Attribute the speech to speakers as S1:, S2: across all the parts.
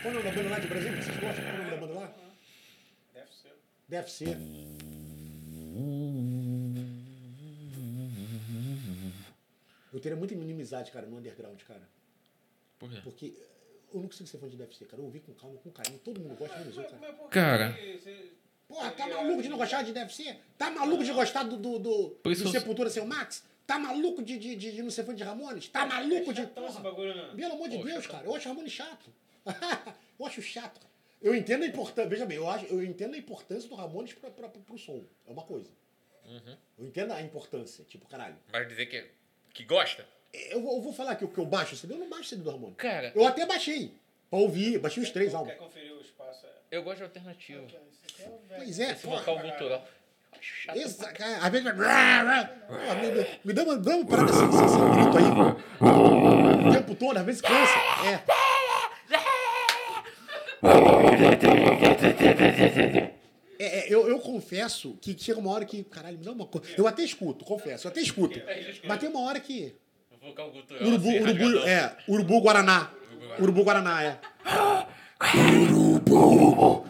S1: Qual é o nome da banda lá de Brasília? Vocês gostam? Qual é o nome da banda lá?
S2: Deve ser.
S1: Deve ser. Eu teria muita minimizade, cara, no underground, cara.
S3: Por quê?
S1: Porque eu não consigo ser fã de Deve ser, cara. Eu ouvi com calma, com carinho. Todo mundo gosta, menos eu, cara.
S2: por que
S3: Cara.
S2: que você-
S1: Porra, tá maluco de não gostar de Deve ser? Tá maluco de gostar do, do, do,
S3: Por isso
S1: do
S3: eu-
S1: Sepultura Seu Max? Tá maluco de, de, de, de não ser fã de Ramones? Tá maluco de.
S2: Então esse
S1: Porra.
S2: bagulho, não.
S1: Pelo amor de
S3: Pô,
S1: Deus,
S3: chato.
S1: cara, eu acho Ramones chato. eu acho chato, cara. Eu entendo a importância, veja bem, eu, acho, eu entendo a importância do Ramones pra, pra, pro som. É uma coisa.
S3: Uhum.
S1: Eu entendo a importância, tipo, caralho.
S3: Vai dizer que, que gosta?
S1: Eu, vou- eu vou falar aqui o que eu baixo, entendeu? Eu não baixo CD do Ramones.
S3: Cara,
S1: Eu até baixei. Pra ouvir, baixei os três
S2: Quer
S1: álbuns.
S2: conferir o espaço? é-
S3: eu gosto de alternativo.
S1: Pois é,
S3: Esse
S1: pô.
S3: vocal gutural. Eu acho chato.
S1: Essa, cara, às vezes. Pô, me, me- me dá uma, dá uma parada assim, assim, esse grito aí. O tempo todo, às vezes cansa. É. É, é, eu, eu confesso que chega uma hora que. Caralho, me dá uma coisa. Eu até escuto, confesso, eu até escuto. Mas tem uma hora que.
S3: O vocal gutural.
S1: Urubu,
S3: assim,
S1: urubu,
S3: rasgadão.
S1: é, urubu Guaraná. Urubu Guaraná, é. Urubu!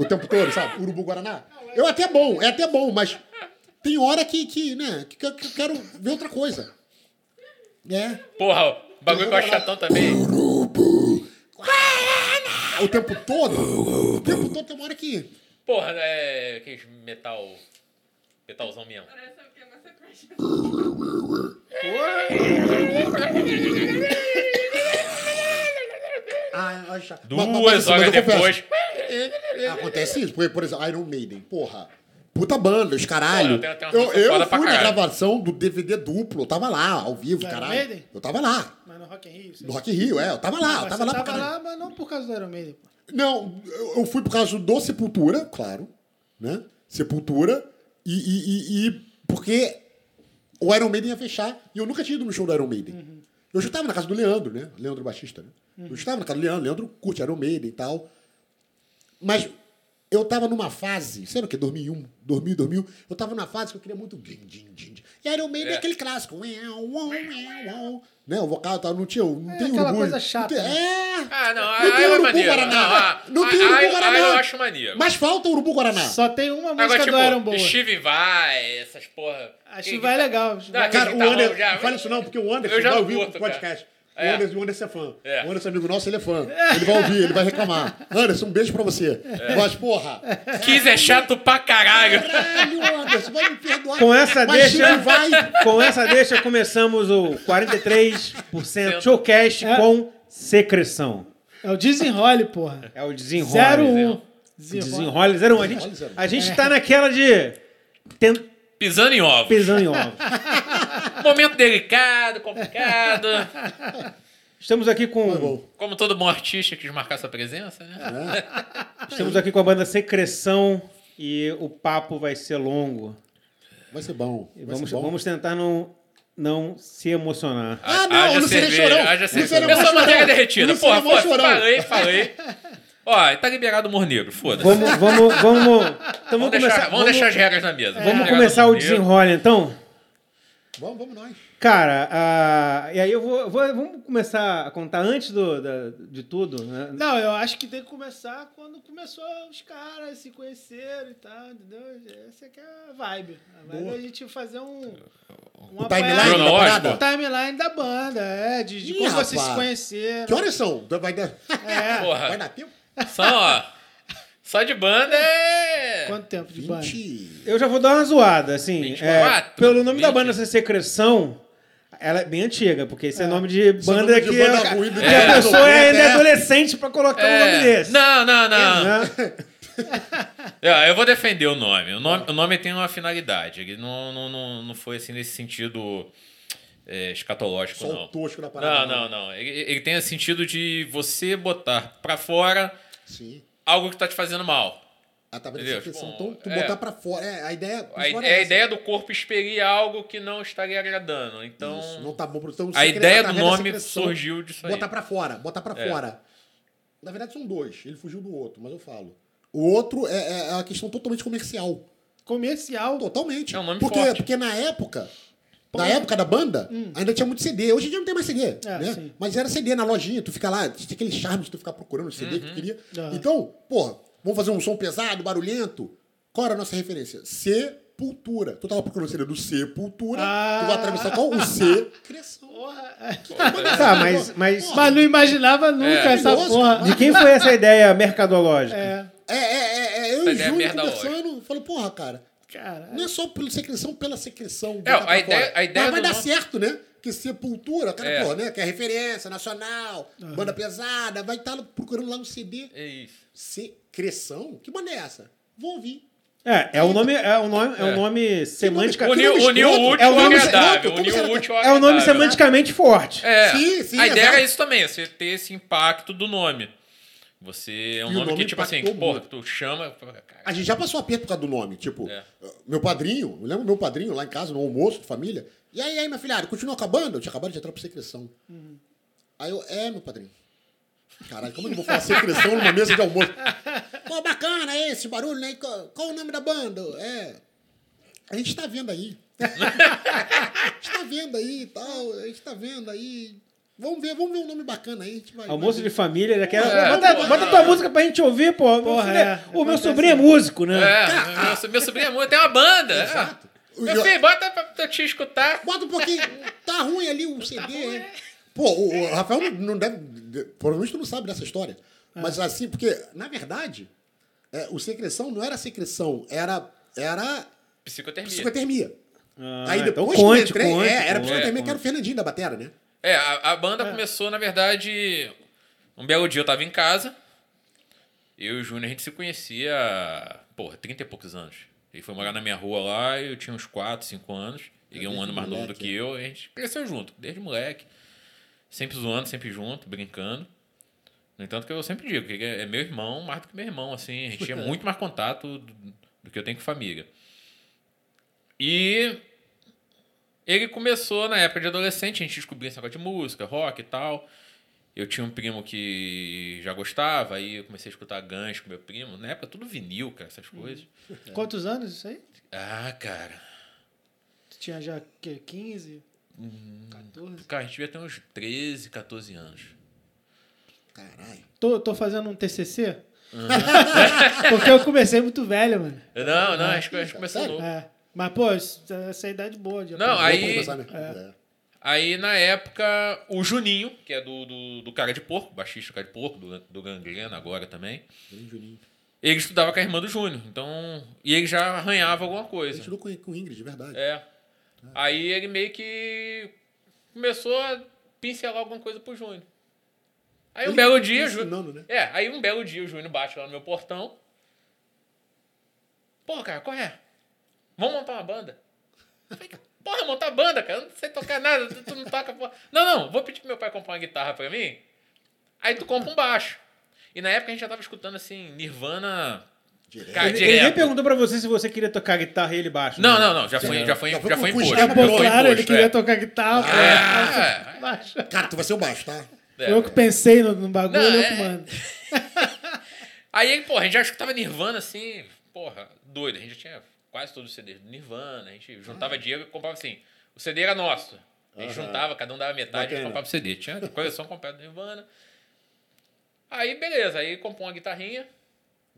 S1: O tempo todo, sabe? Urubu Guaraná. Eu até bom, é até bom, mas tem hora que, que né, que, que- que eu quero ver outra coisa. É.
S3: Porra, o bagulho que eu acho chatão também.
S1: O tempo todo. O tempo todo tem uma hora que.
S3: Porra, é. Aqueles metal. Metalzão mesmo.
S4: Parece que é uma sequência.
S1: Ah, olha chato. Mas- mas- mas
S3: Duas
S1: assim, mas
S3: horas
S1: eu confesso,
S3: depois.
S1: Acontece isso, porque, por exemplo, Iron Maiden, porra. Puta banda, os caralho.
S3: Olha, tem- tem uma
S1: eu
S3: música
S1: eu
S3: foda pra
S1: fui na
S3: caralho.
S1: gravação do DVD duplo, eu tava lá, ao vivo,
S5: Do Iron
S1: caralho.
S5: Maiden?
S1: Eu tava lá,
S5: Mas no Rock in Rio. Você...
S1: no Rock in Rio, é, eu tava lá, eu
S5: Mas
S1: tava lá
S5: você
S1: pra
S5: tava
S1: caralho.
S5: lá, mas não por causa do Iron Maiden. pô.
S1: Não, eu- eu fui por causa do Sepultura, claro, né? Sepultura, e, e, e- e porque o Iron Maiden ia fechar, e eu nunca tinha ido no show do Iron Maiden.
S5: Uhum.
S1: Eu já tava na casa do Leandro, né? Leandro Batista, né? Eu já tava na casa do Leandro, Leandro curte Iron Maiden e tal. Mas eu tava numa fase, sei lá o que, 2001, 2000, 2000, eu tava numa fase que eu queria muito din, din, din, din. E Iron Maiden é,
S3: É.
S1: aquele clássico. uau, uau, uau, uau. Né, o vocal tal, não tinha, não
S5: É,
S1: tem
S5: aquela
S1: orgulho.
S5: coisa chata,
S1: Não tem-
S5: né?
S1: é,
S3: Ah, não,
S1: não
S3: aí
S1: tem
S3: é
S1: urubu
S3: maneiro.
S1: guaraná.
S3: Não, ah,
S1: não
S3: ah,
S1: tem urubu
S3: aí-
S1: guaraná.
S3: aí eu acho maneiro.
S1: Mas falta urubu guaraná.
S5: Só tem uma música
S3: Agora,
S5: do Iron
S3: tipo,
S5: Boy.
S3: Steve Vai, essas porra.
S5: A Steve Vai é legal.
S3: Não, aquele
S1: Cara, o
S3: guitarrão
S1: Anderson,
S3: já-
S1: não fala isso não, porque o Anderson
S3: tá Eu já
S1: vai
S3: não
S1: ouvir
S3: curto,
S1: o podcast.
S3: cara.
S1: O,
S3: É.
S1: Anderson, o Anderson é fã.
S3: É.
S1: O Anderson, é amigo nosso, ele é fã. Ele vai ouvir, ele vai reclamar. Anderson, um beijo pra você.
S3: É.
S1: Mas, porra,
S3: Kiss é chato pra caralho.
S1: caralho, Anderson, vai me perdoar.
S6: Com essa
S1: Mas
S6: deixa-
S3: né?
S1: ele vai.
S6: Com essa deixa, começamos o 43% Showcast
S5: É.
S6: com secreção.
S5: É o desenrole, porra.
S6: É o desenrole.
S5: 0-1.
S6: Desenrole 01. A
S1: Desenrole,
S6: gente,
S1: zero um.
S6: a
S3: É.
S6: gente tá naquela de ten-
S3: Pisando em ovos.
S6: pesando em ovos.
S3: Momento delicado, complicado.
S6: Estamos aqui
S1: Foi
S6: com,
S1: Tá bom.
S3: Como todo bom artista quis marcar sua presença, né?
S1: É,
S6: estamos aqui com a banda Secreção e o papo vai ser longo.
S1: Vai ser bom.
S6: E
S1: Vai
S6: Vamos,
S1: ser bom.
S6: vamos tentar não, não se emocionar.
S1: Ah, não, eu não serei chorão.
S3: haja
S1: Não
S3: cerveja.
S1: serei
S3: Eu sou
S1: mais
S3: manteiga
S1: chorão.
S3: derretida.
S1: Não
S3: Porra,
S1: serei mais
S3: foda
S1: chorão.
S3: falei, falei. Ó, tá liberado o humor negro, foda-se. Vamos,
S6: Vamos, vamos, vamos. Então vamos,
S3: deixar,
S6: começar.
S3: vamos deixar as regras na mesa.
S6: vamos
S3: Liberado
S6: começar o
S3: humor negro.
S6: desenrole, então.
S1: Vamos, vamos nós.
S6: Cara, ah, e aí eu vou, vou- vamos começar a contar antes do, da- de tudo, né?
S5: Não, eu acho que tem que começar quando começou os caras se conheceram e tal, entendeu? Essa que é a vibe. A vibe
S1: Boa.
S5: é a gente fazer um. um
S1: O
S5: apanhado-
S1: timeline da parada.
S5: timeline da banda, é, de, de
S1: Ih,
S5: como vocês se
S1: rapaz.
S5: conheceram.
S1: Que horas são? Vai dar,
S5: É.
S1: vai
S3: Porra,
S1: dar tempo?
S3: só, ó, só de banda é...
S5: Quanto tempo de banda?
S1: 20.
S6: Eu já vou dar uma zoada, assim.
S3: 24,
S6: é, pelo nome da
S3: 20.
S6: banda ser Secreção, ela é bem antiga, porque esse é, nome de banda
S1: nome de
S6: que,
S1: banda
S6: a-
S1: ruim do
S6: que
S1: tempo
S6: a
S1: dos
S6: pessoa
S1: 90,
S6: ainda é
S1: é.
S6: adolescente pra colocar um nome
S3: é...
S6: desse.
S3: Não, não, não.
S6: Né?
S3: É, eu vou defender o nome. O nome, o nome tem uma finalidade. Ele não, não, não, não foi assim nesse sentido é, escatológico,
S1: Só
S3: não.
S1: o tosco da parada.
S3: Não, não, não. Ele, ele tem o sentido de você botar pra fora
S1: Sim.
S3: algo que tá te fazendo mal.
S1: Ah, tá vendo?
S3: Entendeu?
S1: Tipo,
S3: Tipo,
S1: então, tu
S3: é.
S1: botar pra fora. É, a ideia.
S3: A,
S1: fora
S3: é a
S1: essa.
S3: ideia do corpo expelir algo que não estaria agradando. Então,
S1: Isso, não tá bom pro então,
S3: a
S1: secre-
S3: ideia do
S1: através da
S3: nome
S1: secreção,
S3: surgiu disso aí. É.
S1: Botar pra fora, botar pra fora. Na verdade, são dois. Ele fugiu do outro, mas eu falo. O outro é, é a questão totalmente comercial.
S5: Comercial.
S1: Totalmente.
S3: É um nome
S1: porque,
S3: forte.
S1: porque na época, Na época da banda, ainda tinha muito CD. Hoje em dia não tem mais CD.
S5: Hum. É,
S1: né?
S5: sim.
S1: Mas era CD na lojinha, tu fica lá, tinha aquele charme de tu ficar procurando o CD
S3: Uhum.
S1: que tu queria.
S5: Ah.
S1: Então, porra, vamos fazer um som pesado, barulhento. Qual era a nossa referência? Sepultura. Tu tava procurando o CD do Sepultura,
S5: Ah.
S1: tu vai atravessar qual? O C. Criação.
S5: Porra.
S6: Tá, mas, mas
S5: Mas não imaginava nunca
S3: É,
S5: essa
S1: perigoso,
S5: porra.
S1: cara.
S6: de quem foi essa ideia mercadológica?
S5: É,
S1: É, é, é, é, eu e
S3: Essa
S1: o
S3: ideia é
S1: Júlio
S3: merda
S1: conversando, eu falo, porra, cara,
S5: cara.
S1: não é só pelo secreção, pela secreção.
S3: É,
S1: botar
S3: a
S1: pra
S3: ideia-
S1: fora.
S3: a ideia
S1: Mas vai
S3: do
S1: dar
S3: nosso-
S1: certo, né? Porque Sepultura, cara,
S3: É.
S1: pô, né? Que é referência nacional, banda pesada, vai estar procurando lá no CD.
S3: É isso.
S1: Secreção? Que banda é essa? Vou ouvir.
S6: É, é o nome, é o nome, é
S3: É.
S6: o nome semântica.
S1: Que nome
S3: Uniu,
S1: escroto.
S3: uniu o útil
S1: É o
S3: ao
S1: nome
S3: agradável.
S1: escroto, como
S3: Uniu
S1: será
S3: o
S1: que-
S3: útil ao
S6: É um nome
S3: agradável.
S6: semanticamente forte.
S3: É.
S1: Sim, sim,
S3: a ideia
S1: exato.
S3: era isso também, é você ter esse impacto do nome. Você é um
S1: E o
S3: nome,
S1: nome
S3: que, tipo assim,
S1: impactou
S3: porra,
S1: muito.
S3: tu chama. porra, cara.
S1: A gente já passou aperto por causa do nome. Tipo,
S3: É.
S1: meu padrinho, eu lembro meu padrinho lá em casa, no almoço de família. E aí, aí, minha filhada, continua com a banda? Eu tinha acabado de entrar pro Secreção. Aí eu, é, meu padrinho. Caralho, como eu não vou falar Secreção numa mesa de almoço? Pô, bacana é esse barulho, né? E Qual, qual o nome da banda? É. A gente tá vendo aí. a gente tá vendo aí e tal. A gente tá vendo aí. Vamos ver, vamos ver um nome bacana aí. a gente vai-
S6: Almoço de família, já quero.
S3: É.
S6: bota, bota tua música pra gente ouvir, pô.
S5: Porra,
S6: Meu filho-
S5: é.
S6: O meu
S5: Acontece
S6: sobrinho é
S5: isso.
S6: músico, né?
S3: É, meu, so- meu sobrinho é muito, tem uma banda. é.
S1: tá-" Exato.
S3: Meu filho, bota pra pra te escutar.
S1: Bota um pouquinho. Tá ruim ali o CD. Pô, o, o Rafael não, não deve. de- Provavelmente tu não sabe dessa história. Mas assim, porque, na verdade, é, o secreção não era secreção, era, era
S3: Psicotermia.
S1: psicotermia.
S6: Ah,
S1: Aí
S6: então
S1: depois que eu
S6: conte,
S1: entrei,
S6: conte,
S1: é, era
S6: conte.
S1: psicotermia
S3: É,
S1: que era o Fernandinho da Batera, né?
S3: É, a, a banda começou, na verdade, um belo dia eu tava em casa. Eu e o Júnior, a gente se conhecia, porra, 30 e poucos anos. Ele foi morar na minha rua lá, eu tinha uns 4, 5 anos. Ele é um
S1: desde
S3: ano mais novo do
S1: moleque,
S3: que eu. A gente cresceu junto, desde moleque. Sempre zoando, sempre junto, brincando. No entanto, que eu sempre digo, que ele é é meu irmão mais do que meu irmão, assim. A gente
S1: É.
S3: tinha muito mais contato do, do que eu tenho com família. E ele começou na época de adolescente, a gente descobria esse negócio de música, rock e tal. Eu tinha um primo que já gostava, aí eu comecei a escutar Guns com meu primo. Na época, tudo vinil, cara, essas coisas.
S5: Quantos anos isso aí?
S3: Ah, cara.
S5: Tu tinha já que, 15?
S3: Uhum.
S5: 14?
S3: Cara, a gente devia ter uns 13, 14 anos.
S1: Caralho.
S5: Tô, tô fazendo um TCC?
S3: Uhum.
S5: Porque eu comecei muito velho, mano.
S3: Não, não, acho que a gente começou
S1: sério?
S3: novo.
S5: É. Mas, pô, isso- essa é a idade boa. De
S3: Não,
S5: aprender.
S3: aí-
S1: Vamos começar, né?
S3: Aí, na época, o Juninho, que é do, do, do Cara de Porco, baixista do Cara de Porco, do, do Gangrena agora também,
S1: É. Grande Juninho.
S3: ele estudava com a irmã do Júnior. Então, e ele já arranhava alguma
S1: A
S3: coisa.
S1: gente tirou com, com o Ingrid, de verdade.
S3: É. Aí ele meio que começou a pincelar alguma coisa pro Júnior. Aí um
S1: Ele-
S3: belo dia,
S1: ele
S3: Ju-
S1: ensinando, né?
S3: É, aí um belo dia o Júnior bate lá no meu portão. Pô, cara, qual é? Vamos montar uma banda? Eu falei, porra, montar banda, cara, eu não sei tocar nada, tu, tu não toca porra. Não, não, vou pedir pro meu pai comprar uma guitarra pra mim. Aí tu compra um baixo. E na época a gente já tava escutando assim, Nirvana.
S1: Direto.
S3: Cara,
S6: Ele, ele nem
S3: direto.
S6: perguntou pra você se você queria tocar guitarra e ele baixo.
S3: Não,
S6: né?
S3: não, não, já foi, já foi,
S1: Já
S3: já
S1: foi
S3: foi,
S1: com
S3: imposto.
S1: custo, né?
S3: já
S5: Pô,
S3: foi
S5: É claro, ele
S3: imposto,
S5: queria
S3: é.
S5: tocar guitarra. pô.
S3: Ah, é.
S5: Baixo.
S1: Cara, tu vai ser o baixo, tá?
S3: É.
S5: Foi eu que pensei no, no bagulho,
S3: Não,
S5: eu que
S3: é-
S5: mando.
S3: Aí, porra, a gente já escutava Nirvana assim, porra, doido. A gente já tinha quase todos os CDs do Nirvana, a gente juntava
S1: Ah.
S3: dinheiro e comprava assim. O CD era nosso. A gente juntava, cada um dava metade, a gente
S1: Bacana.
S3: comprava o CD. Tinha a coleção completa do Nirvana. Aí, beleza, aí comprou uma guitarrinha.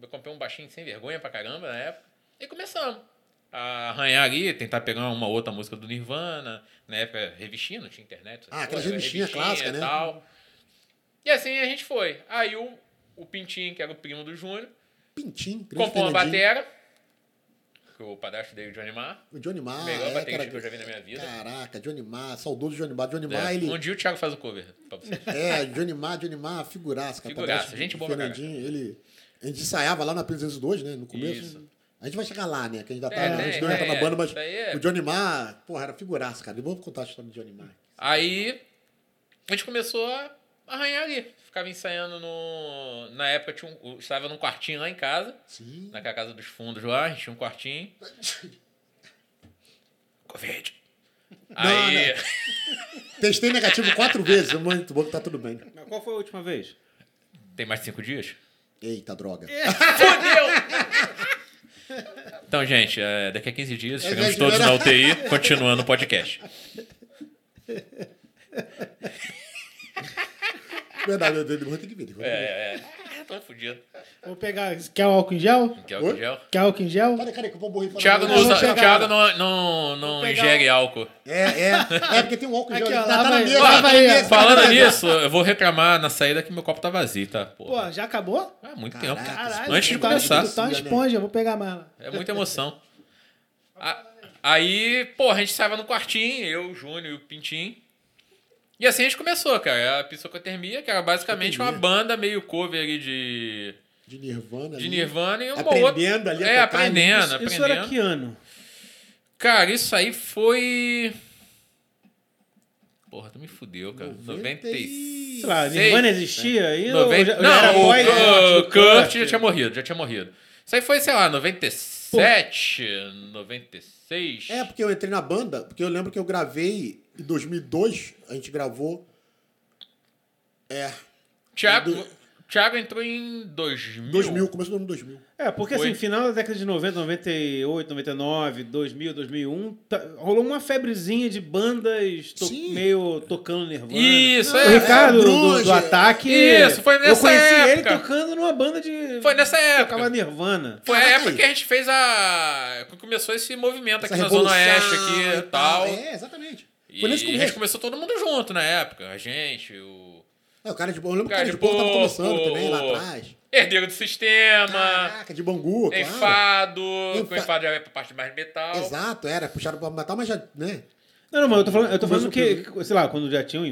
S3: Eu comprei um baixinho sem vergonha pra caramba na época. E começamos a arranhar ali, tentar pegar uma outra música do Nirvana. Na época, revistinha, não tinha internet.
S1: Ah, aquelas
S3: Era
S1: revistinha clássica,
S3: e
S1: né?
S3: tal. E assim a gente foi. Aí o, o Pintinho, que era o primo do Júnior,
S1: Pintinho, grande
S3: comprou uma
S1: Fernandinho.
S3: batera. Que o padrasto dele, Johnny Mar.
S1: O Johnny Marr.
S3: melhor
S1: é,
S3: baterista
S1: cara,
S3: que eu já vi na minha vida.
S1: Caraca, Johnny Marr, saudoso Johnny Marr. Johnny Marr,
S3: É,
S1: ele...
S3: Um dia o Thiago faz o cover pra vocês.
S1: É, Johnny Mar, Johnny Mar, figuraça, cara.
S3: Figuraça,
S1: Parece
S3: gente
S1: o
S3: boa pra
S1: Fernandinho, ele. A gente ensaiava lá na P202, né? No começo.
S3: Isso.
S1: A gente vai chegar lá, né? Que a gente ainda tá,
S3: É,
S1: a gente
S3: é,
S1: não entra
S3: é,
S1: na banda, mas
S3: daí é.
S1: o Johnny Mar, porra, era figuraça, cara. Eu vou contar a história do Johnny Mar.
S3: Aí a gente começou a arranhar ali. Ficava ensaiando no. Na época tinha um, eu estava num quartinho lá em casa.
S1: Sim.
S3: Naquela casa dos fundos lá, a gente tinha um quartinho. Covid. Aí.
S1: né? Testei negativo quatro vezes, muito bom que tá tudo bem.
S6: Mas qual foi a última vez?
S3: Tem mais cinco dias?
S1: Eita, droga.
S3: Fudeu! Então, gente, é, daqui a 15 dias
S1: É,
S3: chegamos
S1: gente,
S3: todos na
S1: era-
S3: UTI, continuando o podcast.
S1: Verdade, eu tenho tem que ver. tem que ver.
S3: É, é. Tô fudido.
S5: Vou pegar. Quer álcool em gel?
S3: Quer álcool
S1: Oi?
S3: gel?
S5: Quer álcool em gel?
S1: Peraí, peraí, que eu vou morrer. falando-
S3: Thiago não,
S5: vou
S3: usa,
S5: chegar.
S3: Thiago não, não, não
S5: pegar
S3: ingere álcool.
S1: É, é. É porque tem um álcool em gel.
S5: Aqui,
S1: ali,
S5: ó,
S1: tá,
S5: lá
S1: tá na
S5: vai-
S1: mesa.
S5: lá
S1: tá na
S5: vai-
S1: mesa, tá na
S3: Falando
S1: mesa.
S3: nisso, eu vou reclamar na saída que meu copo tá vazio, tá? Pô,
S5: Pô, já acabou?
S3: é muito
S1: Caraca.
S3: tempo, cara.
S5: Caralho,
S3: Antes de
S5: tu tá-
S3: começar.
S5: Tu tá uma esponja, eu vou pegar mais lá.
S3: É muita emoção. A- aí, pô, a gente estava no quartinho, eu, o Júnior e o Pintim. E assim a gente começou, cara. A psicotermia, que era basicamente uma banda meio cover ali de,
S1: De Nirvana.
S3: de
S1: ali.
S3: Nirvana e uma
S1: Aprendendo
S3: outra.
S1: ali a
S3: é,
S1: tocar, né?
S3: aprendendo,
S6: Isso,
S3: aprendendo.
S6: isso era que ano?
S3: Cara, isso aí foi. Porra, tu me fudeu, cara.
S1: 90
S3: 96.
S1: e-
S6: Sei lá,
S3: Sei.
S6: Nirvana existia ainda? ou
S3: Noventa-
S6: já- ou já era
S3: Não, o,
S1: né?
S6: pós-
S3: Kurt- o
S6: Kurt,
S3: Kurt já tinha morrido, já tinha morrido. Isso aí foi, sei lá, 97, 96.
S1: É, porque eu entrei na banda, porque eu lembro que eu gravei em 2002, a gente gravou. É,
S3: Thiago,
S1: Do-
S3: Thiago entrou em 2000.
S1: 2000, começou no ano 2000.
S6: É, porque
S3: Foi.
S6: assim, final da década de 90, 98, 99, 2000, 2001, tá- rolou uma febrezinha de bandas to-
S1: Sim.
S6: meio tocando Nirvana.
S3: Isso,
S6: O
S3: é,
S6: Ricardo
S1: é,
S6: do- do,
S1: grunge.
S6: Ataque.
S3: Isso, foi
S6: Eu
S3: nessa
S6: conheci ele
S3: época.
S6: tocando numa banda de.
S3: Foi nessa época.
S6: Tocava Nirvana.
S3: Foi a
S1: Caraca,
S3: época
S1: aí.
S3: que a gente fez a. que Começou esse movimento
S1: Essa
S3: Tá aqui na Zona Oeste,
S1: revolução
S3: aqui e
S1: e
S3: tal.
S1: É, exatamente.
S3: E
S1: Foi nesse
S3: a gente
S1: começo.
S3: começou todo mundo junto na época. A gente, o.
S1: É, o cara de bom, eu lembro que o
S3: Cara
S1: cara de
S3: de
S1: bom tava
S3: Porco,
S1: começando também lá
S3: o-
S1: atrás.
S3: Herdeiro do Sistema.
S1: Caraca, de Bangu, claro.
S3: Enfado. Com
S1: Enfa-
S3: enfado já é pra parte mais metal.
S1: Exato, era, puxaram pra matar, mas já, né?
S6: Não, não, mas eu tô falando, eu tô
S1: Começou
S6: falando que, que, sei lá, quando já tinha um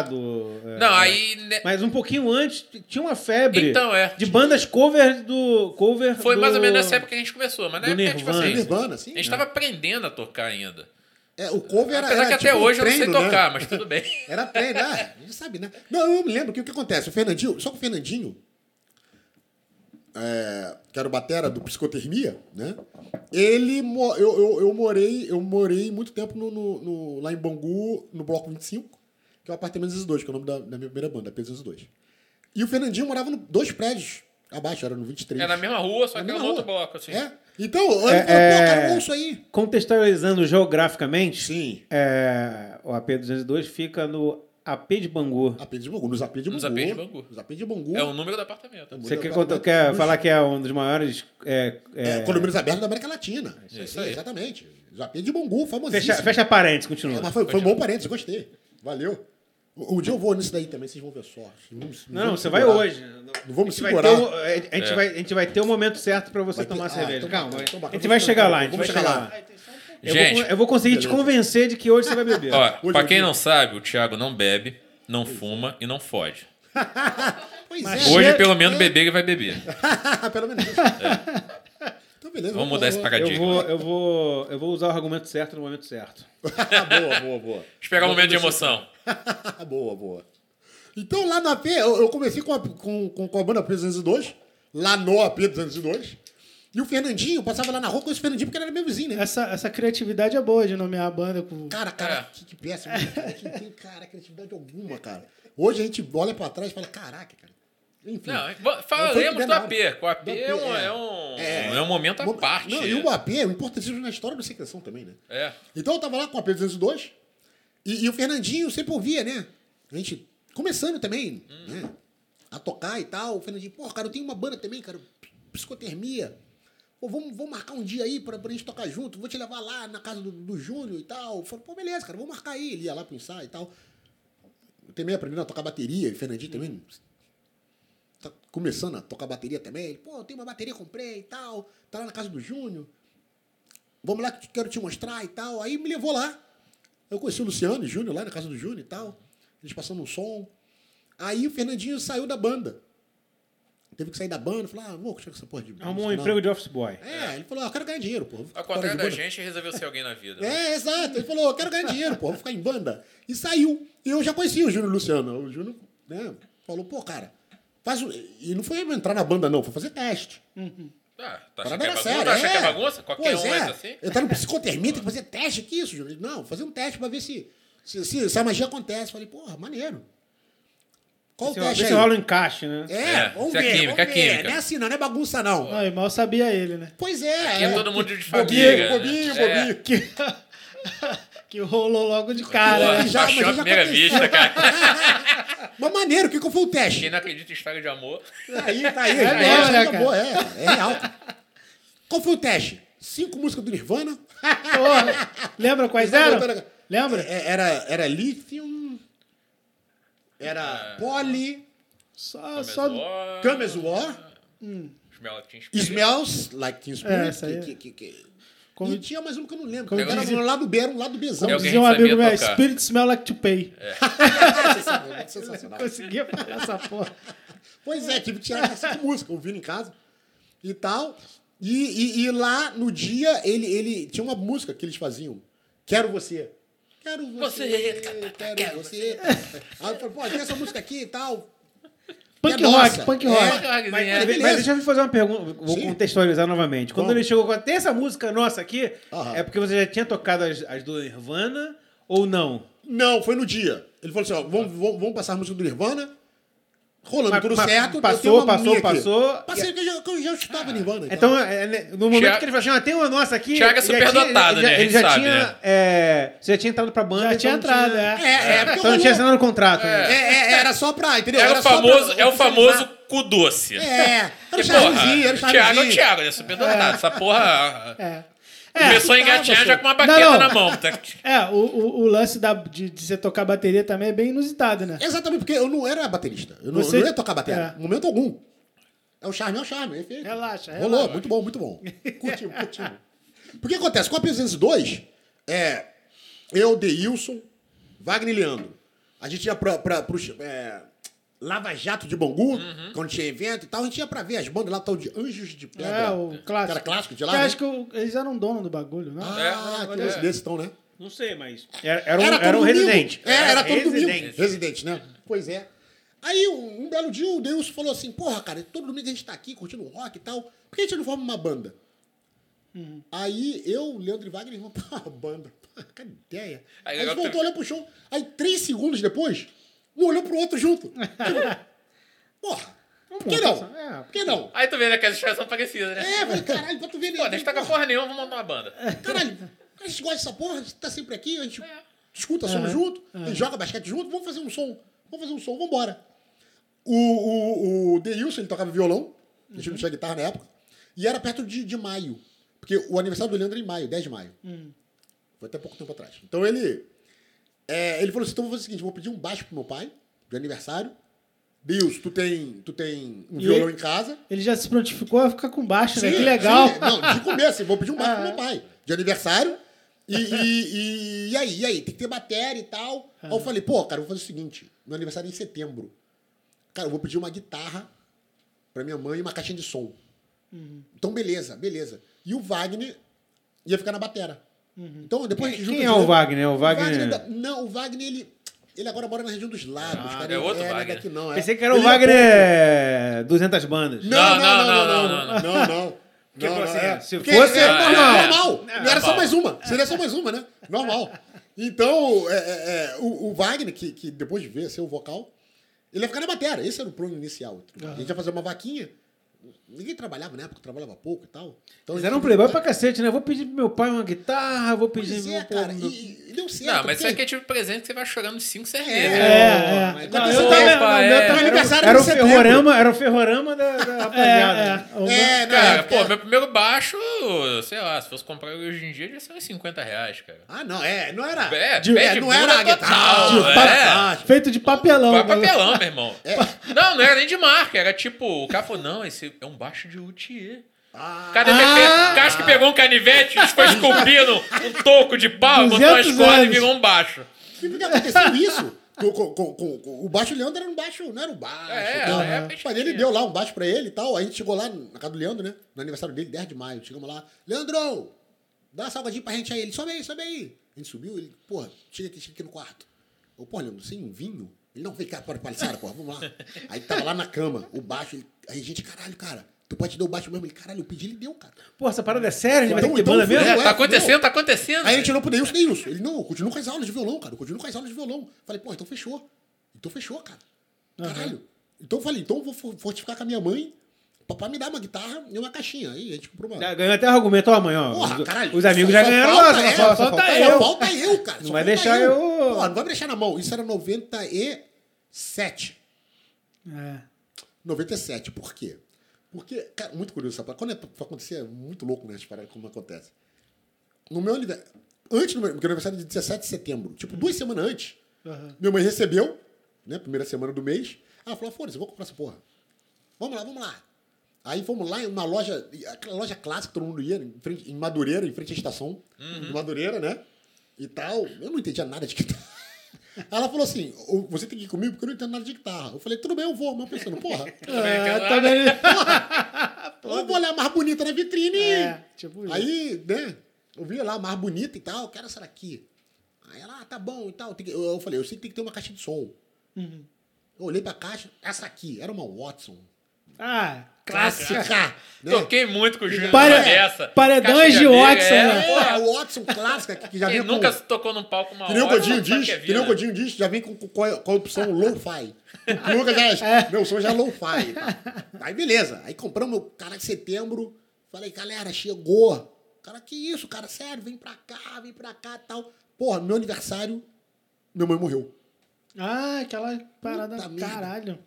S6: enfado. é,
S3: Não, aí. né,
S6: Mas um pouquinho antes tinha uma febre
S3: Então, é.
S6: de bandas cover do. Cover
S3: Foi
S6: do-
S3: mais ou menos nessa época que a gente começou. Mas na
S6: do
S3: época, tipo
S6: Nirvana.
S3: assim.
S1: Nirvana, assim.
S3: A gente
S1: né?
S3: tava aprendendo a tocar ainda.
S1: É, o cover era.
S3: Apesar
S1: era
S3: que até
S1: tipo um
S3: hoje eu não
S1: treino,
S3: sei
S1: né?
S3: tocar, mas tudo bem.
S1: Era treino, ah, não sabe, né? Não, eu me lembro que o que acontece, o Fernandinho, só que o Fernandinho, é, que era o batera do Psicotermia, né? Ele, mo- eu, eu, eu morei, eu morei muito tempo no, no- no- lá em Bangu, no Bloco 25, que é o apartamento 202, que é o nome da, da minha primeira banda, P202. E o Fernandinho morava em dois prédios abaixo, era no 23.
S3: É na mesma rua, só
S1: Na
S3: que é
S1: mesma
S3: um outro
S1: rua.
S3: bloco, assim.
S1: É. Então, ele
S6: É,
S1: falou, pô, cara,
S6: é.
S1: ouça aí.
S6: Contextualizando geograficamente,
S1: Sim.
S6: é, o AP202 fica no AP de Bangu.
S1: AP de Bangu, nos AP de Bangu.
S3: Nos AP de Bangu.
S1: Nos AP de Bangu.
S3: É o número do apartamento.
S6: Você quer,
S1: Nos-
S6: contar- quer
S1: nos-
S6: falar que é um dos maiores. É, é,
S1: É, condomínios abertos da América Latina.
S3: Isso aí.
S1: Exatamente. Zapê de Bangu, famosíssimo.
S6: fecha, fecha parênteses, continua.
S1: É, mas foi, foi bom parênteses, gostei. Valeu. Um um dia eu vou nisso daí também, vocês vão ver só. Não,
S6: Não,
S1: vão
S6: você
S1: segurar.
S6: vai hoje.
S1: É, Não vamos
S6: A gente vai
S1: segurar.
S6: ter o- a gente,
S3: É.
S6: vai, a gente vai ter o momento certo pra você
S1: Vai ter-
S6: tomar
S1: ah,
S6: cerveja.
S1: então
S6: Calma,
S1: bacana, então
S6: a
S1: bacana.
S6: gente vai chegar lá. A gente
S1: Vamos
S6: vai chegar
S1: chegar
S6: lá.
S1: lá.
S6: Eu,
S3: Gente.
S6: vou, eu vou conseguir te
S1: Beleza.
S6: convencer de que hoje você vai beber.
S3: Ó,
S1: Hoje
S3: pra
S1: eu
S3: quem
S1: vi.
S3: não sabe, o Thiago não bebe, não fuma e não fode.
S1: Pois
S6: Mas
S1: é. Ah,
S6: hoje-
S3: Hoje, pelo menos, beber ele vai beber.
S1: Pelo menos. Então, beleza.
S3: Vamos mudar esse
S6: eu,
S3: paradigma.
S6: vou, eu, vou, eu vou usar o argumento certo no momento certo.
S1: Ah, boa, boa, boa.
S3: Esperar um momento de emoção.
S1: boa, boa. Então, lá no AP, eu, eu comecei com a, com, com, com a banda P202, lá no AP 202. E o Fernandinho, eu passava lá na rua com esse Fernandinho, porque ele era meu vizinho, né?
S5: Essa, essa criatividade é boa de nomear a banda com.
S1: Cara, cara,
S3: É.
S1: que, que péssimo. Cara, que não tem, cara, criatividade alguma, cara. Hoje a gente olha pra trás e fala, caraca, cara. Enfim.
S3: Não, va-
S1: Não
S3: falaremos
S1: foi
S3: do AP.
S1: nada.
S3: que O AP
S1: Do
S3: é um, é um, é um momento à
S1: Mo-
S3: parte.
S1: Não, e o AP é importantíssimo na história do Secreção também, né?
S3: É.
S1: Então eu tava lá com o AP202 e, e o Fernandinho sempre ouvia, né? A gente começando também, né? A tocar e tal. O Fernandinho, pô, cara, eu tenho uma banda também, cara, psicotermia. Pô, vamos, vamos marcar um dia aí pra, pra gente tocar junto. Vou te levar lá na casa do, do Júnior e tal. Eu falei, pô, beleza, cara, vou marcar aí. Ele ia lá pro ensaio e tal. Eu também aprendi a tocar bateria, e o Fernandinho também tá começando a tocar bateria também. Ele, pô, tem uma bateria, comprei e tal. Tá lá na casa do Júnior. Vamos lá que eu quero te mostrar e tal. Aí me levou lá. Eu conheci o Luciano e Júnior lá na casa do Júnior e tal. Eles passando um som. Aí o Fernandinho saiu da banda. Teve que sair da banda. Falou, ah, vou com essa porra de música,
S6: Arrumou um
S1: não.
S6: emprego de office boy.
S1: É, ele falou, ah, eu quero ganhar dinheiro, pô. Vou ficar
S3: Ao
S1: fora de
S3: contrário da
S1: banda.
S3: gente, resolveu ser alguém na vida. né?
S1: É, exato. Ele falou, eu quero ganhar dinheiro, pô, vou ficar em banda. E saiu. E eu já conhecia o Júnior Luciano. O Júnior, né, falou, pô, cara, faz o... E não foi entrar na banda, não, foi fazer teste.
S3: Ah,
S1: A
S3: tá achando
S1: parada
S3: que é
S1: era
S3: bagunça?
S1: séria.
S3: Tá achando que é
S1: é.
S3: bagunça? Qualquer
S1: Pois
S3: um
S1: é.
S3: entra assim?
S1: Eu tava no psicotermia, tem que fazer teste aqui, isso, Júnior. Não, fazer um teste pra ver se, se, se, se a magia acontece. Falei, porra, maneiro. Qual o
S6: Vê se- vê
S1: teste
S6: se
S1: aí?
S6: rola um encaixe, né?
S1: É,
S3: É,
S1: vamos
S3: isso é
S1: ver,
S3: química, é
S1: vamos ver.
S3: química.
S1: Não é assim, não, não é bagunça, não.
S5: Não, e mal sabia ele, né?
S1: Pois é.
S3: Aqui é todo mundo de
S1: Bobinho,
S3: família,
S1: bobinho,
S3: né?
S1: bobinho.
S5: Que, que rolou logo de cara,
S3: Porra,
S5: né?
S1: já- é mas
S3: baixou
S1: já
S3: a primeira
S1: aconteceu.
S3: vista, cara.
S1: Mas maneiro, o que, que foi o
S3: Quem
S1: teste?
S3: não acredita em história de amor.
S1: Tá aí, tá aí.
S5: É
S1: já
S5: mesmo, né, cara?
S1: acabou, é, é real. Qual foi o teste? Cinco músicas do Nirvana.
S5: Porra. Lembra quais eram? Lembra?
S1: É, Era, era Lithium, era Poly,
S5: Só, só...
S1: Come As You Are, Smells Like Teen
S5: É,
S1: Spirit.
S5: essa aí.
S1: que- que- que- que-
S5: Como,
S1: E tinha mais um que eu não lembro.
S5: Como
S1: era
S5: dizia-
S1: um lado B, era um lado Bzão.
S3: É
S5: como
S3: alguém
S5: dizia um
S3: que
S5: amigo
S3: sabia
S5: meu,
S3: tocar.
S5: Spirit Smell Like to Pay.
S1: É, sensacional.
S5: Conseguia falar essa porra.
S1: Pois é, tive que tirar essa música, ouvindo em casa e tal. E, e- e lá no dia, ele, ele tinha uma música que eles faziam. Quero você. Quero você.
S3: Você.
S1: Quero,
S3: Quero
S1: você. Aí eu falei, pô, tem essa música aqui e tal.
S5: Punk
S1: É
S5: rock,
S1: nossa.
S5: punk
S1: É.
S5: rock.
S6: Mas, mas
S1: beleza.
S6: deixa eu fazer uma pergunta, vou
S1: Sim.
S6: contextualizar novamente. Quando
S1: Vamos.
S6: ele chegou com. Tem essa música nossa aqui?
S1: Aham.
S6: É porque você já tinha tocado as, as do Nirvana ou não?
S1: Não, foi no dia. Ele falou assim, ó, vamos, vamos, vamos passar a música do Nirvana. Rolando
S6: Mas-
S1: tudo
S6: mas
S1: certo. eu
S6: passou,
S1: tenho uma
S6: passou,
S1: minha aqui.
S6: passou.
S1: Passei, porque eu já, que eu já escutava Nirvana. e
S6: Então,
S1: tal.
S6: é, né, no momento
S3: Thiago-
S6: que ele falou assim, ah, tem uma nossa aqui.
S3: Thiago é
S6: já
S3: superdotado, né?
S6: tinha-
S3: A
S6: Ele
S3: gente
S6: já,
S3: sabe,
S6: tinha.
S3: né?
S6: é, você já tinha entrado pra banda.
S5: Já
S6: então
S5: tinha
S6: não
S5: entrado,
S6: tinha-
S5: é.
S1: é, é, porque
S6: Então não
S1: rolou-
S6: tinha assinado o contrato. né?
S1: é,
S6: ainda.
S1: é, era só pra, entendeu?
S3: É o
S1: Era só
S3: famoso,
S1: pra-
S3: é o famoso cu doce.
S1: É, era o
S3: Porque,
S1: Charlezinho, era o
S3: porra, Thiago é o
S1: Charlezinho.
S3: Thiago, ele é super dotado. Essa porra.
S5: É.
S3: Começou a engatinhar já com uma baqueta
S5: Não, não.
S3: na mão. Tá?
S5: É, o, o, o lance da, de, de você tocar bateria também é bem inusitado, né?
S1: Exatamente, porque eu não era baterista. Eu não,
S5: Você-
S1: eu não ia tocar bateria,
S5: É.
S1: em momento algum. É o charme, é o charme. é efeito.
S5: Relaxa, relaxa.
S1: Rolou, muito bom, muito bom. Curtimos, curtimos. Porque acontece, com a presença 2, é, eu, Deilson, Wagner e Leandro. A gente ia pra, pra, pro é, Lava Jato de Bangu, quando tinha evento e tal, a gente ia pra ver as bandas lá, tal de Anjos de Pedra.
S5: É, o clássico.
S1: Era clássico de lá,
S5: Eu
S1: né?
S5: acho que o- eles eram dono do bagulho, né?
S1: Ah,
S3: É,
S1: que coincidência então, né?
S6: Não sei, mas. Era, era um,
S1: era
S6: era
S1: todo
S6: um
S1: domingo.
S6: residente.
S1: É, era, todo
S6: residente.
S1: domingo. Residente, né? Pois é. Aí, um, um belo dia, o Deus falou assim, porra, cara, todo domingo a gente tá aqui curtindo rock e tal. Por que a gente não forma uma banda?
S6: Uhum.
S1: Aí, eu, Leandro e Wagner, vamos pra uma banda. Pá, Que ideia. Aí,
S3: Aí,
S1: a gente
S3: agora
S1: voltou,
S3: tu-
S1: olhou pro show. Aí, três segundos depois, um olhou pro outro junto. Tipo, porra, por que
S6: montar
S1: não?
S6: essa- é.
S1: Por que não?
S3: Aí tu vê né, que as histórias são parecidas, né?
S1: É, eu falei, caralho, pra tu ver... né?
S3: Pô,
S6: tá
S3: deixa eu tocar
S1: Porra,
S3: porra nenhuma, vamos montar uma banda.
S1: Caralho, a gente gosta dessa porra, a gente tá sempre aqui, a gente
S5: É.
S1: escuta som junto, a gente joga basquete junto, vamos fazer um som, vamos fazer um som, vambora. O, o, o Deilson, ele tocava violão, a gente não tinha guitarra na época, e era perto de, de maio, porque o aniversário do Leandro é em maio, 10 de maio.
S5: Hum.
S1: Foi até pouco tempo atrás. Então ele, é, ele falou assim, então vou fazer o seguinte, vou pedir um baixo pro meu pai, de aniversário. Deus, tu tem, tu tem um
S5: E
S1: violão
S5: ele-
S1: em casa?
S5: Ele já se prontificou a ficar com baixo, né?
S1: Sim,
S5: Que legal.
S1: sim. Não, de começo, eu vou pedir um baixo
S5: Ah,
S1: pro meu
S5: é.
S1: pai, de aniversário. E, e, e, e aí, e aí, tem que ter bateria e tal. Aí
S6: Ah.
S1: eu falei, pô, cara, eu vou fazer o seguinte: meu aniversário é em setembro. Cara, eu vou pedir uma guitarra pra minha mãe e uma caixinha de som.
S6: Uhum.
S1: Então, beleza, beleza. E o Wagner ia ficar na batera. Então, depois a gente
S6: Quem
S1: junta
S6: é
S1: os
S6: o
S1: dois.
S6: Wagner? O
S1: O
S6: Wagner.
S1: da- não, o Wagner, ele, ele agora mora na região dos lagos.
S6: Ah,
S1: cara,
S3: é outro
S1: não
S3: Wagner.
S1: daqui não, é.
S6: Pensei que era o
S1: Ele é
S6: Wagner 200 bandas.
S1: não, não,
S3: Não,
S1: não,
S3: não,
S1: não, não, não, não.
S6: Porque,
S1: não,
S6: pô,
S1: não,
S6: assim,
S1: é.
S6: se
S1: Porque
S6: fosse,
S1: é
S6: é,
S1: normal,
S3: é.
S1: normal. Não era só
S3: normal.
S1: mais uma. Seria só mais uma, né? Normal. Então, é, é, é, o, o Wagner, que, que depois de ver ser o vocal, ele ia ficar na matéria. Esse era o plano inicial. tá A gente ia fazer uma vaquinha. Ninguém trabalhava na época, trabalhava pouco e tal. Então, a
S6: Eles
S1: gente-
S6: eram um playboy pra né? cacete, né? Vou pedir pro meu pai uma guitarra, vou pedir
S1: Pois
S6: pro
S1: é,
S6: meu
S1: cara.
S6: povo-
S1: E, e deu certo.
S3: Não, mas isso
S1: porque-
S3: aqui é tipo presente que né? você vai chorando de cinco
S5: É,
S3: cervejas.
S5: é.
S6: mas
S5: Não,
S1: aconteceu
S5: eu
S1: também,
S5: também,
S3: opa,
S5: não,
S3: é.
S5: meu
S1: Meu
S5: também.
S1: tá aniversário
S6: Era
S1: era
S6: o
S1: em setembro.
S6: ferrorama, era o ferrorama da, da rapaziada.
S5: É, é. O-
S1: Tá É, não,
S3: Cara,
S1: é,
S3: pô, meu primeiro baixo, sei lá, se fosse comprar hoje em dia, devia ser uns 50 reais, cara.
S1: Ah, não, é, não era.
S3: É,
S1: de-
S3: pé de
S1: não era
S3: bunda
S1: a guitarra.
S3: total,
S1: de-
S3: é.
S1: Ah,
S5: Feito de papelão.
S3: Foi
S5: bagulho.
S3: papelão, meu irmão. Não, não era nem de marca, era tipo, o cara falou, não, esse é um baixo de luthier.
S1: ah.
S3: Cara, de repente, o cara que pegou um canivete, foi esculpindo um toco de pau, botou uma
S5: 200
S3: escola e
S5: anos.
S3: virou um baixo.
S1: E por que aconteceu isso? Com, com- com- com- com- o baixo Leandro era um baixo, não era um baixo.
S3: É,
S1: não.
S3: na época
S1: O pai dele deu lá um baixo pra ele e tal. Aí a gente chegou lá na casa do Leandro, né? No aniversário dele, 10 de maio. Chegamos lá, Leandro, dá uma salgadinha pra gente aí. Ele, sobe aí, sobe aí. Ele subiu, ele, porra, chega aqui, chega aqui no quarto. Eu, porra, Leandro, sem um vinho? Ele, não, vem cá, para palhaçada, porra, vamos lá. Aí tava lá na cama, o baixo, ele, aí gente, caralho, cara, tu pode te dar o baixo mesmo? Ele, caralho, eu pedi, ele deu, cara.
S6: Pô, essa parada é séria,
S1: Então,
S6: mas tem que
S1: então
S6: banda mesmo?
S1: foi,
S3: É,
S1: Ué,
S3: tá acontecendo, tá acontecendo.
S1: Aí ele tirou pro Deilson, Deilson. Ele, não, eu continuo com as aulas de violão, cara. Eu continuo com as aulas de violão. Falei, pô, então fechou. Então fechou, cara. Caralho. Então eu falei, então eu vou for- fortificar com a minha mãe. Papai me dá uma guitarra e uma caixinha. Aí a gente comprou uma.
S6: Já Ganhou até argumento, ó, amanhã. ó.
S1: Porra,
S6: Os-
S1: caralho.
S6: Os amigos
S1: só-
S6: já
S1: só
S6: ganharam
S1: falta
S6: lá,
S1: é,
S6: só, só, só falta eu.
S1: Só falta eu, cara.
S6: Não
S1: só
S6: vai
S1: falta
S6: deixar eu-
S1: Porra, não vai me deixar na mão. Isso era 97.
S5: É.
S1: 97, por quê? Porque, cara, muito curioso, sabe? Quando é pra acontecer, é muito louco, né? As paradas, como acontece. No meu aniversário. Antes do meu, porque o aniversário é de 17 de setembro. Tipo, duas semanas antes,
S5: Aham.
S1: minha mãe recebeu, né? Primeira semana do mês. Ela falou: foda-se, eu vou comprar essa porra. Vamos lá, vamos lá. Aí fomos lá em uma loja, aquela loja clássica que todo mundo ia, em, frente- em Madureira, em frente à estação
S6: Uhum.
S1: de Madureira, né? E tal. Eu não entendia nada de guitarra. Ela falou assim: "Ô, você tem que ir comigo porque eu não entendo nada de guitarra. Eu falei: tudo bem, eu vou. Mas eu pensando, porra,
S5: É,
S3: Tá
S5: também.
S1: eu vou olhar a mais bonita na vitrine.
S5: É, tipo isso.
S1: Aí, né? Eu vi lá a mais bonita e tal, eu quero essa daqui. Aí ela, ah, tá bom e tal. Tem que- Eu, eu falei, eu sei que tem que ter uma caixa de som. Eu olhei pra caixa, essa aqui, era uma Watson.
S5: Ah,
S1: Clássica.
S5: clássica.
S1: né?
S3: Toquei muito com o Júnior
S5: Pare-
S3: numa dessa.
S5: paredões
S3: Caixa
S5: de
S3: abelha,
S5: Watson,
S3: é,
S5: né?
S1: É, a
S3: porra.
S1: Watson clássica que, que já
S3: Quem
S1: vem com...
S3: nunca se tocou num palco uma
S1: Que nem o
S3: hora,
S1: Godinho
S3: sabe
S1: diz,
S3: que é
S1: que nem o
S3: vida.
S1: Godinho diz, já vem com, com, com a- com a opção low-fi. O Luca já, meu som já é low-fi. tá? Aí beleza, aí compramos meu cara de setembro, falei, galera, chegou. Cara, que isso, cara, sério, vem pra cá, vem pra cá e tal. Porra, meu aniversário, minha mãe morreu.
S5: Ah, aquela parada.
S1: Puta merda.
S5: caralho.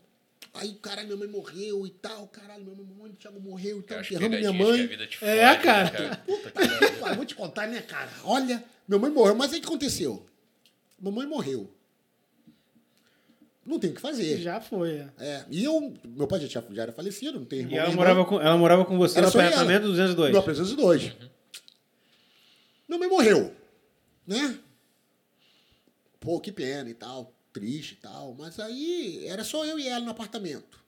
S1: Aí, caralho, minha mãe morreu e tal, caralho, meu irmão, Thiago morreu e
S3: Eu
S1: tal,
S3: acho que
S1: enterramos minha mãe.
S3: pegadinhas que a vida te
S5: É,
S3: fode, né,
S5: cara.
S3: Puta que é. pariu.
S1: Pô, vou te contar, né, cara? Olha, minha mãe morreu, mas aí o que aconteceu? Mamãe morreu. Não tem o que fazer.
S5: Já foi. é.
S1: É, e eu, meu pai já, tinha, já era falecido, não tem irmão.
S6: E ela
S1: nem
S6: morava,
S1: irmã.
S6: com, ela morava com você
S1: Era
S6: no
S1: só ela.
S6: apartamento 202.
S1: No 302. Minha mãe morreu, né? Pô, que pena e tal, triste e tal. Mas aí era só eu e ela no apartamento.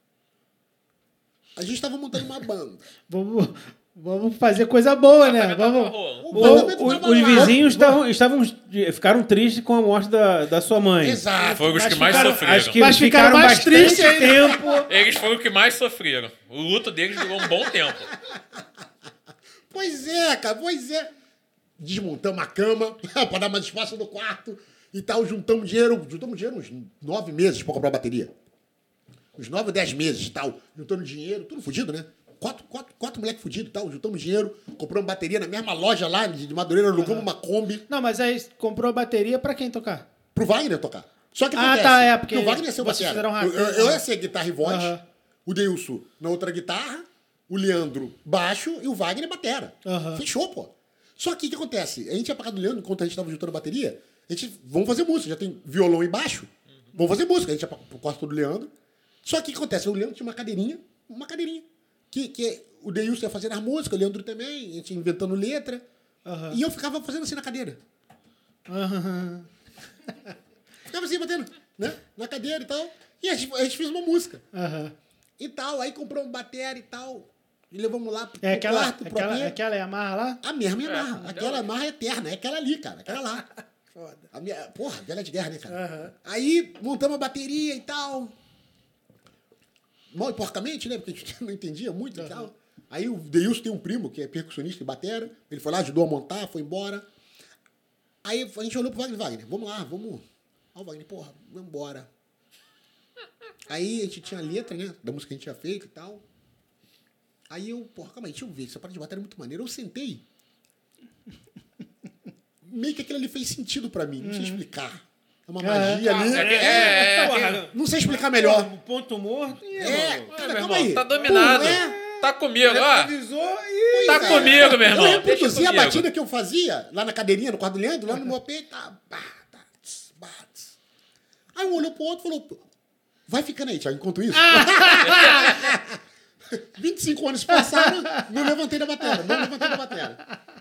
S1: A gente tava montando uma banda.
S5: Vamos, vamos fazer coisa boa, né?
S3: Mas tava
S5: Vamos.
S3: rolando.
S6: O-
S1: apartamento
S6: o-
S1: tava
S6: os
S1: lá.
S6: vizinhos estavam, estavam, ficaram tristes com a morte da, da sua mãe.
S1: Exato.
S3: Foi os
S1: Mas
S3: que mais
S1: ficaram-
S3: sofreram.
S6: Acho que
S5: Mas
S6: ficaram,
S5: ficaram mais
S6: bastante
S5: tristes ainda.
S6: tempo.
S3: Eles foram os que mais sofreram. O luto deles durou um bom tempo.
S1: Pois é, cara, pois é. Desmontamos a cama pra dar mais espaço no quarto e tal. Juntamos dinheiro, juntamos dinheiro uns nove meses pra comprar bateria. Uns nove, dez meses e tal. Juntando dinheiro, tudo fudido, né? Quatro, quatro, quatro moleques fudidos e tal. Juntamos dinheiro, compramos bateria na mesma loja lá de de Madureira, alugamos uma Kombi
S5: Não, mas aí comprou a bateria pra quem tocar?
S1: pro Wagner tocar. Só que
S5: Ah,
S1: acontece,
S5: tá, é, porque
S1: o Wagner ia ser o
S5: vocês
S1: batera.
S5: fizeram
S1: Eu,
S5: rasteiro. né?
S1: eu, eu ia ser guitarra e voz,
S5: Aham.
S1: o Deilson na outra guitarra, o Leandro baixo e o Wagner batera.
S5: Aham.
S1: Fechou, pô. Só que o que acontece? A gente ia pra casa do Leandro, enquanto a gente tava juntando bateria, a gente, vamos fazer música, já tem violão e baixo, vamos fazer música. A gente ia pra- pro quarto do Leandro. Só que o que acontece? O Leandro tinha uma cadeirinha, uma cadeirinha, que, que o Deilson ia fazendo as músicas, o Leandro também, a gente inventando letra.
S5: Aham.
S1: E eu ficava fazendo assim na cadeira.
S5: Aham.
S1: Ficava assim, batendo, né? Na cadeira e tal. E a gente, a gente fez uma música
S5: Aham.
S1: e tal. Aí comprou um batera e tal. E levamos lá pro
S5: É aquela,
S1: quarto, pro
S5: aquela,
S1: AP.
S5: aquela é a marra lá?
S1: A mesma amarra. aquela amarra eterna. É aquela ali, cara. Aquela lá. A minha, porra, velha de guerra, né, cara? Aí montamos a bateria e tal. Mal e porcamente, né? Porque a gente não entendia muito e tal. Aí o Deilson tem um primo que é percussionista e batera. Ele foi lá, ajudou a montar, foi embora. Aí a gente olhou pro Wagner, Wagner, vamos lá, vamos. Ó, o Wagner, porra, vamos embora. Aí a gente tinha a letra, né? Da música que a gente tinha feito e tal. Aí eu, porra, calma aí, deixa eu ver, essa parte de bateria é muito maneira. Eu sentei. Meio que aquilo ali fez sentido pra mim, não
S3: Uhum.
S1: sei explicar. É uma magia ali.
S3: É, é,
S6: tá
S3: é, é,
S6: Porra,
S1: Não sei explicar Tá melhor.
S6: O ponto morto. e,
S1: É,
S6: mano,
S3: Ah,
S1: cara,
S3: Tá, meu
S1: calma
S3: irmão,
S1: aí.
S3: tá dominado.
S1: Pô, é.
S3: Tá comigo, ó.
S6: Improvisou e...
S1: Pois
S3: Tá comigo, meu irmão.
S1: Eu reproduzi
S3: Deixa
S1: a
S3: comigo.
S1: batida que eu fazia lá na cadeirinha, no quadro do Leandro, lá no meu AP, tá, pá, tá, tss, pá, tss. Aí um olhou pro outro e falou, "Pô, vai ficando aí, Thiago, enquanto isso. 25 anos passaram, não levantei da bateria, não levantei da bateria.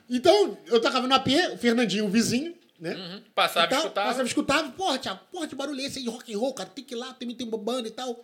S1: Então, eu tocava no AP, o Fernandinho, o vizinho, né?
S3: Uhum. Passava,
S1: e tal,
S3: escutava.
S1: Passava, escutava. Porra, Thiago, porra, de barulho é esse aí de rock and roll, cara, tem que ir lá, tem, tem uma banda e tal.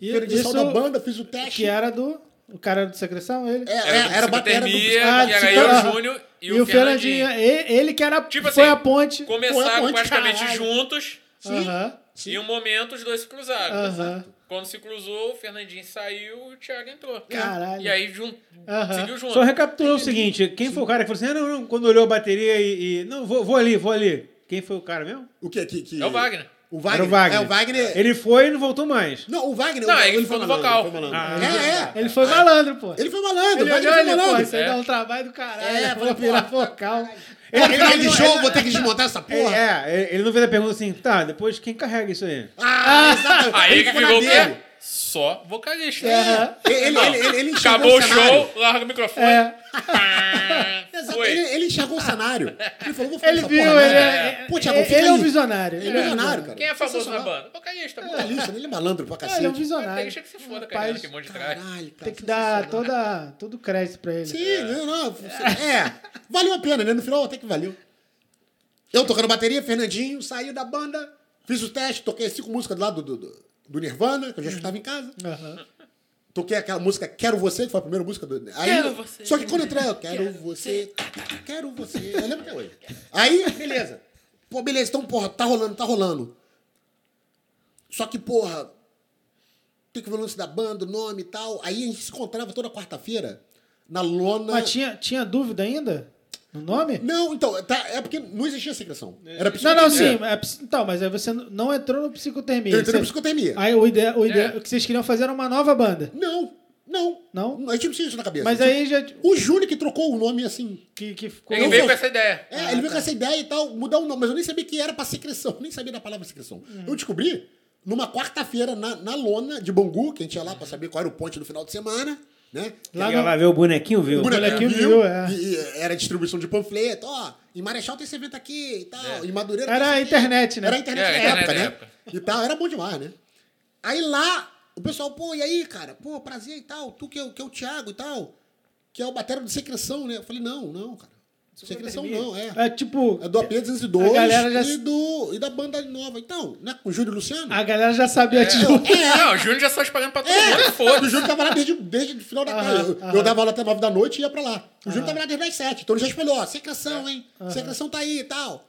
S5: E
S1: Fernandinho saiu da banda, fiz o teste.
S5: que é- era do. O cara era do Secreção, ele?
S1: É, é,
S3: Era,
S1: era
S3: era
S1: batera do
S3: Psicotermia,
S1: Ah,
S3: que era eu,
S1: psico-
S3: o Júnior e,
S5: E, o Fernandinho, é, ele, ele que era,
S3: Tipo
S5: foi
S3: assim,
S5: a ponte.
S1: Foi a
S3: Começaram
S1: ponte,
S3: praticamente
S1: caralho.
S3: juntos.
S1: Sim.
S5: Aham.
S3: E em um momento os dois se cruzaram.
S5: Aham.
S3: Quando se cruzou, o Fernandinho saiu e o Thiago entrou.
S5: Caralho.
S3: E aí jun...
S5: Aham.
S3: seguiu junto.
S6: Só recapitulando o seguinte, quem foi o cara que falou assim, ah, não, não, quando olhou a bateria e... e, não, vou, vou ali, vou ali. Quem foi o cara mesmo?
S1: O que? que, que...
S3: É o Wagner.
S1: O O
S6: Era
S1: Wagner.
S6: o Wagner.
S1: É, o Wagner.
S6: Ele foi e não voltou mais.
S1: Não, o Wagner.
S3: Não,
S1: o-
S3: ele foi no
S1: malandro,
S3: vocal.
S1: ele foi malandro. é,
S6: Ah,
S1: é.
S5: Ele foi malandro, pô.
S1: Ele foi malandro.
S5: Ele
S1: o Wagner
S5: olhou
S1: foi
S5: ele, pô,
S1: malandro.
S5: isso aí
S3: É.
S5: dá um trabalho do caralho.
S1: É,
S5: É,
S1: falou,
S5: falou,
S1: porra,
S5: virar focal.
S1: Pô, aquele show, vou ter que desmontar essa
S6: Ele,
S1: porra.
S6: é, ele- ele não fez a pergunta assim, tá, depois quem carrega isso aí?
S1: Ah, exatamente.
S3: Aí
S1: Ele
S3: que
S1: ficou na
S3: virou o
S1: dele.
S3: quê? Só vocalista.
S1: É. Ele, ele, ele, ele enxergou
S3: Acabou o
S1: cenário.
S3: show, larga o microfone.
S5: É.
S3: Pá,
S1: É. Exato,
S3: Foi.
S1: Ele, ele enxergou o cenário. Ele falou, vou fazer
S5: Ele
S1: essa
S5: viu,
S1: porra,
S5: ele
S1: né?
S5: é.
S1: Pô, Thiago,
S5: ele-
S1: fica
S5: ele é um
S1: aí.
S5: visionário.
S1: Ele é milionário, cara.
S3: Quem é famoso na
S1: Sensacional.
S3: banda? Vocalista, pô.
S1: Vocalista, ele é malandro pra
S5: É, Ele é um
S1: cacete.
S5: visionário.
S3: Deixa que se foda,
S5: Rapaz,
S3: cara. Que monte de trás.
S1: Caralho, cara.
S5: Tem que dar
S1: sensacional.
S5: toda, todo crédito pra ele.
S1: né? Sim, não, não. É, valeu a pena, né? No final até que valeu. Eu tocando bateria, Fernandinho, saí da banda, fiz o teste, toquei cinco músicas do lado do, do, do Nirvana, que eu já escutava em casa.
S5: Aham.
S1: Toquei aquela música Quero Você, que foi a primeira música do. Aí,
S3: Quero Você.
S1: Só que quando eu entrei, eu quero, você, quero você. Eu lembro até hoje. Aí, beleza. Pô, beleza, então, porra, tá rolando, tá rolando. Só que, porra, tem que ver o lance da banda, o nome e tal. Aí a gente se encontrava toda quarta-feira na lona.
S5: Mas tinha, tinha dúvida ainda? No nome?
S1: é. Não, então, tá, é porque não existia secreção. Era
S5: Não, não, sim.
S1: psicotermia.
S5: é ps- então, mas aí você n- não entrou no psicotermia.
S1: Eu entrei na
S5: Você-
S1: psicotermia.
S5: Aí o, ide- o, ide-
S3: É.
S5: o que vocês queriam fazer era uma nova banda.
S1: Não, não.
S5: Não?
S1: A gente não tinha isso na cabeça.
S5: Mas aí já.
S1: O Júnior que trocou o nome assim.
S5: Que, que ficou.
S3: Ele
S1: Eu
S3: veio
S1: vou-
S3: com essa ideia.
S5: Ah,
S1: É,
S5: tá.
S1: ele veio com essa ideia e tal, mudar o nome, mas eu nem sabia que era pra secreção, nem sabia da palavra secreção.
S5: Hum.
S1: Eu descobri numa quarta-feira na, na lona de Bangu, que a gente ia lá pra saber qual era o ponte do final de semana, né?
S5: Lá
S6: Chega
S5: no-
S6: lá ver o bonequinho, viu?
S1: O bonequinho
S5: bonequinho
S1: viu,
S5: viu, é.
S1: e, e era distribuição de panfleto, ó, em Marechal tem esse evento aqui e tal, em Madureira
S5: Era
S1: tem
S5: a
S1: esse aqui.
S5: internet, né?
S1: Era a internet
S3: É,
S1: na
S3: a internet
S1: época,
S3: da
S1: né?
S3: época.
S1: E tal, era bom demais, né? Aí lá, o pessoal, pô, e aí, cara? Pô, prazer e tal, tu que é, o- que é o Thiago e tal, que é o batera do Secreção, né? Eu falei, não, não, cara. Secreção não, é.
S5: É tipo.
S1: É do AP 202
S5: A galera já-
S1: e, do, e da banda nova. Então, né? Com o Júlio Luciano. Então,
S5: A galera já sabia é.
S3: Não, o Júnior já saiu espalhando pra todo mundo.
S1: O
S3: Foda-se.
S1: Júlio tava lá desde, desde o final da
S5: Aham,
S1: tarde. Eu- Eu
S5: aham.
S1: dava aula até 9 da noite e ia pra lá. O Júlio tava lá desde as 7. Então ele já espalhou, ó, secreção, hein? Secreção tá aí e tal.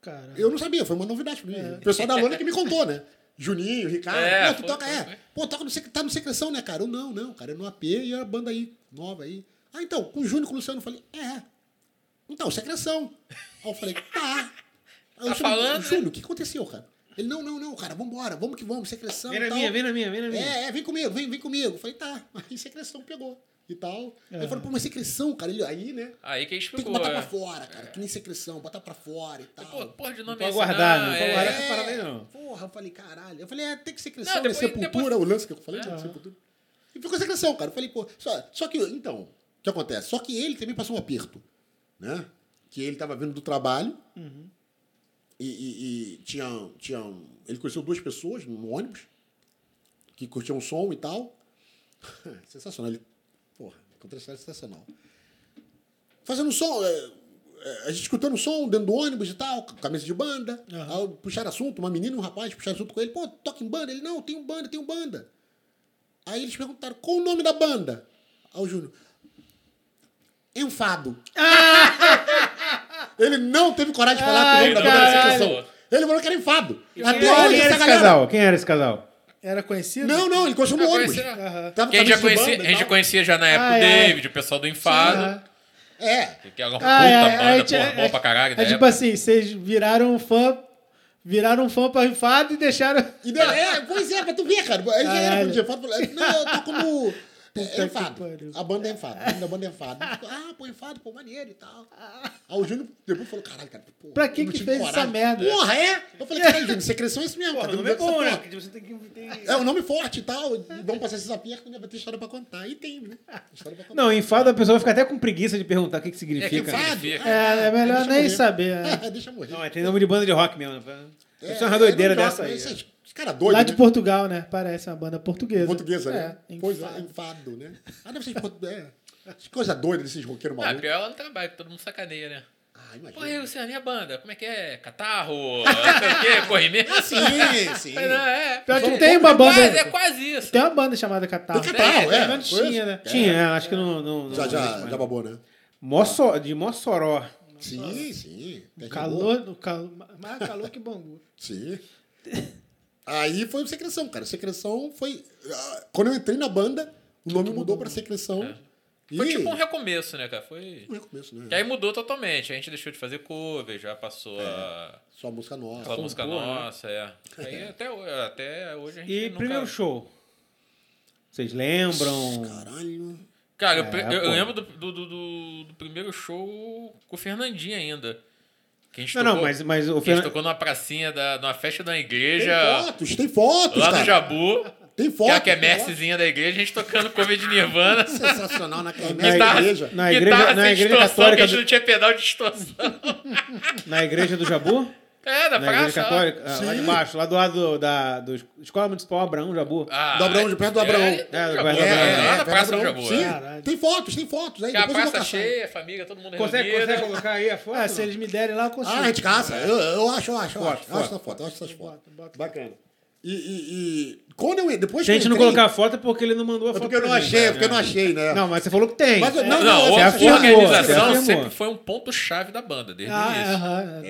S5: Cara.
S1: Eu não sabia, foi uma novidade pra mim.
S5: É.
S1: O pessoal da Lona que me contou, né? Juninho, Ricardo.
S3: É,
S1: Pô, tu
S3: foi,
S1: toca,
S3: foi,
S1: é.
S3: foi.
S1: Pô, toca no, Sec- tá no secreção, né, cara? Eu não, não, cara. É no AP e é a banda aí, nova aí. Ah, então, com o Júnior e com o Luciano, eu falei, é. Então, secreção. Aí eu falei, tá. Aí eu
S3: Tá
S1: falei,
S3: falando, né?
S1: Júnior, o que aconteceu, cara? Ele, não, não, não, cara, vambora, vamos que vamos, secreção.
S6: Vem na
S1: e tal.
S6: minha, vem na minha, vem na minha.
S1: É, é, vem comigo, vem, vem comigo. Eu falei, tá. Aí secreção pegou e tal. Aí eu falei, pô, mas secreção, cara. Ele, aí, né?
S3: Aí que
S1: Tem que
S3: explicou.
S1: botar pra
S3: é.
S1: fora, cara. Que nem secreção, botar pra fora e tal.
S3: Pô, porra de nome
S6: Pra
S3: é esse?
S6: guardar,
S3: Não,
S6: não, pra
S3: é-
S6: guardar. essa parada aí, não.
S1: Porra, eu falei, caralho. Eu falei, é, tem que ser cristão,
S3: Não,
S1: né?
S3: depois-
S1: Sepultura,
S3: depois- É.
S1: o lance que eu falei, né? Sepultura. E ficou secreção, cara. Eu falei, pô, só, só que, então, o que acontece? Só que ele também passou um aperto, né? Que ele tava vindo do trabalho e, e- e tinha, tinha... um- Ele conheceu duas pessoas no ônibus que curtiam o som e tal. sensacional. Ele, porra, encontrei essa história sensacional. Fazendo som, é, é, a gente escutando som dentro do ônibus e tal, com camisa de banda. Aí puxaram assunto, uma menina e um rapaz puxaram assunto com ele. Pô, toca em banda? Ele, não, tem um banda, tem um banda. Aí eles perguntaram, qual o nome da banda? Aí o Júnior, Enfado. ele não teve coragem de falar que o nome
S5: Ai,
S1: da banda era
S5: caralho.
S1: Secreção. Ele falou que era Enfado.
S6: Quem
S1: Até
S6: era,
S1: hoje
S6: quem era
S1: essa
S6: é esse
S1: galera...
S6: casal? Quem era esse casal?
S5: Era conhecido?
S1: Não, não, ele conheceu no
S3: Já
S1: ônibus.
S3: conhecia?
S5: Aham.
S1: Tava com
S3: Quem já
S1: camisa de banda
S3: conhecia, a
S1: e
S3: gente já
S1: tal.
S3: conhecia já na época
S5: Ah,
S3: o
S5: é.
S3: David, o pessoal do Enfado.
S5: Ah,
S1: É.
S3: Que era uma
S5: ah,
S3: puta
S5: é, é,
S3: banda,
S5: é,
S3: porra,
S5: é,
S3: boa pra caralho. né? da
S5: É tipo
S3: época.
S5: assim, vocês viraram um fã. Viraram um fã pra rifado e deixaram.
S1: E deu- é, pois é, pra tu ver, cara. Aí já era pro
S5: Caralho.
S1: dia foto, falou, não, eu toco no.
S5: Puta
S1: É enfado.
S5: que pariu.
S1: A banda é enfado. A banda é enfado. Ah, pô, enfado, pô, maneiro e tal. Aí o Júnior depois falou, caralho, cara, pô,
S5: Pra que
S1: eu não
S5: que
S1: tive
S5: fez essa merda?
S1: Porra, é? Eu falei, caralho, Júnior, você cresceu isso mesmo, cara.
S5: é
S1: não vem com essa porra.
S6: Tipo, você tem que- tem-
S1: É um nome forte e tal. e Vamos passar esses apertos, né? Vai ter história pra contar. E tem, né? História pra contar.
S6: Não, enfado a pessoa fica até com preguiça de perguntar o
S1: É,
S6: que, que significa.
S3: enfado.
S1: enfado.
S3: significa.
S1: ah,
S5: É, é melhor
S1: deixa eu
S5: nem
S1: morrer.
S5: saber, né?
S1: É, deixa eu morrer.
S6: Não, é, tem nome de banda de rock mesmo. né? Deve ser uma
S1: é,
S6: doideira
S1: é nome
S6: dessa
S1: de
S6: aí.
S1: rock, Esses caras doidos.
S5: Lá de
S1: né?
S5: Portugal, né? Parece uma banda portuguesa.
S1: Portuguesa, né?
S5: É,
S1: Pois
S5: enfado.
S1: é, enfado, né? Ah, deve ser de portu- é. Que coisa doida desses roqueiros
S3: Ah,
S1: malucos.
S3: pior ela não trabalha, que todo mundo sacaneia, né?
S1: Ah,
S3: Pô, e aí,
S1: imagina.
S3: Luciano, e a banda? Como é que é? Catarro? Não sei o quê, corrimento?
S6: assim,
S1: Ah, sim, sim.
S3: Mas não, é.
S5: Pior que
S1: São
S5: tem uma banda.
S3: Quase, é quase isso.
S5: Tem uma banda chamada Catarro.
S1: Do Catarro, é.
S5: Pelo menos tinha, né?
S6: Tinha, é, acho que não. não- não
S1: Já,
S6: existe
S1: já,
S6: mais.
S1: já babou, né?
S6: Moço- de Mossoró.
S1: Sim, sim. Tem
S5: Calor, no calor, mais calor que Bangu.
S1: Sim. Aí foi o Secreção, cara. Secreção foi. ah, Quando eu entrei na banda, o nome mudou pra Secreção.
S3: Foi
S1: E-
S3: tipo um É. recomeço, né, cara? Foi.
S1: Um recomeço, né?
S3: Que aí mudou totalmente. A gente deixou de fazer cover, já passou a.
S1: Só música nossa.
S3: Aquela música
S6: compor, né?
S3: nossa, é. Aí até, ho- até hoje a gente.
S6: E
S3: nunca...
S6: primeiro show. Vocês lembram?
S1: Caralho.
S3: Cara, eu
S6: É,
S3: pre- eu, eu
S6: pô.
S3: lembro do, do, do- do- do primeiro show com o Fernandinho ainda. Que a gente
S6: Não,
S3: tocou,
S6: não, mas, mas
S3: que
S6: o
S3: a gente
S6: Fernando.
S3: tocou numa pracinha, da, numa festa da
S1: Tem
S6: é
S3: igreja,
S1: fotos, tem fotos,
S3: lá
S1: cara.
S3: no Jabu.
S1: Tem
S3: Que é a
S1: fotos.
S3: quermessezinha da igreja, a gente tocando cover de Nirvana.
S1: Sensacional na
S6: Na
S1: quermesse da
S3: Guitarra,
S1: igreja.
S6: na igreja-
S3: guitarra
S6: na
S3: sem
S6: igreja
S3: distorção,
S6: católica
S3: que a gente
S6: do-
S3: não tinha pedal de distorção.
S6: Na igreja do Jabu?
S3: É, da
S6: Na igreja
S3: praça. ó.
S6: católica? Ah, Lá de
S1: Sim.
S6: baixo, lá do lado do- da do Escola Municipal Abraão Jabu.
S3: Ah,
S1: Do Abraão, de perto do Abraão.
S3: É,
S6: É,
S3: Jabu,
S6: vai do Abraão,
S3: é, lá
S6: né?
S3: na
S1: Pedra
S3: praça do
S1: Abraão.
S3: Jabu.
S1: Sim,
S3: é.
S6: Caralho.
S1: tem fotos, tem fotos. Aí,
S3: Que a
S1: depois eu vou
S3: praça
S1: caçar.
S3: cheia, família, todo mundo
S6: Consegue,
S3: reunido.
S6: consegue colocar aí a foto?
S5: Ah, se eles me derem lá, eu consigo.
S1: Ah, a gente caça. Eu, eu acho, eu acho, eu
S6: é. Foto,
S1: acho. Eu
S6: foto,
S1: acho essa foto, eu acho essas fotos.
S5: Bota, bota.
S1: Bacana. E, e, e quando eu depois
S6: Se a
S1: que
S6: gente
S1: eu
S6: não
S1: entrei-
S6: colocar a foto é porque ele não mandou a
S1: É
S6: foto.
S1: porque eu não
S6: pra gente,
S1: achei, é
S6: né?
S1: porque eu não achei, né?
S6: Não, mas você falou que tem.
S1: Mas eu-
S6: É.
S1: não,
S3: Não,
S1: você
S3: a
S6: afirmou, você
S3: organização
S6: afirmou.
S3: sempre foi um ponto-chave da banda, desde o
S5: Ah,
S6: é.
S3: início.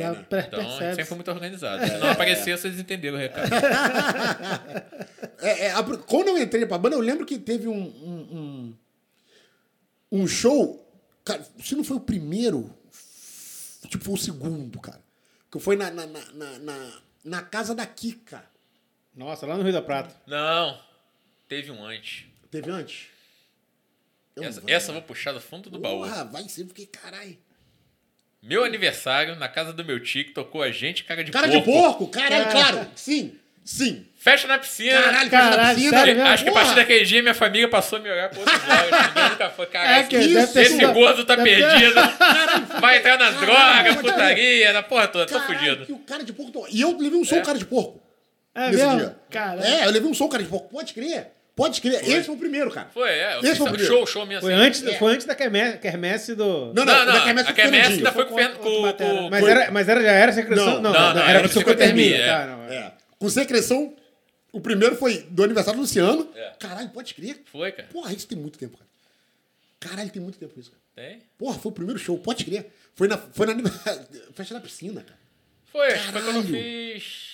S5: aham, dá- per-
S3: Então, a gente sempre foi
S5: percebe.
S3: muito organizado. Se não aparecer, vocês entenderam o recado.
S1: É, é, a- quando eu entrei pra banda, eu lembro que teve um. um, um- um show. Cara, se não foi o primeiro, tipo, foi o segundo, cara. Que foi na, na, na, na- na- na casa da Kika.
S6: Nossa, lá no Rio da Prata.
S3: Assim, Não, teve um antes.
S1: Teve antes? Eu não
S3: Essa,
S1: vou
S3: essa eu vou puxar do fundo do baú.
S1: Porra, vai ser, porque caralho.
S3: Meu aniversário, na casa do meu tio, que tocou a gente, cara de
S1: Cara
S3: porco.
S1: de porco, caralho,
S5: Cara.
S1: claro. Sim, sim.
S3: Festa na piscina.
S1: Caralho,
S5: Caralho,
S1: caralho,
S5: sério mesmo?
S3: É, Acho que a partir
S1: Porra.
S3: daquele dia minha família passou a me olhar com outros olhos. né? Ninguém nunca foi, cara,
S5: É que
S3: esse-
S1: deve ter
S3: esse
S1: sido-
S3: gordo tá
S5: deve ter-
S3: perdido. Vai entrar nas
S1: Caralho,
S3: drogas,
S1: mas-
S3: putaria, na porra toda, tô
S1: Caralho,
S3: fudido.
S1: que o cara de porco. to- E eu levei um som, cara de porco.
S5: É
S1: nesse
S5: mesmo?
S1: dia.
S5: Cara,
S1: É, eu levei um som, cara de porco. Pode crer. Pode crer. Esse foi o primeiro, cara.
S3: Foi, é. eu
S1: Esse
S3: fiz-
S1: foi o primeiro.
S3: show, show minha
S6: Foi
S3: assim.
S6: antes, foi antes da querme- quermesse
S1: Não,
S6: do.
S1: não,
S3: Não, não,
S1: da quermesse
S3: a
S1: do
S3: quermesse
S1: Fernandinho.
S3: ainda foi com o
S5: Foi com
S3: Fernando.
S5: outro batera.
S3: Com, com,
S6: mas,
S3: com-
S6: era, mas era, já era secreção?
S1: Não,
S6: Não,
S3: não, não, era psicotermia, é.
S6: Tá, não, é.
S1: É. Com secreção, o primeiro foi do aniversário do Luciano.
S3: É.
S1: Caralho, pode crer.
S3: Foi, cara.
S1: Porra, isso tem muito tempo, cara. Caralho, tem muito tempo isso, cara.
S3: Tem?
S1: Porra, foi o primeiro show, pode crer. Foi na, foi na festa da piscina, cara.
S3: Foi, foi quando eu
S1: Caralho.
S3: fiz...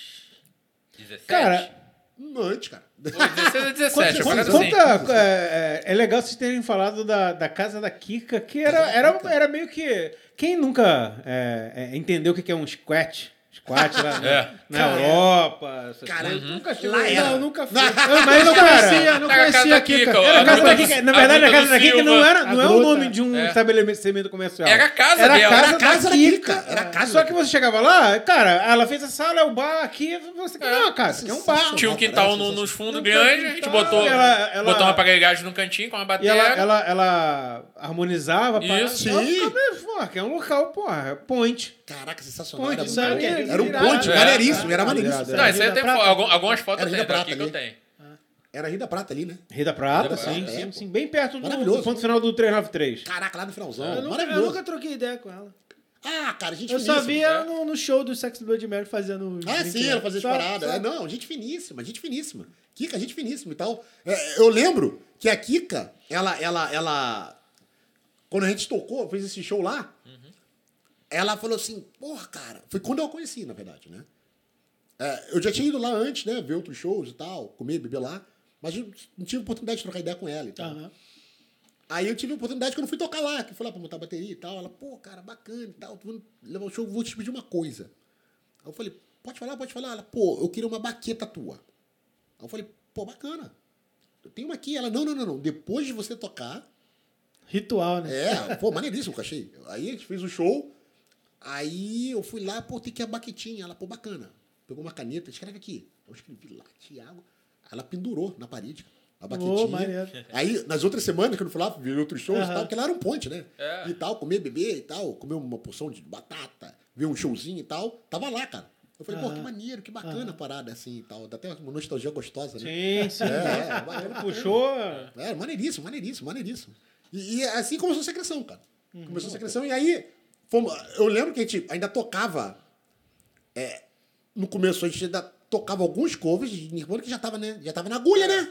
S3: 17?
S6: Cara,
S1: Não, Antes, cara.
S3: Foi 16 ou 17, eu
S6: Conta,
S3: falava assim.
S6: conta, é, é, é legal vocês terem falado da, da casa da Kika, que era, era, era meio que. Quem nunca é, é, entendeu o que que é um squat? Squat lá na,
S3: É.
S6: na Europa. essas
S1: Caralho,
S6: coisas.
S1: nunca
S5: Eu-
S1: Lá era.
S5: Não, nunca fui.
S6: Eu-
S5: Mas
S6: mas,
S5: eu não
S6: cara,
S5: conhecia, não
S3: Era a casa
S5: conhecia
S3: da
S5: aqui,
S3: Kika,
S5: cara.
S3: ó,
S6: Era a casa da
S3: Gruta do-
S6: Kika. Na
S3: a
S6: verdade, a
S3: Gruta
S6: casa
S3: do
S6: da Kika não
S3: Silva.
S6: era, não é
S5: A
S6: o
S5: Gruta.
S6: nome de um
S3: É.
S6: estabelecimento comercial.
S3: Era a casa
S6: Era
S3: dela.
S1: Era a casa da Kika, era a casa
S6: Ah. Só
S1: da
S6: que você chegava lá, cara, ela fez a sala, é o bar aqui. Você quer não, cara, isso aqui é um bar.
S3: Tinha um quintal no- nos fundos grande, a gente
S6: quintal,
S3: botou,
S6: ela- ela-
S3: botou uma aparelhagem no cantinho com uma
S6: E
S3: bateria.
S6: ela, ela, ela harmonizava a parada.
S3: Isso.
S6: Ela
S1: Sim.
S6: ficava, "Mas, porra, que é um local, porra, é ponte.
S1: Caraca, sensacional.
S6: Ponte,
S1: Era,
S6: isso aí.
S1: muito-
S5: é
S1: era um
S5: irado.
S1: ponte,
S3: É.
S1: maneiríssimo, era maneiríssimo.
S6: Irado,
S3: Não, isso aí
S5: Rio
S3: tem
S5: da Prata?
S3: algumas fotos
S1: Era Rio da
S3: tem,
S1: Prata
S3: aqui que eu
S1: ali.
S3: tenho.
S1: Era Rio da Prata ali, né?
S6: Rio da Prata,
S3: Rio da
S6: sim,
S1: Prata,
S6: sim,
S1: é,
S6: sim. Bem perto do,
S1: Maravilhoso.
S6: do ponto final do 393.
S1: Caraca, lá no finalzão.
S5: Eu nunca, eu
S1: Maravilhoso.
S5: nunca troquei ideia com ela.
S1: Ah, cara, gente
S5: Eu
S1: finíssima.
S5: só vi ela no, no show do Sex Blood Mary fazendo.
S1: Ah,
S5: drink
S1: sim,
S5: lá.
S1: ela fazia as
S5: Só-
S1: paradas.
S5: só-
S1: É, não, gente finíssima, gente finíssima. Kika, gente finíssima e tal. É, eu lembro que a Kika, ela, ela, ela. Quando a gente tocou, fez esse show lá,
S5: Uhum.
S1: ela falou assim, porra, cara. Foi quando eu a conheci, na verdade, né? É, eu já tinha ido lá antes, né? Ver outros shows e tal, comer, beber lá. Mas eu não tive oportunidade de trocar ideia com ela e tal.
S5: Aham.
S1: Aí eu tive a oportunidade quando eu fui tocar lá, que eu fui lá pra montar a bateria e tal. Ela, pô, cara, bacana e tal. Tô indo levar o show, vou te pedir uma coisa. Aí eu falei, pode falar, pode falar. Ela, pô, eu queria uma baqueta tua. Aí eu falei, pô, bacana. Eu tenho uma aqui. Ela, não, não, não, não. Depois de você tocar.
S5: Ritual, né?
S1: É, pô, maneiríssimo, que eu achei. Aí a gente fez o show. Aí eu fui lá, pô, tem que a baquetinha. Ela, pô, bacana. Pegou uma caneta, escreve aqui. Eu escrevi lá, Thiago. Ela pendurou na parede. A
S5: Ô,
S1: baquetinha.
S5: maneiro.
S1: Aí, nas outras semanas que eu não fui lá, vi outros shows
S5: Aham.
S1: e tal, porque lá era um ponte, né?
S3: É.
S1: E tal, comer, beber e tal, comer uma porção de batata, ver um showzinho e tal. Tava lá, cara. Eu falei, pô, que maneiro, que bacana a parada assim e tal. Dá até uma nostalgia gostosa, né?
S6: Sim, sim.
S1: É, é, bacana.
S6: Puxou.
S1: É, maneiríssimo, maneiríssimo, maneiríssimo. E, e assim começou a secreção, cara.
S5: Uhum.
S1: Começou a secreção e aí fomos- eu lembro que a gente ainda tocava é, no começo a gente ainda tocava alguns covers de Nirvana que já tava, né, já tava na
S5: É.
S1: agulha, né?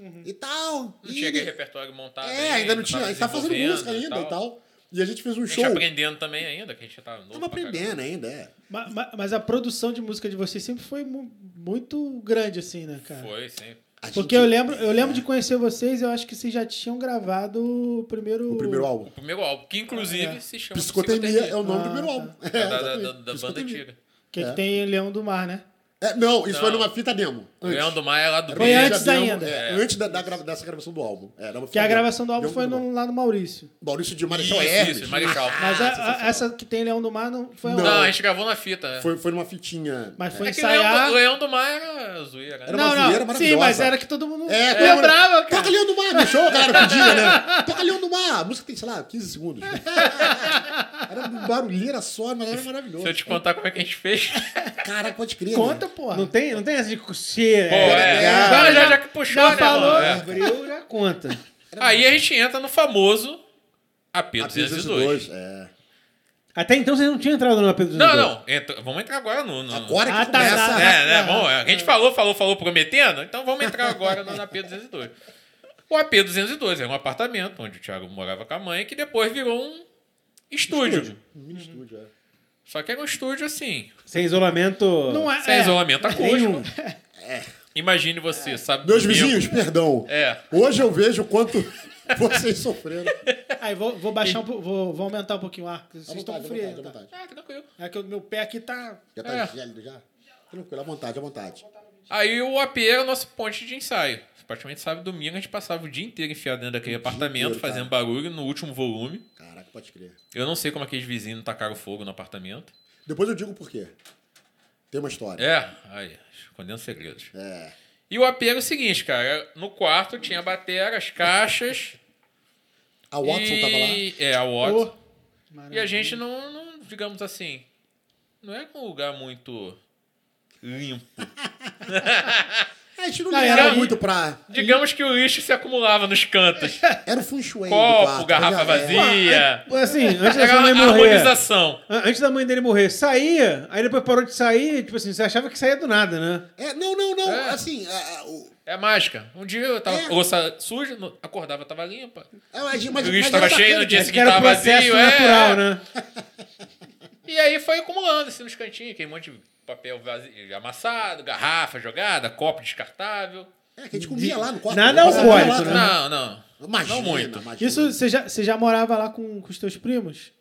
S5: Uhum.
S1: E tal.
S3: Não
S1: e,
S3: tinha aquele repertório montado.
S1: É, ainda não tinha. A gente tava fazendo
S3: desenvolvendo
S1: música ainda e tal. E a gente fez um
S3: A gente
S1: show.
S3: aprendendo também ainda, que a gente tava novo.
S1: Tava
S3: pra caramba.
S1: aprendendo ainda, é.
S5: Ma- ma- Mas, a produção de música de vocês sempre foi mu- muito grande, assim, né, cara?
S3: Foi, sim.
S1: A
S5: Porque
S1: gente-
S5: eu lembro, eu lembro de conhecer vocês, eu acho que vocês já tinham gravado o primeiro.
S1: O primeiro álbum.
S3: O primeiro álbum, que inclusive
S5: É.
S3: se chama
S1: Psicotermia é o nome do primeiro
S5: Ah,
S1: álbum. É,
S3: da, da- da-
S1: exatamente.
S3: da banda
S1: Psicotermia.
S3: antiga.
S5: Que, é
S1: É.
S5: que tem Leão do Mar, né?
S1: É, não, isso foi
S3: Não.
S1: numa fita demo. antes.
S3: Leão do Mar é lá do
S1: Era
S5: Foi
S1: uma
S3: Beijo.
S1: fita
S5: antes
S1: demo,
S5: ainda.
S1: é,
S3: É.
S1: antes da, da grava- dessa gravação do álbum. É, era uma
S5: Que
S1: fita
S5: a
S1: demo.
S5: gravação do álbum
S1: Leão
S5: foi
S1: Mar.
S5: no- lá no Maurício.
S1: Maurício de Marechal
S3: Isso,
S1: Hermes.
S3: isso, Marechal.
S5: Mas a- a-
S1: sensacional.
S5: essa que tem Leão do Mar não foi
S1: Não.
S5: onde?
S3: Não, a gente gravou na fita. né?
S1: Foi, foi numa fitinha.
S5: Mas foi
S3: É que Leão
S5: ensaiar.
S3: do, Leão do Mar era zoeira. né?
S1: Era uma zoeira
S5: Sim, mas
S1: maravilhosa.
S5: era que todo mundo
S1: É, todo mundo-
S5: lembrava, cara.
S1: Toca Leão do Mar no show, galera, pedia, né? Toca Leão do Mar. A música tem, sei lá, 15 segundos. Era uma barulheira só, mas era maravilhoso.
S3: Se eu te contar como é que a gente fez.
S1: Caraca, pode crer. né?
S5: Conta, porra.
S6: Não tem, não tem essa de coxeira.
S3: Pô, é.
S1: legal.
S3: Agora já, já que puxou,
S5: Já
S3: né,
S5: falou.
S3: mano? É.
S6: Abriu, já conta.
S3: Aí a gente entra no famoso um
S1: Né?
S3: AP202.
S1: AP202, é.
S6: Até então vocês não tinham entrado no AP202.
S3: Não, não. entra- vamos entrar agora no. no-
S1: Agora que
S5: Ah, tá,
S1: começa.
S5: tá, tá.
S3: É, né? Bom, é, a gente falou, falou, falou prometendo, então vamos entrar agora no AP202. O AP202 era um apartamento onde o Thiago morava com a mãe, que depois virou um estúdio.
S1: Mini estúdio, é.
S3: Só que era um estúdio assim,
S6: Sem isolamento.
S5: Não é,
S3: sem
S5: é.
S3: isolamento acústico.
S6: nenhum.
S3: Imagine você, sabe?
S1: É. Meus
S3: domingo.
S1: vizinhos, perdão.
S3: É.
S1: Hoje eu vejo o quanto vocês sofreram.
S5: Aí vou, vou baixar um pou- vou, vou aumentar um pouquinho o ar. Vocês
S1: À
S5: estão
S1: vontade, à
S5: frios.
S1: vontade, à
S5: tá?
S1: vontade.
S3: Ah, tranquilo.
S5: É que o meu pé aqui tá.
S1: Já tá
S3: É.
S1: gélido, já? Tranquilo, à vontade, à vontade.
S3: Aí o AP era o nosso ponte de ensaio. Praticamente sábado e domingo a gente passava o dia inteiro enfiado dentro daquele apartamento,
S1: inteiro,
S3: fazendo barulho no último volume.
S1: Caraca, pode crer.
S3: Eu não sei como aqueles vizinhos não tacaram fogo no apartamento.
S1: Depois eu digo por quê. Tem uma história.
S3: É, aí, escondendo segredos.
S1: É.
S3: E o AP era o seguinte, cara. No quarto tinha a batera, as caixas.
S1: A Watson
S3: e...
S1: tava lá.
S3: É, a Watson. E a
S5: Maravilha.
S3: gente não, não, digamos assim, não é um lugar muito limpo.
S1: É, A gente não
S5: Não, um
S1: ligava
S3: era-
S1: muito pra.
S3: Digamos que o lixo se acumulava nos cantos.
S1: Era o feng shui do
S3: Copo,
S1: quarto, tá É.
S3: garrafa
S1: já era.
S3: vazia.
S6: Assim, antes da
S3: Era
S6: sua mãe
S3: uma
S6: morrer.
S3: harmonização.
S6: An- Antes da mãe dele morrer, saía, aí depois parou de sair, tipo assim, você achava que saía do nada, né?
S1: É, não, não, não.
S3: É.
S1: Assim, a, a, o-
S3: É mágica. Um dia eu tava
S1: É.
S3: com a louça suja, no- acordava, tava limpa.
S1: a- a gente- é, mas-
S3: O
S1: mas
S3: lixo tava
S1: era
S3: cheio no
S1: bacana,
S3: dia
S1: cara.
S6: Acho que
S3: seguinte
S6: era
S3: tava
S6: processo
S3: vazio, é.
S6: natural, né?
S3: E aí foi acumulando assim nos cantinhos, aquele monte de papel vazio, amassado, garrafa jogada, copo descartável.
S1: É, que a gente comia lá no quarto.
S6: Nada
S1: Eu passava lá,
S6: alcoólico, né?
S3: Não, não.
S1: Imagina,
S3: não muito.
S1: imagina.
S5: Isso, você já, você já morava lá com, com os teus primos?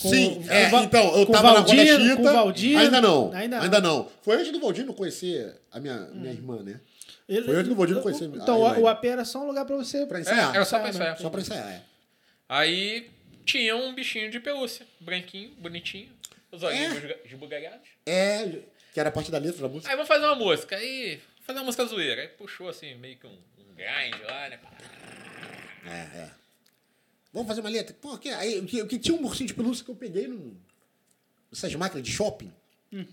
S5: com-
S1: Sim,
S5: com
S1: é,
S5: Va-
S1: então, eu
S5: com
S1: tava
S5: Valdir,
S1: na Roda
S5: com
S1: Chita.
S5: Valdir.
S1: ainda não.
S5: Ainda
S1: Ainda,
S5: não. Hum.
S1: não. Foi antes do Valdir não conhecer a minha, minha irmã, né?
S5: Ele-
S1: Foi eu que não vou dizer, não conheci
S5: Então,
S1: a
S5: o,
S1: Ah, Elaine.
S5: o AP era só um lugar pra você.
S1: Pra ensaiar.
S3: É, era só pra
S5: Ah,
S3: ensaiar.
S1: Só pra ensaiar, é.
S3: Aí tinha um bichinho de pelúcia, branquinho, bonitinho, os olhinhos esbugalhados.
S1: É, que era parte da letra da música.
S3: Aí vamos fazer uma música, aí fazer uma música zoeira. Aí puxou assim, meio que um, um grind lá, né?
S1: É, é. Vamos fazer uma letra? Pô, que, é? aí, o que, o que tinha um ursinho de pelúcia que eu peguei num. Essas máquinas de shopping?
S3: Eu
S1: E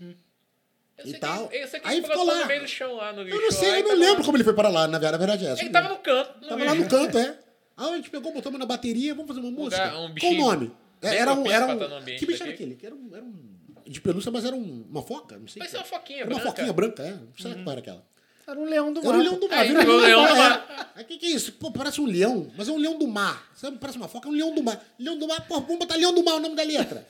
S3: sei que-
S1: tal.
S3: eu sei que
S1: Aí
S3: ele
S1: ficou
S3: colocou
S1: lá.
S3: no meio do chão lá no lixo.
S1: Eu não sei,
S3: lá,
S1: eu
S3: e
S1: não
S3: tava
S1: lembro
S3: lá.
S1: como ele foi parar lá, na ver- na verdade é essa.
S3: Ele
S1: eu
S3: tava
S1: não
S3: no canto, no
S1: lembro. tava lá no
S3: lixo.
S1: canto, é. Aí a gente pegou, botamos na bateria, vamos fazer uma música.
S3: um
S1: Qual o
S3: bichinho
S1: nome? É,
S3: bem
S1: Era um.
S3: propício
S1: Era
S3: pra
S1: um
S3: estar no ambiente
S1: que bicho era
S3: daqui.
S1: aquele? Que Era um, era um. De pelúcia, mas era um- uma foca? Não sei.
S3: Mas
S1: que
S3: é uma
S1: era.
S3: foquinha
S1: Era uma
S3: branca. Uhum.
S1: foquinha branca, é. Não sei qual era aquela.
S5: Era um leão do
S1: Era
S5: mar.
S1: um leão do mar.
S3: Aí
S1: Vira um
S3: virou
S1: leão do
S3: leão do
S1: mar. O que, que é isso? Pô, parece um leão, mas é um leão do mar. Sabe, parece uma foca, é um leão do mar. Leão do mar, pô, vamos botar leão do mar o nome da letra.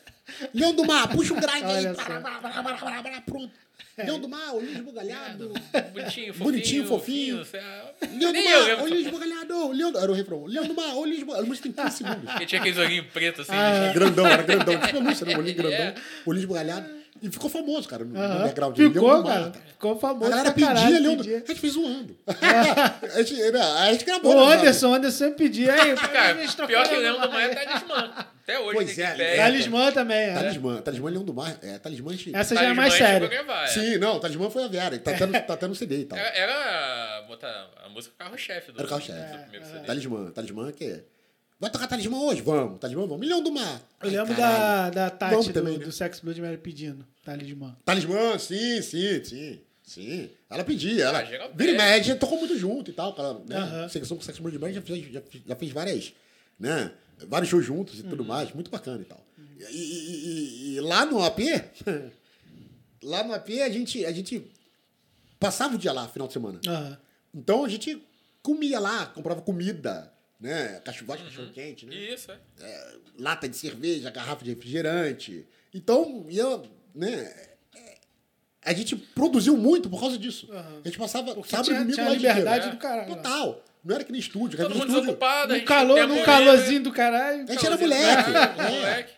S1: Leão do mar, puxa um grind aí.
S5: Olha
S1: Blá, blá, blá, blá, blá, blá, blá, pronto. Leão do mar, olhinho esbugalhado.
S3: Bonitinho, fofinho.
S1: Bonitinho, fofinho.
S3: sei lá.
S1: Leão do
S3: Nem
S1: mar,
S3: eu lembro.
S1: olhinho esbugalhado. Leão do... Era o refrão. Leão do mar, olhinho esbugalhado. A música tem 15 segundos.
S3: Porque tinha aqueles olhinhos pretos assim.
S1: É grandão, era grandão. Tipo a música, né? Olhinho grandão, olhinho esbugalhado. E ficou famoso, cara, no, no
S5: Aham.
S1: background. né? Leão
S5: Ficou,
S1: do mar, tá.
S5: cara. Ficou
S1: A
S5: famoso.
S1: galera
S5: pra caralho,
S1: pedia, Leão do...
S5: pedia.
S1: A gente fez zoando. a, gente, né, a gente gravou.
S5: O
S1: né, mano?
S5: Anderson, Anderson sempre pedia. Aí,
S3: Cara,
S5: eles
S3: pior que
S5: trocaram
S3: eu lembro do
S5: lá.
S3: Maia é talismã. Até hoje.
S1: Pois
S3: tem
S1: é,
S3: que ter.
S1: é.
S5: Talismã também, é.
S1: Talismã. Talismã é Leão do Mar. É, Talismã é
S5: Essa É. já é
S3: Talismã
S5: mais
S3: a gente
S5: séria.
S3: chegou a gravar, é.
S1: Sim, não, Talismã foi a Viara. Tá até no, tá até no CD e tal.
S3: Era, era botar a música carro-chefe do,
S1: Era o
S5: É,
S1: carro-chefe. É,
S3: do primeiro CD.
S1: Talismã. Talismã que é... Vai tocar Talismã hoje? Vamos. Talismã, vamos. Milhão do Mar. Ai,
S5: Eu lembro
S1: caralho.
S5: da, da
S1: Vamos
S5: Tati
S1: também,
S5: do,
S1: né?
S5: do Sex Blood Mary pedindo talismã.
S1: Talismã, sim, sim, sim. Sim. Ela pedia. Ela...
S3: Ah, geral
S1: Vira e
S3: pede.
S1: mexe, tocou muito junto e tal. Cara, né?
S5: Aham.
S1: Secção com Sex Bird Band já fez, já, já fez várias, né? Vários shows juntos e tudo mais. Muito bacana e tal. E, e- e- e lá no AP... lá no AP a gente, a gente passava o dia lá, final de semana.
S5: Aham.
S1: Então a gente comia lá, comprava comida, né? Cachorro cachorro quente, né?
S3: Isso, é.
S1: Lata de cerveja, garrafa de refrigerante. Então, ia, né? é, A gente produziu muito por causa disso.
S5: Aham.
S1: A gente passava
S5: Porque
S1: sábado e
S5: tinha-
S1: domingo
S5: tinha
S1: lá
S5: liberdade do caralho, né?
S1: Total. Não era que nem estúdio.
S3: Todo
S1: era
S3: mundo
S1: estúdio.
S3: desocupado. a
S5: Num
S3: gente
S5: calor,
S3: tem né?
S5: num
S3: tempo
S5: calorzinho do caralho.
S1: A gente era
S3: livre,
S1: moleque.
S3: moleque,
S1: É.
S3: moleque.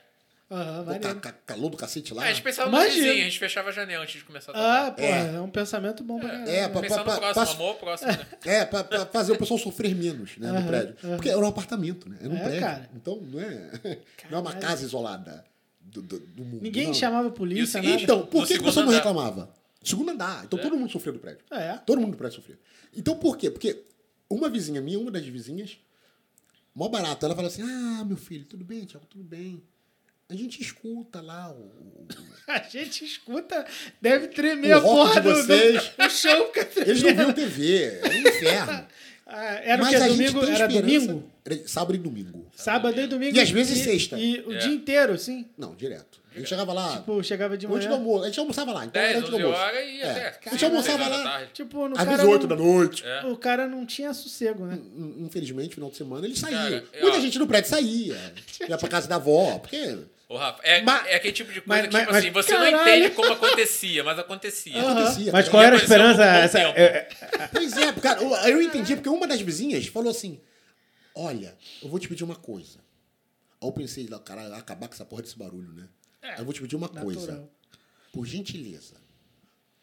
S1: Pô, ca-
S5: Aham, maneiro.
S1: ca- calor do cacete lá.
S3: Ah, a gente pensava no
S5: Imagina.
S3: vizinho, a gente fechava a janela antes de começar a
S5: Ah,
S3: tocar.
S5: porra, é. um pensamento bom pra caralho.
S1: É, pra-
S3: Pensar
S1: pa-
S3: no
S1: pa-
S3: próximo,
S1: passa-
S3: amor, próximo. né?
S1: É, pra, pra fazer o pessoal sofrer menos, né,
S5: Aham,
S1: no prédio.
S5: aham.
S1: Porque era um apartamento, né? Era um
S5: É,
S1: prédio.
S5: cara.
S1: Então não é, não é uma
S5: Caralho.
S1: casa isolada do, do- do mundo.
S5: Ninguém
S1: não.
S5: chamava
S3: E
S5: a
S3: o
S5: polícia,
S3: seguinte,
S5: nada.
S1: Então, por que, que o
S3: No segundo
S1: pessoal não
S3: andar.
S1: reclamava? Segundo andar. Então todo mundo sofria do prédio.
S5: É.
S1: Todo mundo do prédio sofria. Então por quê? Porque uma vizinha minha, uma das vizinhas, mó barato, ela fala assim: Ah, meu filho, tudo bem, Tiago, tudo bem. A gente escuta lá o. o-
S5: A gente escuta, deve tremer
S1: O
S5: a
S1: rock de
S5: porra do,
S1: vocês.
S5: do, do show. fica
S1: Eles não
S5: tremendo.
S1: viam TV, era um inferno.
S5: Ah, Era o
S1: Mas
S5: que?
S1: a gente
S5: Domingo?
S1: tem
S5: Era
S1: esperança.
S5: domingo?
S1: Era sábado e domingo.
S5: Sábado e domingo.
S1: E às vezes sexta.
S5: E o
S3: É.
S5: dia inteiro, assim.
S1: Não, direto. A gente chegava lá.
S5: Tipo, eu chegava de
S1: Antes do
S5: manhã.
S1: almoço. A gente almoçava lá. Então era
S3: 10,
S1: antes do
S3: 11
S1: almoço.
S3: horas e
S1: É.
S3: até.
S1: A gente almoçava
S3: seis horas da
S1: lá.
S3: tarde.
S5: Tipo, no
S1: Às
S5: cara
S1: 18 da
S5: não,
S1: noite.
S3: É.
S5: o cara não tinha sossego, né?
S1: In- Infelizmente, final de semana ele saía.
S3: Cara, é,
S1: Muita
S3: ó.
S1: gente no prédio saía. Ia pra casa da avó. Porque
S3: Ô, Rafa, é,
S1: Mas-
S3: é aquele tipo de coisa
S6: mas-
S3: que, tipo
S6: mas-
S3: assim, você não
S5: Caralho.
S3: entende como acontecia, mas acontecia.
S1: acontecia. tá
S6: Mas
S1: cara.
S6: qual era a
S3: Ia aparecer
S6: esperança?
S3: um bom
S6: Essa,
S3: tempo.
S6: é- é-
S1: Pois é, cara. eu- Eu entendi. Porque uma das vizinhas falou assim, olha, eu vou te pedir uma coisa. Aí eu pensei, "Não, caralho, vai acabar com essa porra desse barulho, né? Aí eu vou te pedir uma coisa.
S5: É, Natural.
S1: Por gentileza.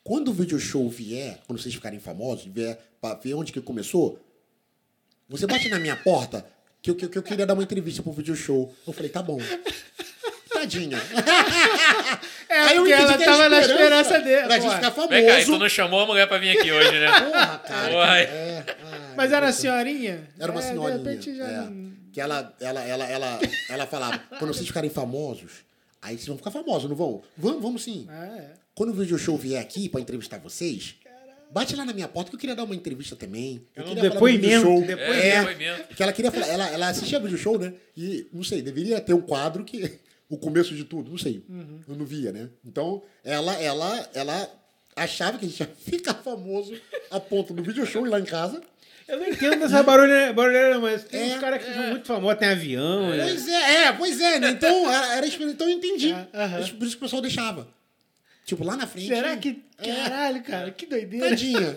S1: Quando o video show vier, quando vocês ficarem famosos, vier pra ver onde que começou, você bate na minha porta que eu, que eu- que eu queria dar uma entrevista pro video show. Eu falei, tá bom. Tadinha.
S5: É,
S1: Aí eu entendi
S5: porque ela
S1: que era
S5: tava na esperança dele.
S1: Da gente
S5: porra.
S1: ficar famoso.
S3: Vem cá, e tu não chamou a mulher pra vir aqui hoje, né?
S1: Porra, cara.
S3: Uai.
S1: É, ai,
S5: Mas era assim, a senhorinha?
S1: Era uma
S5: É,
S1: senhorinha.
S5: De repente já.
S1: é.
S5: não-
S1: Que ela, ela, ela, ela, ela falava, quando vocês ficarem famosos, aí vocês vão ficar famosos, não vão? Vamos, vamos sim.
S5: Ah, é.
S1: Quando o video show vier aqui pra entrevistar vocês, bate lá na minha porta que eu queria dar uma entrevista também. Eu
S6: É um
S1: queria falar do
S6: depoimento,
S1: video show.
S6: depoimento.
S1: É,
S3: depoimento.
S1: Porque ela queria falar, ela, ela assistia video show, né? E não sei, deveria ter um quadro que o começo de tudo, não sei.
S5: Uhum.
S1: Eu não via, né? Então, ela ela ela achava que a gente ia ficar famoso a ponto do video show e lá em casa.
S6: Eu não entendo essa barulheira, barulheira não, mas tem
S1: É.
S6: uns caras que são muito famosos, tem avião. né?
S1: Pois é, é, pois é. né? Então, era, era esper- então eu entendi.
S5: Ah, aham.
S1: Isso- Por isso que o pessoal deixava. Tipo, lá na frente.
S5: Será que.
S1: É. Tá
S5: Caralho, cara, que doideira.
S1: Tadinha.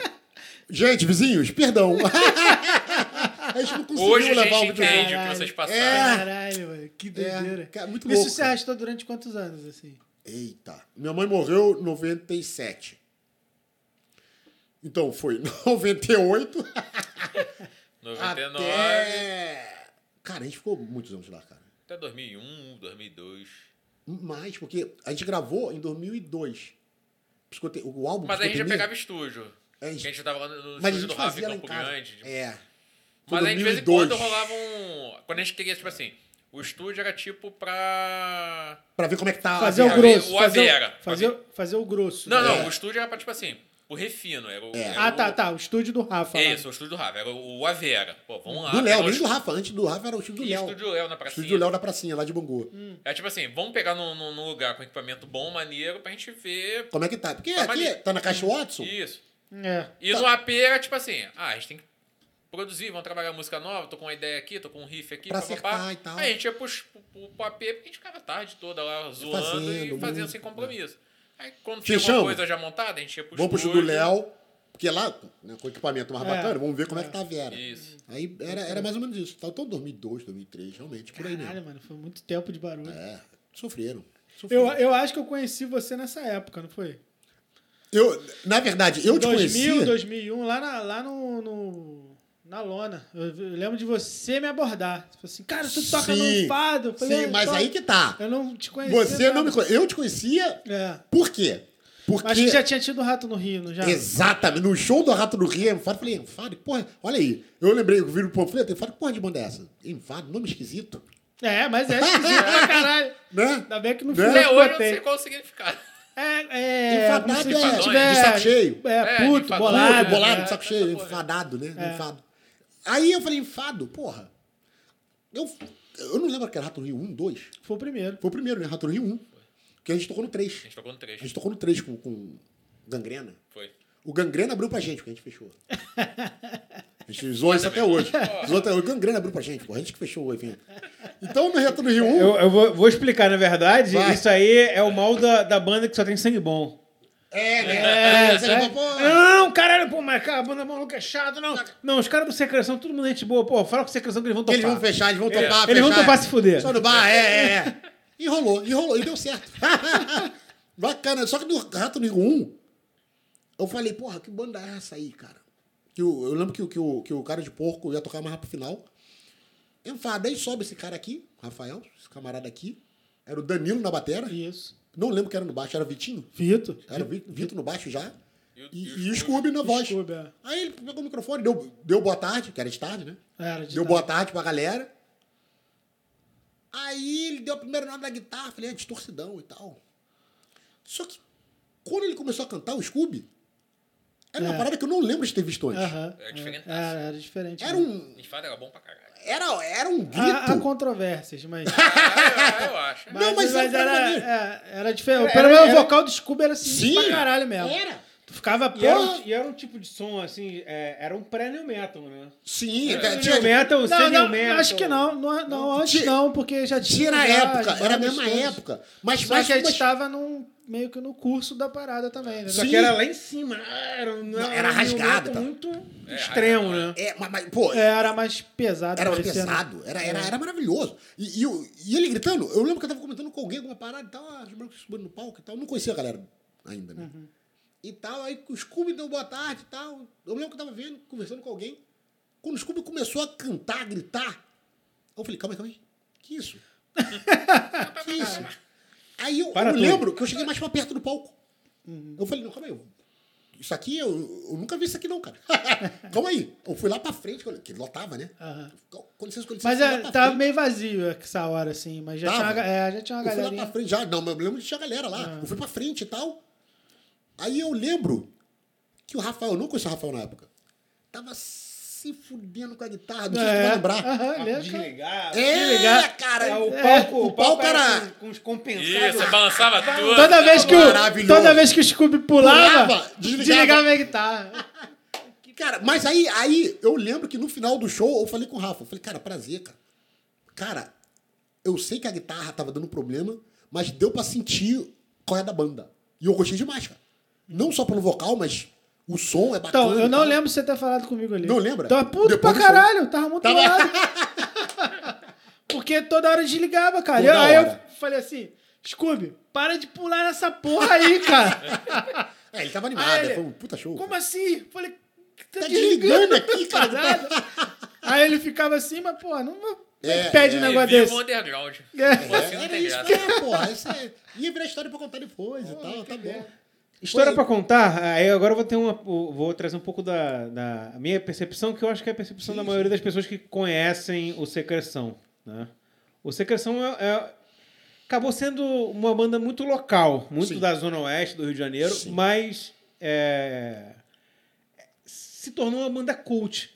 S1: Gente, vizinhos, perdão. a gente não conseguiu
S3: Hoje a
S1: levar
S3: gente
S1: o videogame.
S3: entende o que vocês passaram.
S1: É.
S5: Caralho, mano, que doideira.
S1: É, cara, muito
S5: Isso
S1: louco,
S5: se
S1: cara.
S5: arrastou durante quantos anos, assim?
S1: Eita. Minha mãe morreu em 97. Então foi 98
S3: 99, até...
S1: até... Cara, a gente ficou muitos anos lá, cara.
S3: 2001, 2002.
S1: Mais, porque a gente gravou em 2002. Psicote... O álbum
S3: Mas aí a gente já
S1: Psicotemia-
S3: pegava estúdio.
S1: É,
S3: A gente tava lá no
S1: Mas a
S3: estúdio
S1: gente
S3: do Rafa em
S1: fazia lá em
S3: Campo
S1: casa.
S3: Grande. tipo.
S1: É. Foi
S3: Mas aí de vez em
S1: 2002.
S3: quando rolava um. Quando a gente queria, tipo assim, o estúdio era tipo pra.
S1: Pra ver como é que
S3: Ah,
S1: tá.
S5: Fazer um o
S1: a-
S3: Fazer
S5: grosso.
S3: o
S5: Fazer
S3: Avera.
S5: o, fazer, o- fazer o grosso.
S3: Não,
S5: né?
S3: não, o estúdio era pra, tipo assim, o refino. Era
S1: É.
S3: o, era
S5: Ah,
S3: o-
S5: tá, tá. O estúdio do Rafa. né?
S3: É
S5: lá.
S3: isso, o estúdio do Rafa. Era o Avera. Pô, vamos lá.
S1: Do
S3: pegar
S1: Léo,
S3: o
S1: nem do Rafa. Antes do Rafa era o estúdio do
S3: E
S1: Léo.
S3: estúdio Léo na pracinha.
S1: Estúdio Léo da Pracinha, lá de Bangu.
S3: É tipo assim, vamos pegar num, num- num lugar com equipamento bom, maneiro, pra gente ver.
S1: Como é que tá? Porque
S3: Tá
S1: aqui
S3: maneiro.
S1: tá na Caixa Watson.
S3: Isso.
S5: É.
S1: Tá.
S3: E no AP era tipo assim, ah, a gente tem que produzir, vamos trabalhar música nova, tô com uma ideia aqui, tô com um riff aqui,
S1: Pra
S3: papapá.
S1: acertar e tal.
S3: Aí a gente ia pro, pro, pro AP, porque a gente ficava a tarde toda lá zoando
S1: Fazendo,
S3: e fazendo
S1: muito.
S3: sem compromisso. Aí quando tinha
S1: Fechamos.
S3: alguma coisa já montada, a gente ia pro
S1: Vamos pro estúdio do
S3: estúdio.
S1: Léo. Porque lá, né, com equipamento mais
S5: É.
S1: bacana, vamos ver como é que tá a Vera.
S3: Isso.
S1: Aí era, era mais ou menos isso. Tá, Então 2002, 2003, realmente, por aí
S5: Caralho,
S1: mesmo.
S5: mano, foi muito tempo de barulho.
S1: É, sofreram.
S5: Eu,
S1: sofreram.
S5: eu acho que eu conheci você nessa época, não foi?
S1: Eu, na verdade, eu te
S5: 2000,
S1: conhecia.
S5: 2001, lá, na, lá no, no- na lona. Eu, eu lembro de você me abordar. Você falou assim, cara, tu toca
S1: Sim,
S5: no fado. Eu falei,
S1: Sim,
S5: eu
S1: mas
S5: toco.
S1: aí que tá.
S5: Eu não te conhecia.
S1: Você não
S5: nada.
S1: me conhecia. Eu te conhecia.
S5: É.
S1: Por quê? Porque.
S5: tá Mas a gente já tinha tido rato no Rio, não já?
S1: Exatamente. No show do Rato do Rio, Enfado, falei, Enfado, que porra. Olha aí. Eu lembrei, eu vi no panfleto, Enfado, que porra de banda é essa? Enfado, nome esquisito.
S5: É, mas é esquisito pra caralho.
S1: Né?
S5: Ainda bem que não
S1: Né?
S5: foi.
S3: Até hoje eu não
S5: botei.
S3: sei qual o significado.
S5: É, é.
S1: Enfadado
S5: como se
S1: é
S5: você
S3: de
S5: tiver-
S1: saco cheio.
S5: É,
S3: É,
S5: puto,
S3: enfadado,
S5: bolado.
S1: Pô, bolado,
S5: né? É.
S1: de saco cheio, enfadado, né? Enfado. Aí eu falei, enfado, porra. Eu, eu não lembro que era Rato do Rio 1, 2.
S5: Foi o primeiro.
S1: Foi o primeiro, né? Rato do Rio 1. Porque a gente tocou no
S3: A
S1: 3.
S3: gente tocou no
S1: A
S3: 3.
S1: gente tocou no 3 com, com Gangrena.
S3: Foi.
S1: O Gangrena abriu pra gente, porque a gente fechou. A gente zoou isso até hoje. Zoou até hoje. O Gangrena abriu pra gente, pô. A gente que fechou o evento. Então, no Reto do Rio 1,
S6: Eu, eu vou, vou explicar, na verdade,
S1: Vai.
S6: isso aí é o mal da, da banda que só tem sangue bom.
S1: É, né?
S6: É,
S1: Você
S6: sabe?
S1: já falou, pô,
S6: Não, caralho, pô, mas cara, a banda maluca é chato, não. Não, os caras do Secreção, todo mundo é gente boa, pô, fala com o Secreção que eles vão topar. É.
S1: Eles vão fechar, eles vão topar.
S6: Eles vão
S1: fechar.
S6: topar se fuder.
S1: Só no bar, é, é, é. E rolou, e rolou, e deu certo. Bacana. Só que no Rato Negro 1, eu falei, porra, que banda é essa aí, cara? Que o- eu lembro que, o- que, o, que o cara de porco ia tocar mais pro final. Eu falei, ah, daí sobe esse cara aqui, Rafael, esse camarada aqui. Era o Danilo na batera.
S5: Isso.
S1: Não lembro que era no baixo, era Vitinho.
S5: Vitor.
S1: Era o Vi- Vitor no baixo já.
S3: E o-
S1: E,
S3: e o
S1: e o Scooby na voz.
S5: Scooby, é.
S1: Aí ele pegou o microfone, deu, deu boa tarde, que era de tarde, né?
S5: Era de
S1: Deu
S5: tal.
S1: boa tarde pra galera. Aí ele deu a primeira nota da guitarra, falei, é distorcidão e tal. Só que quando ele começou a cantar o Scooby, era uma
S5: É.
S1: parada que eu não lembro de ter visto antes.
S5: Aham. É,
S3: Era diferente.
S5: Era, era diferente.
S1: Era
S5: né?
S1: um.
S3: Me fala, era bom pra caralho.
S1: Era, era um grito.
S5: Há, há controvérsias, mas.
S3: Ah, eu acho.
S1: Mas- Não, era
S5: era,
S1: maneiro.
S5: é, era diferente.
S6: Era-
S5: Pelo menos
S6: era-
S5: o vocal do Scooby era assim
S1: Sim. É.
S5: pra caralho mesmo.
S1: Era.
S5: Tu ficava,
S6: E era,
S5: porra.
S6: um, e era um tipo de som, assim, é, era um pré-new metal, né?
S1: Sim,
S6: Era
S1: era-
S6: New
S1: tinha,
S6: metal,
S5: Não,
S6: semi-new
S5: não,
S6: metal.
S5: acho que não. Não, não, antes
S1: Tinha-
S5: não, porque já
S1: tinha
S5: tinha.
S1: na
S5: já as
S1: época, era a
S5: bandas
S1: mesma
S5: todas.
S1: época. Mas,
S5: Só
S1: mas,
S5: que a gente
S1: mas-
S5: estava num, meio que no curso da parada também, né?
S6: Só
S1: Sim.
S6: que era lá em cima. Era, um-
S1: era
S6: um new
S1: rasgado,
S6: metal
S1: tá?
S6: Muito extremo, né?
S1: é, mas- mas, pô,
S5: Era mais pesado.
S1: Era mais
S5: parecia, né?
S1: pesado, era, era, era maravilhoso. E, e o- e ele gritando, eu lembro que eu tava comentando com alguém alguma parada e tal, ah, os brancos subindo no palco e tal. Eu não conhecia a galera ainda, né? E tal, aí o Scooby deu boa tarde e tal. Eu lembro que eu tava vendo, conversando com alguém. Quando o Scooby começou a cantar, a gritar, eu falei, calma aí, calma aí. Que isso? que isso? Aí eu,
S6: Para
S1: eu
S6: tudo.
S1: lembro que eu cheguei mais pra perto do palco. Eu falei, não, calma aí. eu- Isso aqui, eu, eu nunca vi isso aqui não, cara. calma aí. Eu fui lá pra frente, que eu- que lotava, né?
S5: Aham.
S1: Com licença, com licença.
S5: Mas
S1: fui
S5: é,
S1: lá pra
S5: tava
S1: frente.
S5: meio vazio essa hora, assim. Mas já,
S1: tá Tava. tá
S5: tinha, uma, é, já tinha uma
S1: Eu fui lá
S5: galerinha.
S1: pra frente já. Não, mas eu lembro de tinha galera lá. Eu fui pra frente e tal. Aí eu lembro que o Rafael, eu não conhecia o Rafael na época, tava se fudendo com a guitarra. Não sei se tu vai lembrar.
S5: Aham, ele é, cara.
S6: Desligar.
S1: É, cara.
S6: O palco, o
S1: o palco
S6: palco era
S1: era-
S6: com, com os compensados.
S3: Isso, você balançava tudo.
S5: Toda vez, que o,
S1: Maravilhoso.
S5: toda vez que o Scooby pulava,
S1: Pulava, desligava. Tá
S5: desligava a guitarra.
S1: Cara, mas aí, aí eu lembro que no final do show eu falei com o Rafa. Eu falei, cara, prazer, cara. Cara, eu sei que a guitarra tava dando problema, mas deu pra sentir qual é da banda. E eu gostei demais, cara. Não só pelo vocal, mas o som é bacana.
S5: Então, eu
S1: e
S5: não
S1: tal.
S5: lembro de você ter falado comigo ali.
S1: Não lembra?
S5: Tava puto
S1: Depois
S5: pra
S1: do show.
S5: caralho, tava muito
S1: Tava-
S5: bolado. Porque toda hora desligava, cara.
S1: Toda
S5: Eu- aí
S1: hora.
S5: eu falei assim, Scooby, para de pular nessa porra aí, cara.
S1: É, ele tava animado,
S5: Aí ele-
S1: foi um puta show.
S5: Como assim? Eu Falei,
S1: Tá desligando aqui, cara.
S5: parada. Aí ele ficava assim, mas, pô, não não
S1: É,
S5: pede
S1: é.
S5: um
S3: Ele
S5: negócio
S3: via o
S5: desse.
S3: underground.
S5: É.
S1: É,
S3: Você assim? não
S1: era
S3: tem
S1: isso,
S3: graça.
S1: é, porra. Isso é... Ia virar história pra contar depois e tal, tá bom.
S6: História
S1: Foi-
S6: pra contar, aí agora eu vou ter uma. Vou trazer um pouco da, da minha percepção, que eu acho que é a percepção da maioria das pessoas que conhecem o Secreção. Né? O Secreção é- é- acabou sendo uma banda muito local, muito
S1: Sim.
S6: da Zona Oeste do Rio de Janeiro,
S1: Sim.
S6: mas é, se tornou uma banda cult.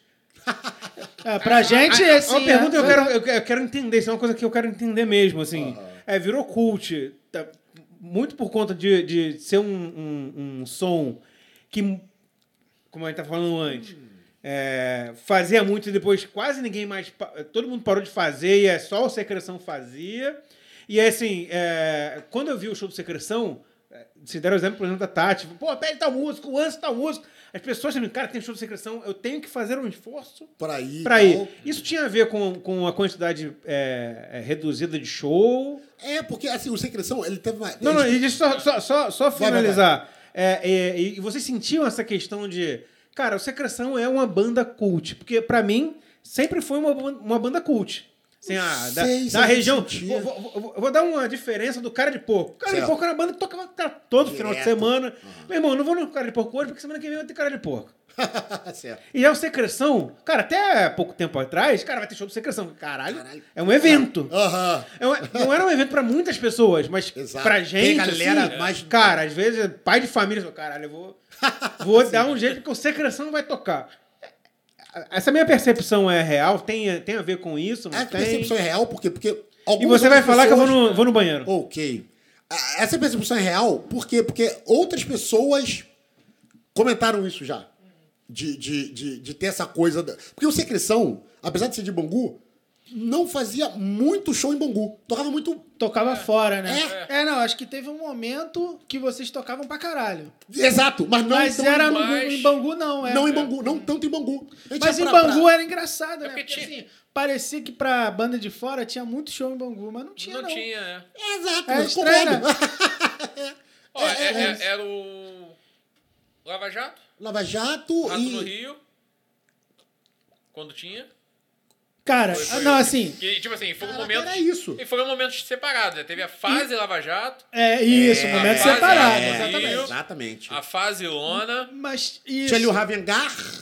S5: É, pra gente,
S6: Ah, ah,
S5: assim...
S6: Uma pergunta
S5: é,
S6: que eu quero, eu quero- eu quero entender, isso é uma coisa que eu quero entender mesmo, assim.
S1: Aham.
S6: É, virou cult, tá, muito por conta de, de ser um, um- um som que, como a gente tá falando antes, é, fazia muito e depois quase ninguém mais... pa- Todo mundo parou de fazer e é só o Secreção fazia. E assim, é, quando eu vi o show do Secreção, é, se der o exemplo, por exemplo, da Tati, pô, pede tal músico, o Anso tal músico. As pessoas também, cara, tem show do Secreção, eu tenho que fazer um esforço
S1: Por aí. e
S6: Pra ir.
S1: tal.
S6: Isso tinha a ver com, com a quantidade é, é, reduzida de show.
S1: É, porque assim, o Secreção, ele teve uma.
S6: Não, não,
S1: ele...
S6: e deixa eu só, só, só, só
S1: Vai, vai,
S6: finalizar. É, é, e vocês sentiam essa questão de. Cara, o Secreção é uma banda cult. Porque, pra mim, sempre foi uma, ban- uma banda cult. Assim, ah, da,
S1: sei se
S6: da
S1: eu
S6: região.
S1: sentia.
S6: Vou, vou- vou- vou dar uma diferença do cara de porco. O cara de
S1: Certo.
S6: porco era uma banda que tocava cara, todo final de
S1: Direto.
S6: semana. Meu irmão, não vou no cara de porco hoje, porque semana que vem vai ter cara de porco.
S1: Ah, certo.
S6: E é o Secreção, cara, até pouco tempo atrás, cara, vai ter show do Secreção. Caralho,
S1: Caralho.
S6: é um evento.
S1: Aham.
S6: É um- não era um evento pra muitas pessoas, mas
S1: Exato.
S6: pra
S1: Tem
S6: gente,
S1: galera
S6: assim,
S1: mais-
S6: cara, às vezes, pai de família, fala, caralho, eu vou, vou dar um jeito porque o Secreção vai tocar. Essa minha percepção é real? Tem, tem a ver com isso? Não
S1: Essa
S6: tem?
S1: percepção é real, porque. porque
S6: E
S1: algumas
S6: você vai
S1: outras
S6: falar que eu vou
S1: pessoas-
S6: no, vou no banheiro.
S1: Ok. A- Essa percepção é real, por quê? Porque outras pessoas comentaram isso já. De, de, de, de ter essa coisa. da- Porque o Secreção, apesar de ser de Bangu, não fazia muito show em Bangu. Tocava muito.
S5: Tocava fora, né?
S1: É.
S5: É. não, acho que teve um momento que vocês tocavam pra caralho.
S1: Exato, mas não
S5: mas
S1: tão
S5: era
S1: em
S5: no,
S1: Bangu.
S3: mas-
S5: em Bangu, não. É.
S1: Não em Bangu, não tanto em Bangu. A gente
S5: Mas
S1: ia
S5: em
S1: pra-
S5: Bangu
S1: pra-
S5: era engraçado, né?
S3: porque
S5: Porque,
S3: tinha-
S5: assim, parecia que pra banda de fora tinha muito show em Bangu, mas não tinha,
S3: Não,
S5: não.
S3: tinha, né?
S1: Exato,
S5: É
S1: eu
S5: estranho,
S1: concordo.
S3: Ó,
S1: É,
S3: é-
S1: é,
S3: é-
S1: isso.
S3: era o Lava Jato,
S1: Lava Jato
S3: Rato no
S1: e.
S3: Rio, quando tinha.
S5: Cara,
S3: Foi- foi-
S5: não, assim,
S3: Que, tipo assim, foi um
S1: Caraca,
S3: momento...
S1: Era isso.
S3: E foram momentos separados, né? Teve a fase Lava Jato,
S5: é isso,
S3: É,
S5: momento
S3: fase-
S5: separado,
S3: é,
S5: exatamente.
S3: Rio.
S1: Exatamente.
S3: a fase Lona,
S5: Mas isso.
S1: Tinha ali o Ravengar, ali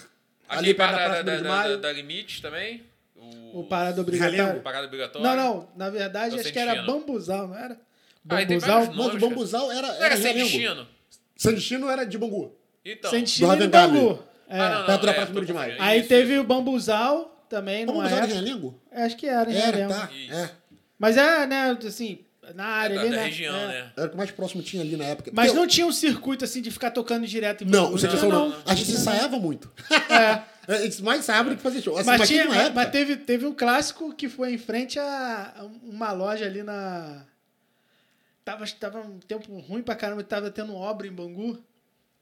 S3: aquele
S1: perto da
S3: parada
S1: Praça
S3: da,
S1: Primeiro de
S3: da, da,
S1: Maio.
S3: da Limite também. O,
S5: O Parada
S1: Relembro.
S5: Obrigatória.
S3: Parada Obrigatória.
S5: Não, não, na verdade
S3: Tô
S5: acho
S3: sem
S5: que era
S3: destino.
S5: Bambuzal, não era?
S3: Ah, e tem
S5: Bambuzal,
S3: vários
S1: Mas o
S3: Lógico.
S1: Bambuzal era.
S3: Não era sem
S1: Realengo.
S3: destino.
S1: Sandestino era de Bangu.
S3: Então.
S5: sem
S1: do
S5: destino em
S1: Ravengar ali.
S5: Bangu. É.
S3: Ah, não, não,
S1: perto da
S3: é,
S1: Praça
S3: tô
S1: Primeiro de Maio.
S3: confundindo.
S5: Aí
S3: Isso,
S5: teve
S3: isso.
S5: o Bambuzal também, não
S1: Vamos usar
S5: era?
S1: um de Realengo?
S5: Acho que era, em
S1: Era,
S5: Realengo.
S1: tá.
S3: Isso.
S1: É.
S5: Mas é, né, assim, na área
S3: É da,
S5: ali,
S3: da
S5: né?
S3: região,
S5: É.
S3: né?
S1: Era o que mais próximo tinha ali na época.
S5: Mas
S1: Porque-
S5: não tinha um circuito assim de ficar tocando direto em
S1: Então- Não, assim,
S5: Bangu,
S1: o Sensação não. A gente ensaiava muito.
S5: É.
S1: A gente mais ensaiava do que fazia show. Assim,
S5: Mas,
S1: mas
S5: tinha-
S1: teve uma
S5: mas-
S1: época-
S5: mas teve, teve um clássico que foi em frente a a uma loja ali na. Tava, tava um tempo ruim pra caramba, tava tendo obra em Bangu,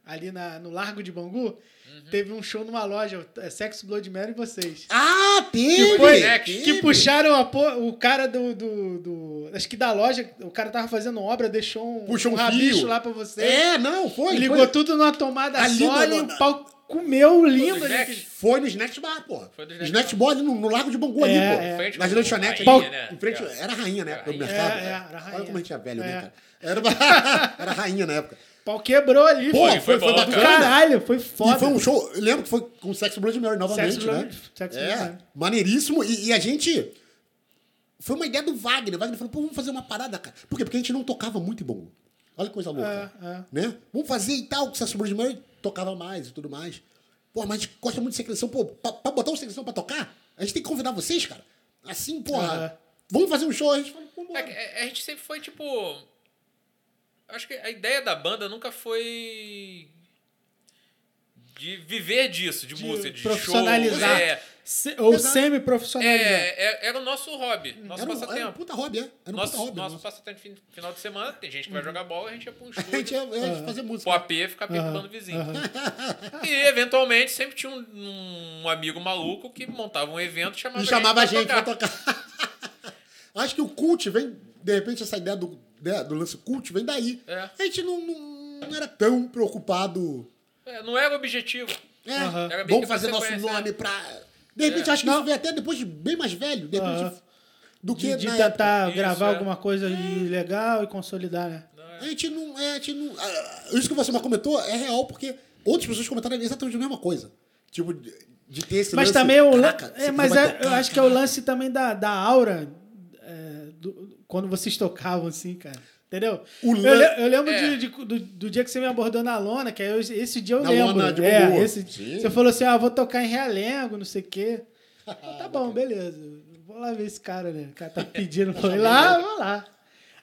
S5: ali na, no Largo de Bangu.
S3: Uhum.
S5: Teve um show numa loja, é Sex, Blood Mary e vocês.
S1: Ah, teve!
S5: Que foi? né?
S1: Teve.
S5: Que puxaram a por- o cara do, do, do- Acho que da loja, o cara tava fazendo obra, deixou um,
S1: Puxou um
S5: rabicho
S1: fio.
S5: lá pra vocês.
S1: É, não, foi.
S5: Ligou
S1: foi.
S5: tudo numa tomada
S1: Ali
S5: só
S1: no-
S5: e
S1: no-
S5: o pau comeu lindo.
S3: Os
S5: ali.
S3: Next,
S1: Foi né? no Snacks Bar, pô.
S3: Foi no Snacks
S1: Snacks Bar ali no, no Lago de Bangu ali,
S5: É,
S1: pô.
S5: é.
S3: Frente
S1: Nas
S3: com
S1: lanchonetes.
S3: rainha,
S1: ali,
S3: né?
S1: em frente,
S3: É.
S1: Era a rainha, né?
S3: Era
S1: Do
S3: rainha.
S1: mercado.
S5: É, é, era a
S1: Olha como a gente é velho, né,
S5: rainha.
S1: cara? Era, uma- era a rainha na época.
S5: O pau quebrou ali.
S1: Pô,
S5: foi,
S1: foi,
S3: foi
S1: foi
S3: bom,
S5: do
S1: bacana.
S5: caralho, foi foda.
S1: E foi um show, eu lembro que foi com o Sex Blood Mary novamente,
S5: Sex
S1: né?
S5: Blood- Sex
S1: é,
S5: Blood Mary.
S1: maneiríssimo. E, e a gente... Foi uma ideia do Wagner. O Wagner falou, pô, vamos fazer uma parada, cara. Por quê? Porque a gente não tocava muito em Bangu. Olha que coisa louca.
S5: É, é.
S1: Né? Vamos fazer e tal, que o Sex Blood Mary tocava mais e tudo mais. Pô, mas a gente gosta muito de secreção. Pô, pra, pra botar um secreção pra tocar, a gente tem que convidar vocês, cara. Assim, porra... Vamos fazer um show. A gente falou, pô,
S3: É que- é- a gente sempre foi tipo. Acho que a ideia da banda nunca foi. De viver disso, de, música, de
S5: profissionalizar.
S3: show. É,
S5: Se- ou
S1: Exato.
S5: semi-profissionalizar.
S3: é, é- era o nosso hobby, nosso
S1: era, um, era um
S3: passatempo.
S1: puta hobby, é. Era um
S3: nosso
S1: puta hobby.
S3: nosso
S1: nosso.
S3: passatempo de fin- final de semana, tem gente que
S5: Uhum.
S3: vai jogar bola, a gente ia pra um
S1: A gente
S3: estúdio,
S1: ia, ia fazer música.
S3: pro AP ficar perturbando o vizinho. E eventualmente sempre tinha um, um amigo maluco que montava um evento e chamava,
S1: E chamava a gente
S3: pra
S1: pra
S3: tocar.
S1: tocar. Acho que o cult vem, de repente, essa ideia do, né, do lance cult vem daí.
S3: É.
S1: A gente não, não- não era tão preocupado.
S3: É, Não era o objetivo.
S1: É,
S5: Aham. É.
S3: Era bem
S1: Vamos
S3: que
S1: fazer
S3: você
S1: nosso
S3: conhece, né?
S1: nome pra. De repente, acho que isso veio até depois de bem mais velho. De repente,
S5: Aham.
S1: do que
S5: De, de
S1: na época.
S5: tentar
S3: Isso,
S5: gravar
S3: é.
S5: alguma coisa de legal e consolidar, né?
S1: A gente não. É, a gente não ah, isso que você me comentou é real, porque outras pessoas comentaram exatamente a mesma coisa. Tipo, de, de ter esse
S5: Mas
S1: lance,
S5: também o lan-
S1: "Caraca,
S5: é,
S1: você então."
S5: mas
S1: vai
S5: é-
S1: tocar,
S5: eu acho que é o lance também da, da aura é, do- quando vocês tocavam assim, cara. Entendeu?
S1: O
S5: eu,
S1: lan-
S5: le- eu lembro
S3: É.
S5: de- de- do, do dia que você me abordou na lona, que aí eu- esse dia eu
S1: Na
S5: lembro.
S1: lona de
S5: é,
S1: Bangu.
S5: esse-
S1: Sim.
S5: você falou assim: ah, vou tocar em Realengo, não sei o quê. Eu falei, tá bom, beleza. Vou lá ver esse cara, né? O cara tá pedindo pra eu ir lá, eu vou lá.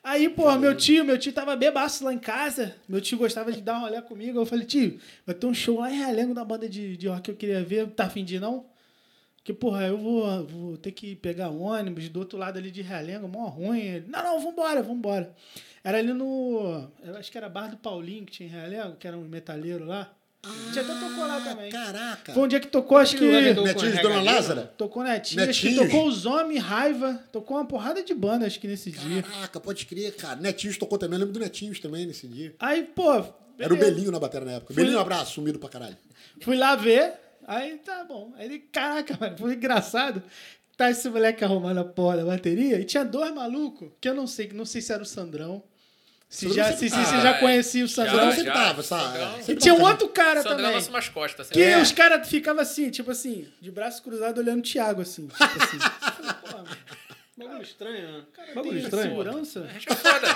S5: Aí, pô, meu tio, meu tio tava bebaço lá em casa. Meu tio gostava de dar um olhar comigo. Eu falei, tio, vai ter um show lá em Realengo da banda de, de rock que eu queria ver. Tá afim de ir, não? Porque, porra, eu vou, vou ter que pegar ônibus do outro lado ali de Realengo, mó ruim. Ele, não, não, vambora, vambora. Era ali no. Eu acho que era Bar do Paulinho que tinha em Realengo, que era um metalheiro lá. A gente até tocou lá também.
S1: Ah, Caraca.
S5: Foi um dia que tocou, acho que.
S6: Lamentou com
S1: Netinho de
S6: a
S1: Dona
S6: regadeira.
S3: né?
S1: Lázara?
S5: Tocou Netinhas, que
S1: Netinhos.
S5: tocou Os Homens, Raiva. Tocou uma porrada de banda, acho que nesse dia.
S1: Caraca, pode crer, cara. Netinhos tocou também. Eu lembro do Netinhos também nesse dia.
S5: Aí, pô.
S1: Era o
S5: beleza.
S1: Belinho na bateria na época.
S5: Fui-
S1: Belinho, um abraço, sumido pra caralho.
S5: Fui lá ver, aí tá bom. Aí ele, caraca, mano, foi engraçado. Tá esse moleque arrumando a porra da bateria e tinha dois malucos que eu não sei, não sei se era o Sandrão. Se
S1: Sandrão
S5: já,
S1: sempre
S5: se, se,
S1: tá.
S5: se já conhecia o
S1: Sandrão
S5: Sandrão.
S1: sempre
S3: já,
S1: tava,
S3: Sandrão.
S1: sabe?
S5: E
S1: Sempre
S5: tinha um
S1: tava.
S5: outro cara
S3: Sandrão é
S5: também.
S3: nosso mascote, tá
S5: Que
S3: sempre-
S5: os caras ficavam assim, tipo assim, de braço cruzado olhando o Thiago, assim. Tipo assim.
S6: Bagulho estranho, né?
S5: Tem
S6: Bagulho estranho.
S5: segurança?
S3: A gente é foda.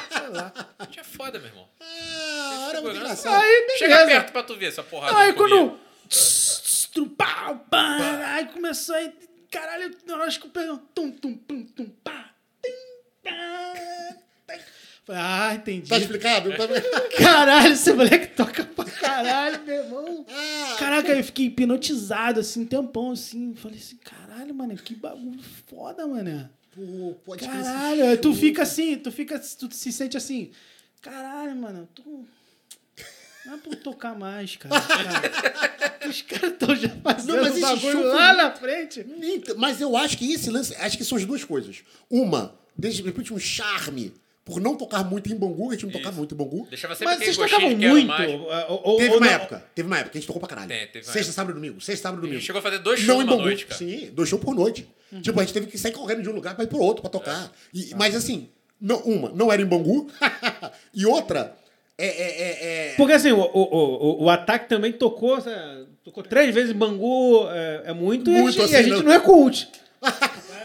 S3: A gente é foda, meu irmão.
S1: Ah, era muito
S3: Segurança.
S1: engraçado.
S5: Aí, beleza.
S3: Chega perto pra tu ver essa porrada.
S5: Aí
S3: que eu comi.
S5: quando. tss, tss, tru, pá, pá, Aí começou aí. Caralho, eu acho que o pé. Tum, tum, pum, tum, pá. tim, pá, tim. Falei, ah, entendi.
S1: Tá explicado? Tá-
S5: Caralho, esse moleque toca pra caralho, meu irmão. Caraca, eu fiquei hipnotizado, assim, um tempão, assim. Falei assim, caralho, mano, que bagulho foda, mano.
S1: Pô, pode crer, esse
S5: Caralho, aí tu
S1: show.
S5: fica assim, tu fica, tu se sente assim, caralho, mano, tu... Não é pra eu tocar mais, cara. Cara, Os caras estão já fazendo
S1: Não, mas esse
S5: bagulho
S1: show
S5: lá
S1: foi-
S5: na frente.
S1: Nem t- Então, Mas eu acho que esse lance. Acho que são as duas coisas. Uma, desde de repente, um charme por não tocar muito em Bangu, a gente não tocava muito em Bangu.
S3: Deixava sempre
S6: Mas
S3: aquele
S6: vocês
S3: gostinho
S6: tocavam
S3: de quero
S6: muito. eh,
S3: mais.
S6: ou- ou-
S1: Teve
S6: ou
S1: uma
S6: não-
S1: época, teve uma época que a gente tocou pra caralho.
S3: É, teve uma
S1: Sexta,
S3: época. É,
S1: sábado e domingo, sexta, sábado e domingo.
S3: chegou a fazer dois
S1: Não
S3: shows
S1: em
S3: uma
S1: Bangu.
S3: noite, cara. Uhum.
S1: Sim, dois shows por noite. Tipo, a gente teve que sair correndo de um lugar pra ir pro outro pra
S3: É.
S1: tocar. E- Mas assim, não- uma, não era em Bangu. e outra, é. é, é, é-
S6: Porque assim, o, o, o, o ataque também tocou, sabe? tocou três vezes Bangu, é, é muito, e a
S1: Muito
S6: gente- e a gente,
S1: assim, né?
S6: não é cult.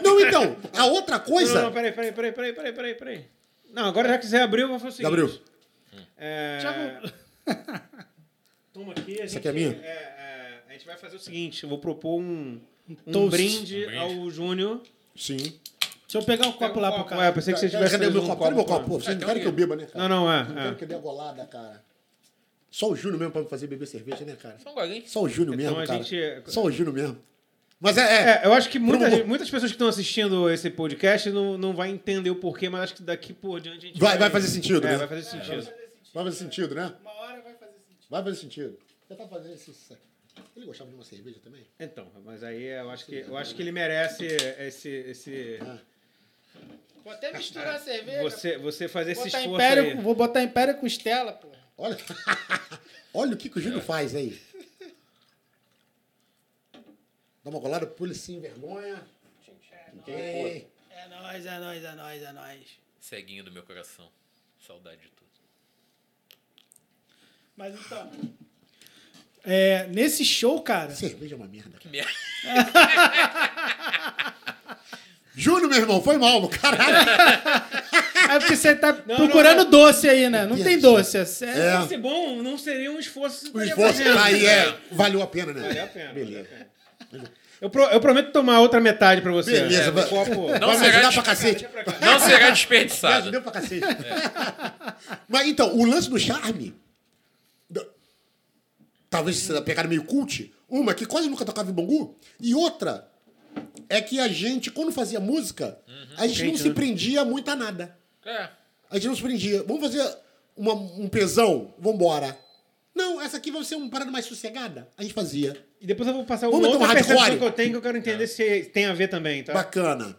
S1: não, então, a outra
S6: Não,
S1: coisa.
S6: não, não, peraí, peraí, peraí, peraí, peraí, peraí, peraí. Não, agora já que você abriu, eu vou falar o seguinte.
S1: Gabriel,
S6: É...
S5: Thiago-
S6: Toma aqui, a gente,
S1: aqui é minha?
S6: é, é, a gente vai fazer o seguinte, eu vou propor um, um,
S5: toast.
S6: brinde,
S3: Um brinde.
S6: ao Júnior.
S1: sim.
S5: Deixa eu pegar um copo lá pro cara.
S6: É, eu pensei que você tivesse
S1: Cadê o meu
S6: um
S1: copo? Cadê o meu copo?
S6: pô.
S1: Pô, Vocês
S3: Ah,
S1: não
S3: então
S1: querem que eu
S3: liga.
S1: beba, né? cara?
S6: Não, não, é.
S1: Não quero que dê a golada, cara. Só o Júnior mesmo pra me fazer beber cerveja, né, cara?
S3: Só um golinho.
S1: Só o Júnior
S6: Então
S1: mesmo,
S6: a
S1: cara. um
S6: gente-
S1: Só o Júnior mesmo. Mas é, é,
S6: É, eu acho que muita,
S1: Promo-
S6: gente- muitas pessoas que estão assistindo esse podcast não, não vai entender o porquê, mas acho que daqui por diante a gente
S1: Vai- vai fazer sentido,
S6: É,
S1: né?
S6: vai fazer sentido.
S1: Vai fazer sentido, né?
S5: Uma hora vai fazer sentido.
S1: Vai fazer sentido. Você tá fazendo esse. Ele gostava de uma cerveja também?
S6: Então, mas aí eu acho que, eu acho que ele merece esse, esse
S1: Ah.
S5: Vou até misturar a cerveja.
S6: você, você fazer esse
S5: botar
S6: esforço
S5: império,
S6: aí.
S5: Vou botar Império com Estela, pô.
S1: Olha, olha o que, que o Júnior faz aí. Dá uma golada, pula sem vergonha. Ei,
S5: É nóis, é nóis, é nóis, é nóis.
S3: Ceguinho do meu coração. Saudade de tudo.
S5: Mas então... É, nesse show, cara...
S1: cerveja é uma merda.
S3: Que merda.
S1: Júnior, meu irmão, foi mal, meu caralho.
S5: É porque você tá procurando doce aí, né? Não
S1: Meu
S5: tem
S1: Deus.
S5: doce. É...
S1: É.
S6: Se bom, não seria um esforço. que
S1: O
S6: você
S1: esforço
S6: estaria
S1: tá
S6: fazendo.
S1: aí, é. Valeu a pena, né?
S6: Valeu a pena, valeu a
S1: Beleza.
S6: pena. Eu, pro- eu prometo tomar outra metade pra você.
S1: Beleza,
S6: É,
S1: vai.
S6: do copo.
S3: Não
S1: Vai me
S3: será
S1: ajudar
S3: de-
S1: pra cacete.
S3: Não será
S1: Me
S3: desperdiçado.
S1: ajudou pra cacete. Mas então, o lance do charme. da- Talvez seja pegada meio cult. Uma, que quase nunca tocava em Bangu. E outra, é que a gente, quando fazia música, a gente não
S6: Gente,
S1: se
S6: né?
S1: prendia muito a nada.
S3: É.
S1: A gente não se prendia. Vamos fazer uma- um pesão? Vambora. Não, essa aqui vai ser uma parada mais sossegada. A gente fazia.
S6: E depois eu vou passar uma
S1: Vamos
S6: outra
S1: tomar hardcore?
S6: percepção que eu tenho que eu quero entender se tem a ver também,
S3: É.
S6: tá?
S1: Bacana.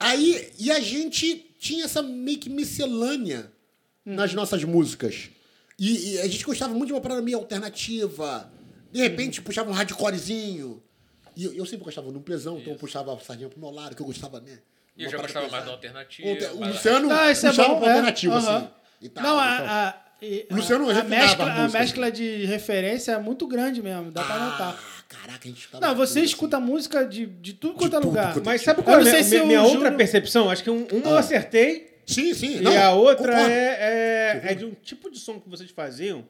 S1: Aí, e a gente tinha essa meio que miscelânea nas nossas músicas. E, e a gente gostava muito de uma parada meio alternativa. De repente,
S3: Uhum.
S1: puxava um hardcorezinho. E eu, eu sempre gostava de um pesão, então eu puxava a sardinha pro meu lado, que eu gostava, né?
S3: E
S1: Uma
S3: eu já
S1: parada
S3: gostava mais
S1: pesada.
S3: da alternativa.
S1: Ontem, O
S3: mais-
S1: Luciano
S5: Ah, isso é
S1: puxava
S5: bom.
S1: pra
S5: é.
S1: alternativa,
S5: Aham.
S1: assim. e tal,
S5: não, a,
S1: então.
S5: a, e-
S1: O Luciano
S5: a, a,
S1: refinava a
S5: mescla, a
S1: música. assim.
S5: mescla de referência é muito grande mesmo, dá pra
S1: Ah,
S5: notar.
S1: caraca, a gente assim. escutava
S5: Não, você
S1: tudo,
S5: escuta música de, de tudo quanto é
S1: tudo
S5: lugar.
S1: quanto- tipo.
S6: Mas sabe qual é
S5: Eu
S6: a
S5: não sei
S6: minha,
S5: se
S6: minha-
S5: o
S6: minha outra
S5: Júlio-
S6: percepção? Acho que um- uma eu
S1: Ah.
S6: acertei
S1: Sim, sim.
S6: e a outra
S1: concordo.
S6: é, é, é de um tipo de som que vocês faziam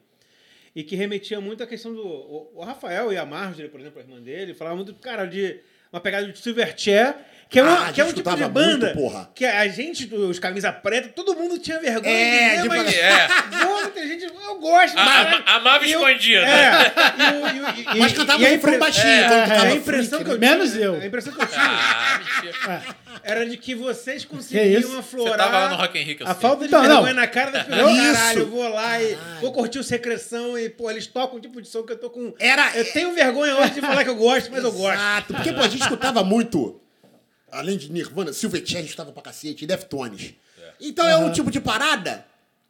S6: e que remetia muito à questão do. O, o Rafael e a Marjorie, por exemplo, a irmã dele, falavam muito, cara, de uma pegada de Silverchair, que é,
S1: Ah,
S6: uma,
S1: a
S6: que é um
S1: gente
S6: tipo de
S1: escutava
S6: banda
S1: muito, porra.
S6: que a gente, os camisa preta, todo mundo tinha vergonha
S1: É,
S6: de dizer,
S1: de
S6: mas
S1: falar-
S3: É. Ah,
S6: Porra, tem gente, eu gosto,
S3: A-
S6: mas-
S3: a- né? amava
S6: e eu-
S3: escondida.
S6: É, e o- e, o- e,
S1: Mas cantava
S6: e a
S1: um refrão
S6: impre-
S1: baixinho
S6: é,
S1: quando tocava
S6: é a impressão
S1: freak,
S6: que eu
S5: né? Menos
S6: tinha-
S5: eu.
S6: A impressão que eu tinha
S3: Ah, mentira.
S6: era de que vocês
S5: Que
S6: conseguiam
S5: isso?
S6: aflorar.
S3: Você tava lá no Rock in Rio, que eu
S6: A
S3: sei.
S6: falta de
S5: Então,
S6: vergonha
S5: não.
S6: na cara das pessoas.
S1: Isso.
S6: Caralho, eu vou lá e vou curtir o Secreção e, pô, eles tocam um tipo de som que eu tô com.
S1: Era-
S6: Eu tenho vergonha hoje de falar que eu gosto, mas é, eu gosto.
S1: É, Exato, porque pô, a gente escutava muito. Além de Nirvana, Silverchair a gente escutava pra cacete, e Deftones. Então é um tipo de parada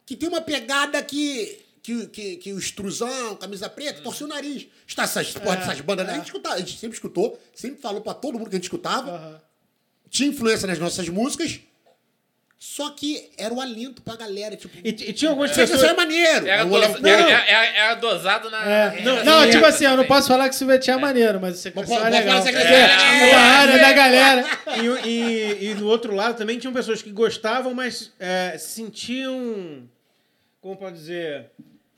S1: que tem uma pegada que. Que, que, que o Struzão, camisa
S3: Hum.
S1: preta, torceu o nariz. Está essas,
S6: É.
S1: porra, essas bandas, né? A gente, escutava, a gente sempre escutou, sempre falou pra todo mundo que a gente escutava. Tinha influência nas nossas músicas, só que era o alento pra galera. Tipo,
S6: E, t- e tinha algumas
S1: isso é
S6: pessoas.
S1: maneiro.
S3: Era,
S1: Aí eu
S3: dosa-
S1: olhava pro
S3: era-
S1: cara,
S3: era- era dosado na.
S5: É.
S3: na-
S5: Não,
S3: na-
S5: não,
S3: na-
S5: tipo assim, eu não
S3: também.
S5: posso falar que Silvetinha é maneiro, mas você
S1: Mas
S5: é
S1: pode- pode
S5: legal.
S1: falar que
S5: Porque
S1: você é
S5: é
S1: legal.
S5: a área da galera.
S6: E, e- e do outro lado também tinham pessoas que gostavam, mas é, sentiam. Como pode dizer?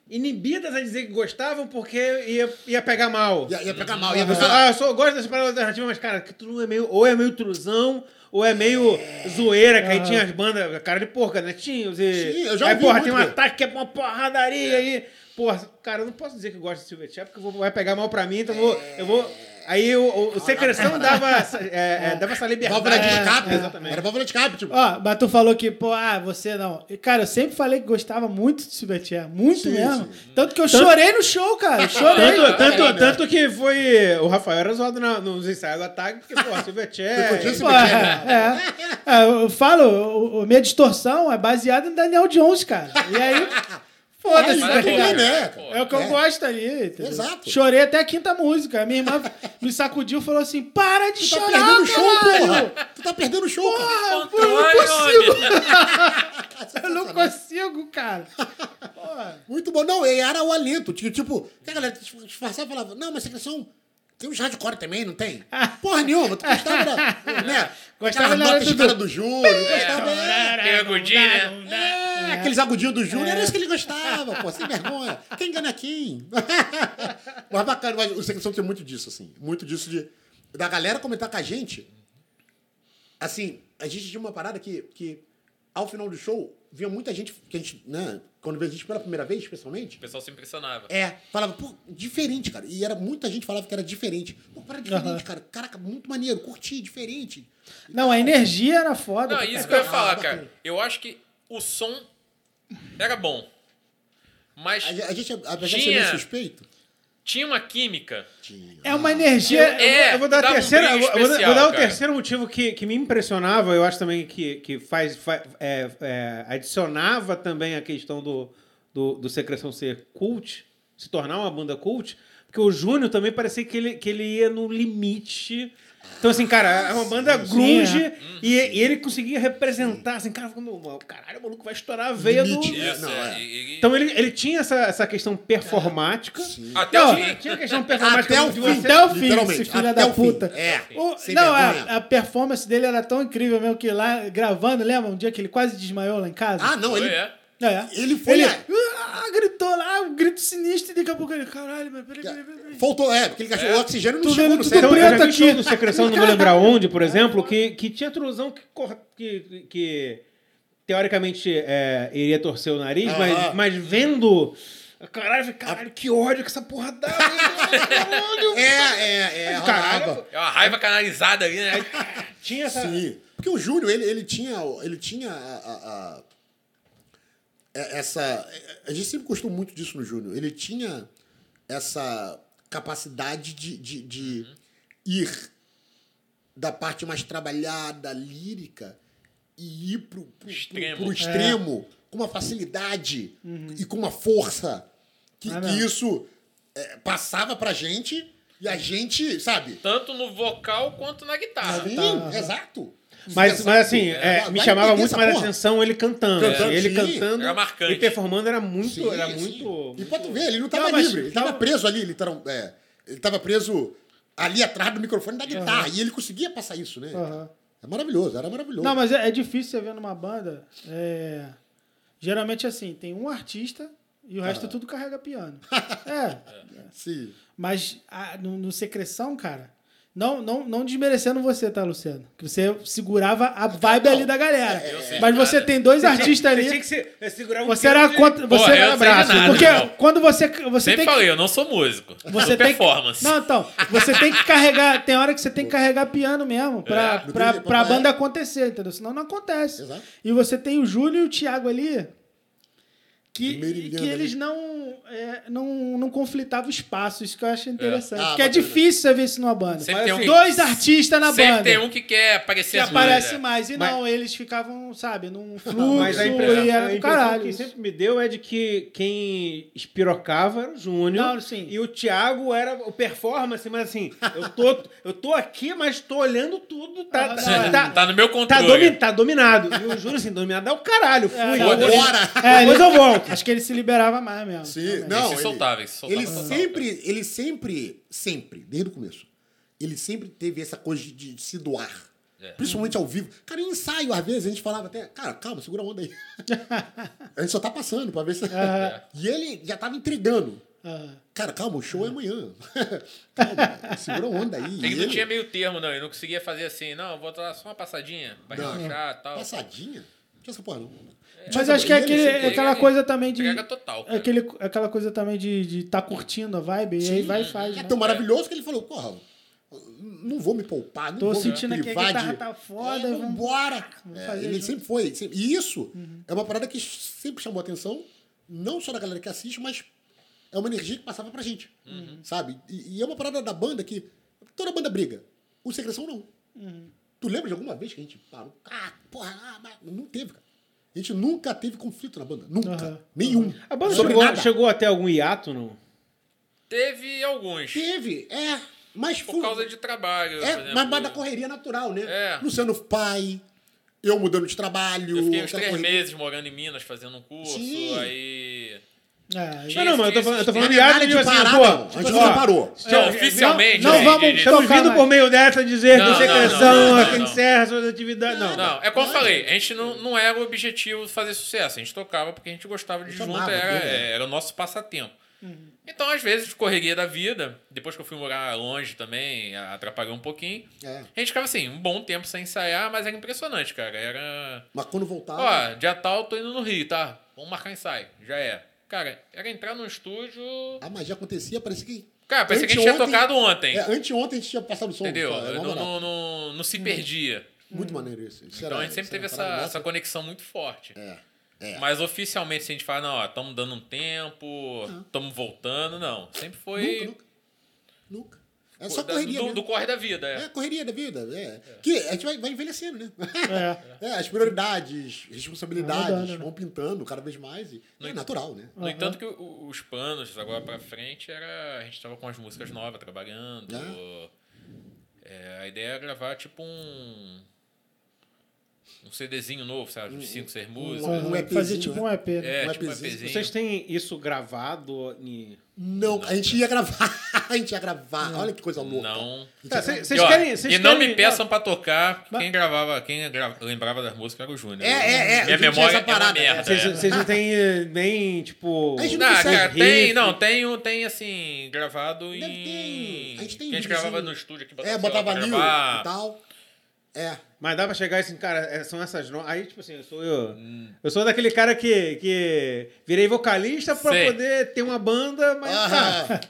S6: inibidas a dizer que gostavam porque ia, ia pegar mal.
S1: Ia, ia pegar mal, ia
S6: Ah,
S1: pegar
S6: ah, eu só gosto dessa parada alternativa, mas, cara, que tudo é meio, ou é meio trusão, ou é meio zoeira, que aí tinha as bandas, cara de porca, né? Tinha, os e...
S1: Sim, eu já
S6: Aí,
S1: ouvi
S6: porra,
S1: muito
S6: tem um
S1: mesmo.
S6: ataque que é uma porradaria aí. Porra, cara, eu não posso dizer que eu gosto de Silverchair, porque eu vou- vai pegar mal pra mim, então eu vou... Eu vou aí o, o, o Secreção dava, essa- é, é, dava essa liberdade.
S1: Válvula de escape.
S6: É, exatamente.
S1: Era válvula de escape, tipo.
S5: Ó, Batu falou que, pô, ah, você não. E, Cara, eu sempre falei que gostava muito de Silvetier, muito mesmo. Tanto que eu chorei no show, cara. eu Chorei.
S6: Tanto, tanto, tanto que foi. O Rafael era zoado na- nos ensaios do ataque, porque, pô,
S1: Depois
S6: Silverchair.
S1: disso,
S5: Pô, é, é. É, eu falo, o- o- minha distorção é baseada em Daniel Jones, cara. E aí, foda-se,
S1: Mas
S5: tá
S1: é bom,
S5: ligado?
S1: né?
S5: É o que eu
S1: É.
S5: gosto ali. entendeu?
S1: Exato.
S5: Chorei até a quinta música. Minha irmã me sacudiu e falou assim: para de
S1: Tu tá
S5: chorar,
S1: perdendo o show,
S5: caralho!
S1: porra! Tu tá perdendo o show, cara! é
S5: Porra, pô, eu não consigo,
S3: Controle, homem.
S5: eu não consigo, cara. Porra.
S1: Muito bom. Não, e era o alento. Tipo, tipo que a galera disfarçava e falava, não, mas secreção. um, Tem uns hardcore também, não tem? Porra nenhuma, tu gostava da. Né?
S5: Gostava
S1: Aquelas
S5: da
S1: notas de
S5: do-
S1: cara do Júnior, gostava. É,
S3: Tem agudinha, né?
S1: é, aqueles agudinhos do Júnior, era isso que ele gostava, pô, sem vergonha. Quem engana quem? mas bacana, mas o secreção tem muito disso, assim. Muito disso de. Da galera comentar com a gente. Assim, a gente tinha uma parada que, que ao final do show, vinha muita gente, que a gente, né? Quando vê a gente pela primeira vez, especialmente.
S3: O pessoal se impressionava.
S1: É, falava, pô, diferente, cara. E era muita gente falava que era diferente. Pô, para diferente, cara. Caraca, muito maneiro, curti, diferente.
S5: Não, a energia era foda.
S3: Não,
S5: pra
S3: isso que eu
S5: caralho.
S3: ia falar, cara. Eu acho que o som era bom. Mas
S1: A, a gente, apesar de ser
S3: Tinha.
S1: meio suspeito,
S3: tinha uma química.
S1: tinha.
S5: É uma energia.
S6: Eu vou- eu vou dar a
S3: dava um
S6: terceira.
S3: brilho
S6: eu vou- eu vou,
S3: especial,
S6: dar o
S3: cara.
S6: terceiro motivo que, que me impressionava, eu acho também que, que faz, fa- é, é, adicionava também a questão do, do, do Secreção ser cult, se tornar uma banda cult, porque o Júnior também parecia que ele, que ele ia no limite. Então, assim, cara, é uma banda grunge
S5: Sim, é.
S3: Uhum.
S6: e, e ele conseguia representar, assim, cara, ficando, caralho, o maluco vai estourar a veia
S1: Limite,
S6: do.
S1: É, não, é.
S3: e- e-
S6: Então ele, ele tinha essa, essa questão performática.
S3: até né?
S5: Não,
S3: o fim.
S6: Tinha a questão performática
S1: Até o
S6: de
S1: fim,
S6: você-
S5: até o fim,
S1: literalmente,
S5: esse filho
S1: até
S5: da
S1: o fim.
S5: puta.
S1: É,
S5: O-
S1: sem
S5: não,
S1: vergonha.
S5: a, a performance dele era tão incrível mesmo que lá gravando, lembra? Um dia que ele quase desmaiou lá em casa.
S1: Ah, não, ele,
S3: Foi, é.
S5: É.
S1: ele foi.
S5: Ele ah, gritou lá, um grito sinistro, e daqui a pouco ele, caralho, mas peraí, peraí, peraí. peraí."
S1: Faltou, é, porque ele gastou o oxigênio não
S5: Tu
S1: chegou
S5: vendo
S1: no
S5: tudo
S1: cérebro.
S6: Então, eu já
S5: preto
S6: vi show
S5: aqui.
S6: do Secreção, não vou lembrar onde, por exemplo, que, que tinha trusão que, cor- que, que teoricamente é, iria torcer o nariz,
S1: Aham.
S6: mas, mas vendo. Caralho, eu falei, caralho, que ódio que essa porra dá! Caralho!
S1: É, é, é,
S6: Caralho,
S1: rolava.
S3: É uma raiva canalizada ali, né?
S6: Tinha essa.
S1: Sim. Porque o Júlio, ele, ele tinha, ele tinha a, a- a- é- essa. A gente sempre gostou muito disso no Júnior. Ele tinha essa capacidade de, de, de ir da parte mais trabalhada, lírica, e ir pro, pro,
S3: Extremo.
S1: pro- pro extremo com uma facilidade e com uma força. Que,
S5: Uhum. É
S1: que
S5: mesmo.
S1: isso é, passava pra gente e a gente, sabe?
S3: Tanto no vocal quanto na guitarra.
S1: Ah, Sim,
S5: tá.
S1: exato.
S6: Mas,
S1: Exato.
S6: mas assim, é,
S1: Vai
S6: me chamava
S1: entender
S6: muito
S1: essa
S6: mais
S1: porra.
S6: atenção ele cantando.
S1: Cantando,
S6: ele
S1: sim.
S6: cantando
S3: Era marcante.
S6: e performando era muito.
S1: Sim,
S6: era
S1: sim.
S6: muito.
S1: E pode ver, ele não tava
S5: Não, mas-
S1: livre. Ele tava preso ali, literal, é, ele tava preso ali atrás do microfone da guitarra. E ele conseguia passar isso, né?
S5: Aham.
S1: É maravilhoso, era maravilhoso.
S5: Não, mas é, é difícil você ver numa banda. é, Geralmente assim, tem um artista e o resto tudo carrega piano. é.
S1: Sim.
S5: Mas a- no, no Secreção, cara, não, não, não desmerecendo você, tá, Luciano? Que você segurava a vibe ali da galera.
S3: eu sei
S5: Mas
S3: nada.
S5: você tem dois artistas
S6: É, Você
S5: ali.
S6: tinha que ser- é, segurar um
S5: Você era
S6: dedo e-
S5: contra. Você
S3: Porra, eu
S5: era
S3: não sei de
S5: abraço.
S3: nada,
S5: porque
S3: irmão.
S5: quando você. Você
S3: Sempre
S5: tem que.
S3: falei, eu não sou músico.
S5: Você
S3: sou
S5: tem que-
S3: performance.
S5: Não, então, você tem que carregar. Tem hora que você tem que carregar piano mesmo pra,
S1: É.
S5: pra, pra
S1: É.
S5: banda acontecer, entendeu? Senão não acontece.
S1: Exato.
S5: E você tem o Júlio e o Thiago ali. Que,
S1: Merilhando
S5: que eles
S1: ali.
S5: não, é, não, não conflitavam espaços, que eu acho interessante.
S1: Ah,
S5: Porque é
S1: bacana.
S5: difícil você ver isso numa banda.
S3: Sempre tem um que-
S5: Dois artistas na
S3: Sempre
S5: banda.
S3: tem um que quer aparecer
S5: que
S3: as
S5: aparece
S3: bandas.
S5: mais. E
S6: Mas-
S5: não, eles ficavam, sabe, num fluxo
S6: Mas a impressão, é
S5: e
S6: a
S5: era do
S6: impressão
S5: caralho.
S6: que sempre me deu é de que quem espirocava era o Júnior.
S5: Não, sim.
S6: E o Thiago era o performance, mas assim, eu tô, eu tô aqui, mas tô olhando tudo. Tá,
S5: Ah,
S6: tá,
S5: não.
S6: tá,
S3: Tá no meu
S6: tá
S3: controle.
S6: domi- tá dominado. E o Júnior, assim, dominado é o caralho. Fui.
S5: É,
S6: hoje-
S1: Bora!
S5: É,
S6: Depois eu volto.
S5: Acho que ele se liberava mais mesmo.
S1: Sim.
S5: realmente.
S1: Não,
S3: se soltava, ele se soltava
S1: ele
S3: total,
S1: sempre, ele sempre, sempre, desde o começo, ele sempre teve essa coisa de, de se doar.
S3: É.
S1: Principalmente ao vivo. Cara, em ensaio, às vezes, a gente falava até, cara, calma, segura a onda aí. a gente só tá passando pra ver se.
S6: É.
S3: É.
S1: E ele já tava entregando.
S5: Aham.
S1: Cara, calma, o show é amanhã. calma, segura a onda aí.
S3: Ele
S1: E
S3: não tinha meio termo, não. Ele não conseguia fazer assim, não, vou dar só uma passadinha pra
S1: Não.
S3: relaxar e tal.
S1: Passadinha? Não tinha essa porra, não.
S5: Mas acho que é,
S1: tipo, E ele
S5: aquele,
S1: sempre-
S5: é aquela coisa também de.
S3: Pega total.
S5: é
S3: cara.
S5: Aquele, aquela coisa também de de tá curtindo a vibe, e aí vai e faz.
S1: É
S5: Né?
S1: tão maravilhoso que ele falou, porra, não vou me poupar, não
S5: Tô
S1: vou
S5: sentindo
S1: me
S5: aqui que a
S1: privar
S5: guitarra
S1: de...
S5: tá foda,
S1: É,
S5: vamos-
S1: vambora!
S5: vamos
S1: É,
S5: fazer
S1: ele
S5: junto. Uhum.
S1: sempre foi. sempre- E isso é uma parada que sempre chamou atenção, não só da galera que assiste, mas é uma energia que passava pra gente,
S5: Uhum.
S1: sabe? E, e é uma parada da banda que toda banda briga. O Secreção não.
S5: Uhum.
S1: Tu lembra de alguma vez que a gente parou? Ah, porra, ah, mas não teve, cara. A gente nunca teve conflito na banda. Nunca.
S5: Aham.
S1: Nenhum.
S6: A banda
S1: Sobre
S6: chegou,
S1: nada.
S6: chegou até algum hiato, não?
S3: Teve alguns.
S1: Teve, é. Mas
S3: Por
S1: foi-
S3: causa de trabalho. por
S1: É,
S3: exemplo.
S1: mas, mas da correria natural, né?
S3: É.
S1: Luciano pai, eu mudando de trabalho.
S3: Eu fiquei uns
S1: aquela
S3: três
S1: correria.
S3: meses morando em Minas, fazendo um curso.
S1: Sim.
S3: Aí.
S5: É,
S3: Tinha
S6: Não, não, mas eu tô,
S3: esses
S6: falando- eu tô
S3: tempos.
S6: falando hiato
S1: é Nada
S6: e
S1: de
S6: tipo assim,
S1: parar,
S6: pô.
S1: não. A gente
S6: tipo,
S1: não
S6: ó,
S1: parou.
S3: Não, oficialmente.
S5: não
S3: né,
S5: vamos-
S3: de- de-
S5: então-
S6: Estamos vindo por meio dessa dizer
S3: Não, não,
S6: que
S3: não,
S6: secreção
S3: não,
S6: é
S3: não,
S6: que
S3: não.
S6: encerra suas atividades. Não,
S3: Não, é como eu falei, a gente não, não era o objetivo fazer sucesso. A gente tocava porque a gente gostava de
S1: Eu
S3: junto,
S1: amava,
S3: era,
S1: né?
S3: era o nosso passatempo. Então, às vezes, correria da vida, depois que eu fui morar longe também, atrapalhou um pouquinho.
S1: É.
S3: A gente ficava assim, um bom tempo sem ensaiar, mas era impressionante, cara. Era.
S1: Mas quando voltava.
S3: Ó, dia tal, tô indo no Rio, tá? Vamos marcar ensaio. Já é. Cara, era entrar no estúdio.
S1: A magia acontecia, parecia que.
S3: Cara, parecia que a gente tinha
S1: Anteontem-
S3: tocado ontem.
S1: É, anteontem a gente tinha passado o som.
S3: entendeu? Então
S1: cara, é uma
S3: não,
S1: moral.
S3: não, não, não se perdia.
S1: Muito maneiro isso. isso
S3: Então a gente
S1: um
S3: sempre teve essa, essa conexão muito forte.
S1: É,
S3: Mas oficialmente, se a gente fala, não, ó, estamos dando um tempo, estamos voltando, não. Sempre
S1: Nunca,
S3: foi
S1: nunca. Nunca. É só
S3: da-
S1: correria.
S3: do,
S1: mesmo.
S3: do corre da vida.
S1: É,
S3: É.
S1: correria da vida. É. Que a gente vai, vai envelhecendo, né? É. as prioridades, responsabilidades
S5: Vai mudando, né?
S1: vão pintando cada vez mais. E é natural, né?
S3: No entanto que o- o- os planos agora pra frente era. A gente tava com as músicas novas, trabalhando. É, a ideia era gravar tipo um. Um CDzinho novo, sabe? Uns 5, 6 músicas.
S1: um EPzinho,
S5: fazer tipo um EP, né?
S3: É,
S1: um
S3: tipo um
S1: EPzinho.
S3: EPzinho.
S6: Vocês têm isso gravado em.
S1: Não, a gente ia gravar. A gente ia gravar. Olha que coisa louca.
S3: Não.
S1: A gente
S6: Tá,
S1: ia
S6: cê-
S1: gravar.
S6: Vocês
S3: e, ó,
S6: querem. vocês
S3: e não
S6: querem-
S3: me peçam pra tocar. Quem gravava, quem gra- lembrava das músicas era o Júnior.
S1: É, é, é,
S3: Minha
S1: eu tinha
S3: memória
S1: essa
S3: é uma
S1: parada,
S3: merda.
S6: Vocês
S3: é.
S6: vocês não têm eh, nem, tipo.
S1: A gente
S3: Não,
S1: consegue.
S3: cara, tem,
S6: Riff.
S3: não, tem, um- tem assim, gravado
S1: Deve
S3: em.
S1: ter- a gente tem
S3: que a gente
S1: videozinho.
S3: gravava no estúdio aqui,
S1: É,
S3: sei lá,
S1: botava
S3: pra
S1: ali
S3: gravar.
S1: e tal. É.
S6: Mas dá pra chegar assim, cara, é, são essas no- Aí, tipo assim, eu sou eu.
S3: Hum.
S6: Eu sou daquele cara que, que virei vocalista pra
S3: Sei.
S6: poder ter uma banda, mas não tá
S1: Ah,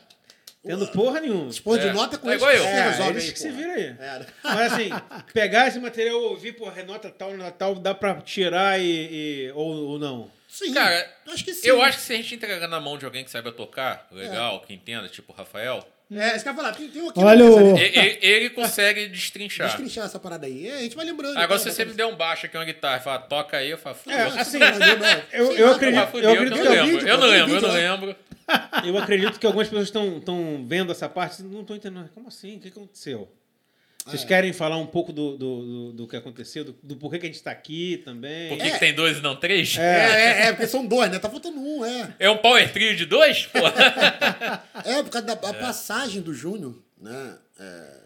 S6: tendo porra nenhuma.
S1: Expor de
S3: É.
S1: nota com
S3: É
S1: eles
S3: igual eu.
S1: que se
S6: É,
S1: Tipo, resolve,
S6: eles
S1: hein,
S6: que se
S1: porra.
S6: viram aí.
S1: É.
S6: Mas assim, pegar esse material, ouvir, pô, renota tal, nota tal, dá pra tirar e. e- ou, ou não.
S1: Sim.
S3: Cara,
S1: acho que sim.
S3: Eu acho que se a gente entregar na mão de alguém que saiba tocar, legal, que entenda, tipo o Rafael,
S1: É, isso que eu ia falar. Tem, tem um aqui
S5: Olha
S1: na mesa,
S5: o-
S1: né?
S3: e- e- ele, consegue destrinchar.
S1: Destrinchar essa parada aí. É, a gente vai lembrando.
S3: Agora,
S1: então,
S3: se
S1: vai
S3: você me der um baixo aqui, uma guitarra, e falar, toca aí, eu falo,
S1: É,
S3: "Fudeu,
S1: assim, eu,
S6: Eu, eu acredito,
S3: fudeu,
S6: eu acredito
S3: que eu
S6: que
S3: não
S1: é
S6: alguém-
S3: lembro.
S1: vídeo, né?
S3: eu não
S1: tem
S3: lembro, eu
S1: vídeo
S3: não
S1: lá.
S3: lembro.
S6: Eu acredito que algumas pessoas estão vendo essa parte e não estão entendendo. Como assim? O que aconteceu? Vocês
S5: É.
S6: querem falar um pouco do, do, do, do que aconteceu, do, do porquê que a gente está aqui também?
S3: Por que, que tem dois e não três?
S1: É,
S3: É,
S1: é, é, porque são dois, né? Tá faltando um, é.
S3: um power trio de dois? Pô.
S1: É, por causa da a passagem do Júnior, né? É,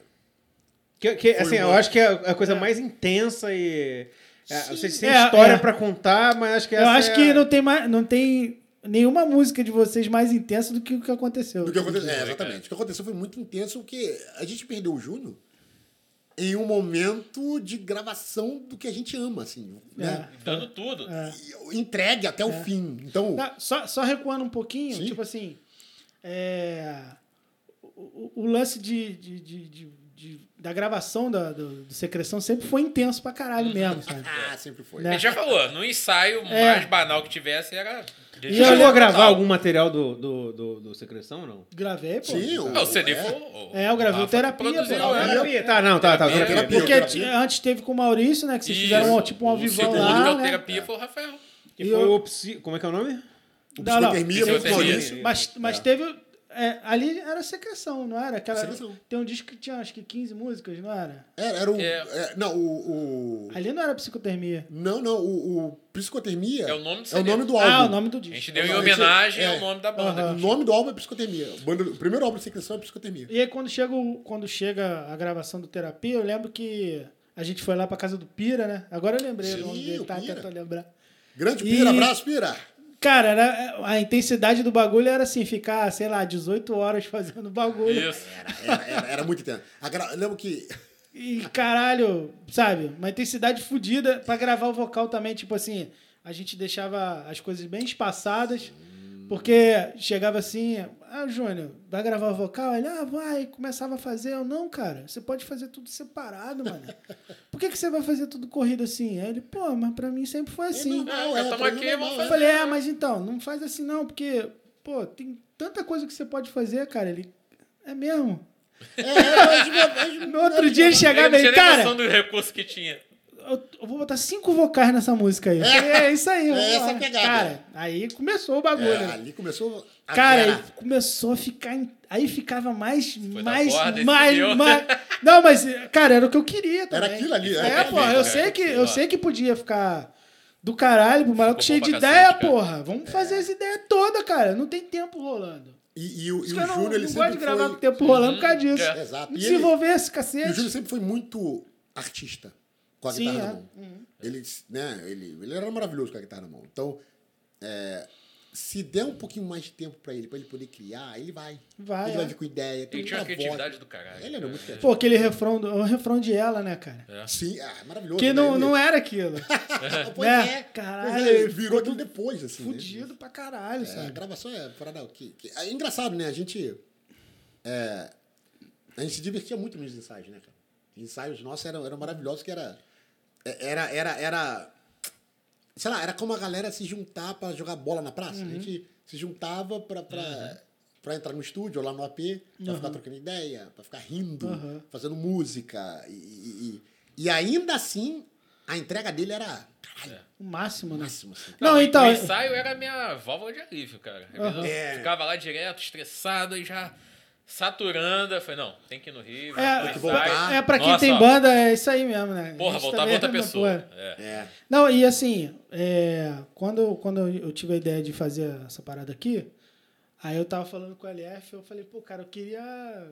S6: Que, que, assim, eu
S1: uma-
S6: acho que é a coisa mais intensa e. é, vocês têm
S5: É,
S6: história
S5: é.
S6: pra contar, mas acho que
S5: Eu
S6: essa
S5: acho
S6: é
S5: que
S6: a-
S5: não tem mais, não tem nenhuma música de vocês mais intensa do que o que aconteceu.
S1: Do que aconteceu. É, exatamente. O que aconteceu foi muito intenso, porque a gente perdeu o Júnior em um momento de gravação do que a gente ama, assim,
S5: É.
S1: né?
S3: Dando tudo.
S1: E Entregue até o fim. Então,
S5: Não, só, só recuando um pouquinho,
S1: Sim.
S5: tipo assim, é, o, o- o lance de, de- de- de- de- da gravação da, do, do Secreção sempre foi intenso pra caralho mesmo, sabe?
S1: ah, sempre foi.
S5: Né?
S3: Ele já falou, no ensaio
S5: É.
S3: mais banal que tivesse era.
S6: Você
S5: E eu
S6: chegou a
S5: lembro-
S6: gravar algum material do, do, do, do Secreção ou não?
S5: Gravei, pô.
S1: Sim, o-
S3: Ah, o CD
S1: é.
S3: foi. o-
S5: É, eu gravei
S3: Rafa que
S5: terapia,
S3: produziu,
S5: pô.
S3: né?
S1: Terapia.
S6: Tá, não, tá, tá.
S3: Terapia.
S6: tá, tá.
S1: Terapia.
S5: Porque t- antes teve com o Maurício, né? Que vocês fizeram
S3: Isso.
S5: tipo um ao
S3: O
S5: vivão
S3: segundo que é
S5: lá,
S3: o
S5: né?
S3: terapia foi o Rafael.
S6: Que foi o psi... Como é que é o nome?
S1: O
S5: Não, não.
S1: psicotermia foi é o
S3: Psicotermia.
S1: Maurício.
S5: Mas, mas teve... é, ali era secreção, não era? Aquela,
S1: Secreção.
S5: tem um disco que tinha acho que 15 músicas, não era?
S1: Era, era o.
S3: É.
S1: é, não, o, o-
S5: Ali não era psicotermia.
S1: Não, não, o, o Psicotermia.
S3: É o nome do
S1: É o
S3: CD.
S1: nome do álbum.
S5: Ah, o nome do
S3: A
S5: disco.
S3: gente deu em
S1: Não,
S3: homenagem
S1: isso é-
S3: ao nome da
S5: Ah,
S3: banda.
S1: O nome do álbum é Psicotermia. O banda- o primeiro álbum de secreção é Psicotermia.
S5: E aí quando chega, o- quando chega a gravação do terapia, eu lembro que A gente foi lá pra casa do Pira, né? Agora eu lembrei
S1: Sim,
S5: o nome
S1: o
S5: dele, tá?
S1: Pira.
S5: Tentando lembrar.
S1: Grande
S5: E-
S1: Pira, abraço, Pira.
S5: Cara, era- a intensidade do bagulho era assim, ficar, sei lá, 18 horas fazendo bagulho.
S3: Isso.
S1: Era, era- É, era muito intenso. A gra- Lembro que.
S5: E caralho, sabe? Uma intensidade fodida pra gravar o vocal também, tipo assim, a gente deixava as coisas bem espaçadas, porque chegava assim, ah, Júnior, vai gravar o vocal? Ele, ah, vai, começava a fazer. Eu, não, cara, você pode fazer tudo separado, mano. Por que, que você vai fazer tudo corrido assim? Aí ele, pô, mas pra mim sempre foi assim.
S1: normal,
S3: É, já tamo
S1: pra mim
S3: aqui,
S1: normal,
S3: vamos
S1: é.
S5: Eu falei, é, mas então, não faz assim não, porque, pô, tem tanta coisa que você pode fazer, cara. Ele, é mesmo? No outro dia ele
S3: Ele
S5: chegava
S3: não
S5: aí,
S3: tinha
S5: cara,
S3: nem noção do recurso que tinha.
S5: eu, eu vou botar cinco vocais nessa música aí. Eu falei, é isso aí,
S1: É
S5: vamos
S1: essa
S5: lá.
S1: a pegada.
S5: Cara, aí começou o bagulho.
S1: É,
S5: né?
S1: ali começou a
S5: Cara,
S1: guerra.
S5: aí começou a ficar. em- Aí ficava mais,
S3: da
S5: mais,
S3: borda,
S5: mais,
S3: entendeu?
S5: mais. Não, mas, cara, era o que eu queria também.
S1: Era aquilo ali, né?
S5: É,
S1: era aquilo
S5: porra,
S1: ali,
S5: eu
S3: cara.
S5: sei que eu
S3: Ó.
S5: sei que podia ficar do caralho, pro maluco
S3: Ficou
S5: cheio
S3: bom
S5: de
S3: pra
S5: ideia,
S3: cacete, cara.
S5: porra. Vamos
S1: É.
S5: fazer as ideias todas, cara. Não tem tempo rolando.
S1: E, e o,
S5: Os
S1: e o
S5: caras não,
S1: Júnior, ele
S5: não gostam
S1: sempre
S5: de gravar com
S1: foi...
S5: tempo rolando por causa disso.
S3: é.
S1: Exato.
S5: Não
S1: E ele-
S5: desenvolver esse
S1: E o Júnior tá
S5: cacete.
S1: sempre foi muito artista com a
S5: Sim,
S1: guitarra
S5: é.
S1: na mão. Ele, né, ele, ele era maravilhoso com a guitarra na mão. Então, é, se der um pouquinho mais de tempo pra ele, pra ele poder criar, ele vai.
S5: Vai,
S1: ele
S5: é.
S1: vai vir com ideia.
S3: Ele
S1: tudo
S3: tinha uma
S1: na voz.
S3: criatividade É. do caralho.
S1: Ele era muito criativo.
S5: Pô, aquele refrão, do- o refrão de ela, né, cara?
S1: Sim, ah, maravilhoso.
S5: Que não, não
S1: é.
S5: era aquilo. Tipo,
S1: Pois
S5: né?
S1: é.
S5: Caralho,
S1: Pois é, ele
S5: ficou
S1: virou aquilo depois, assim. né?
S5: Fudido pra caralho,
S1: É, a
S5: sabe?
S1: gravação é parada. Que, que- é engraçado, né? A gente. é, a gente se divertia muito nos ensaios, né, cara? Ensaios nossos eram, eram maravilhosos, que era. é- Era, era, era. Sei lá, era como a galera se juntar pra jogar bola na praça. A gente se juntava pra. pra pra entrar no estúdio ou lá no AP, pra ficar trocando ideia, pra ficar rindo,
S5: Uhum.
S1: fazendo música. E, e, e- e ainda assim, a entrega dele era caralho,
S5: O máximo,
S3: Tá,
S5: né?
S1: máximo. Assim.
S5: Não,
S3: e
S5: então.
S3: O ensaio era a minha válvula de alívio, cara. Às vezes
S5: Aham.
S3: eu
S1: É.
S3: Ficava lá direto, estressado e já saturando. Eu falei, não, tem que ir no Rio.
S5: É,
S3: tem que
S1: voltar.
S3: ensaio.
S5: É, pra quem
S3: Nossa,
S5: tem
S3: ó,
S5: banda, é isso aí mesmo, né? A
S3: Porra,
S5: gente
S3: voltava
S5: também
S3: outra
S5: é a mesma
S3: pessoa.
S5: porra.
S3: É.
S1: É.
S5: Não, e assim, é, quando, quando eu tive a ideia de fazer essa parada aqui, aí eu tava falando com o LF, eu falei, pô, cara, eu queria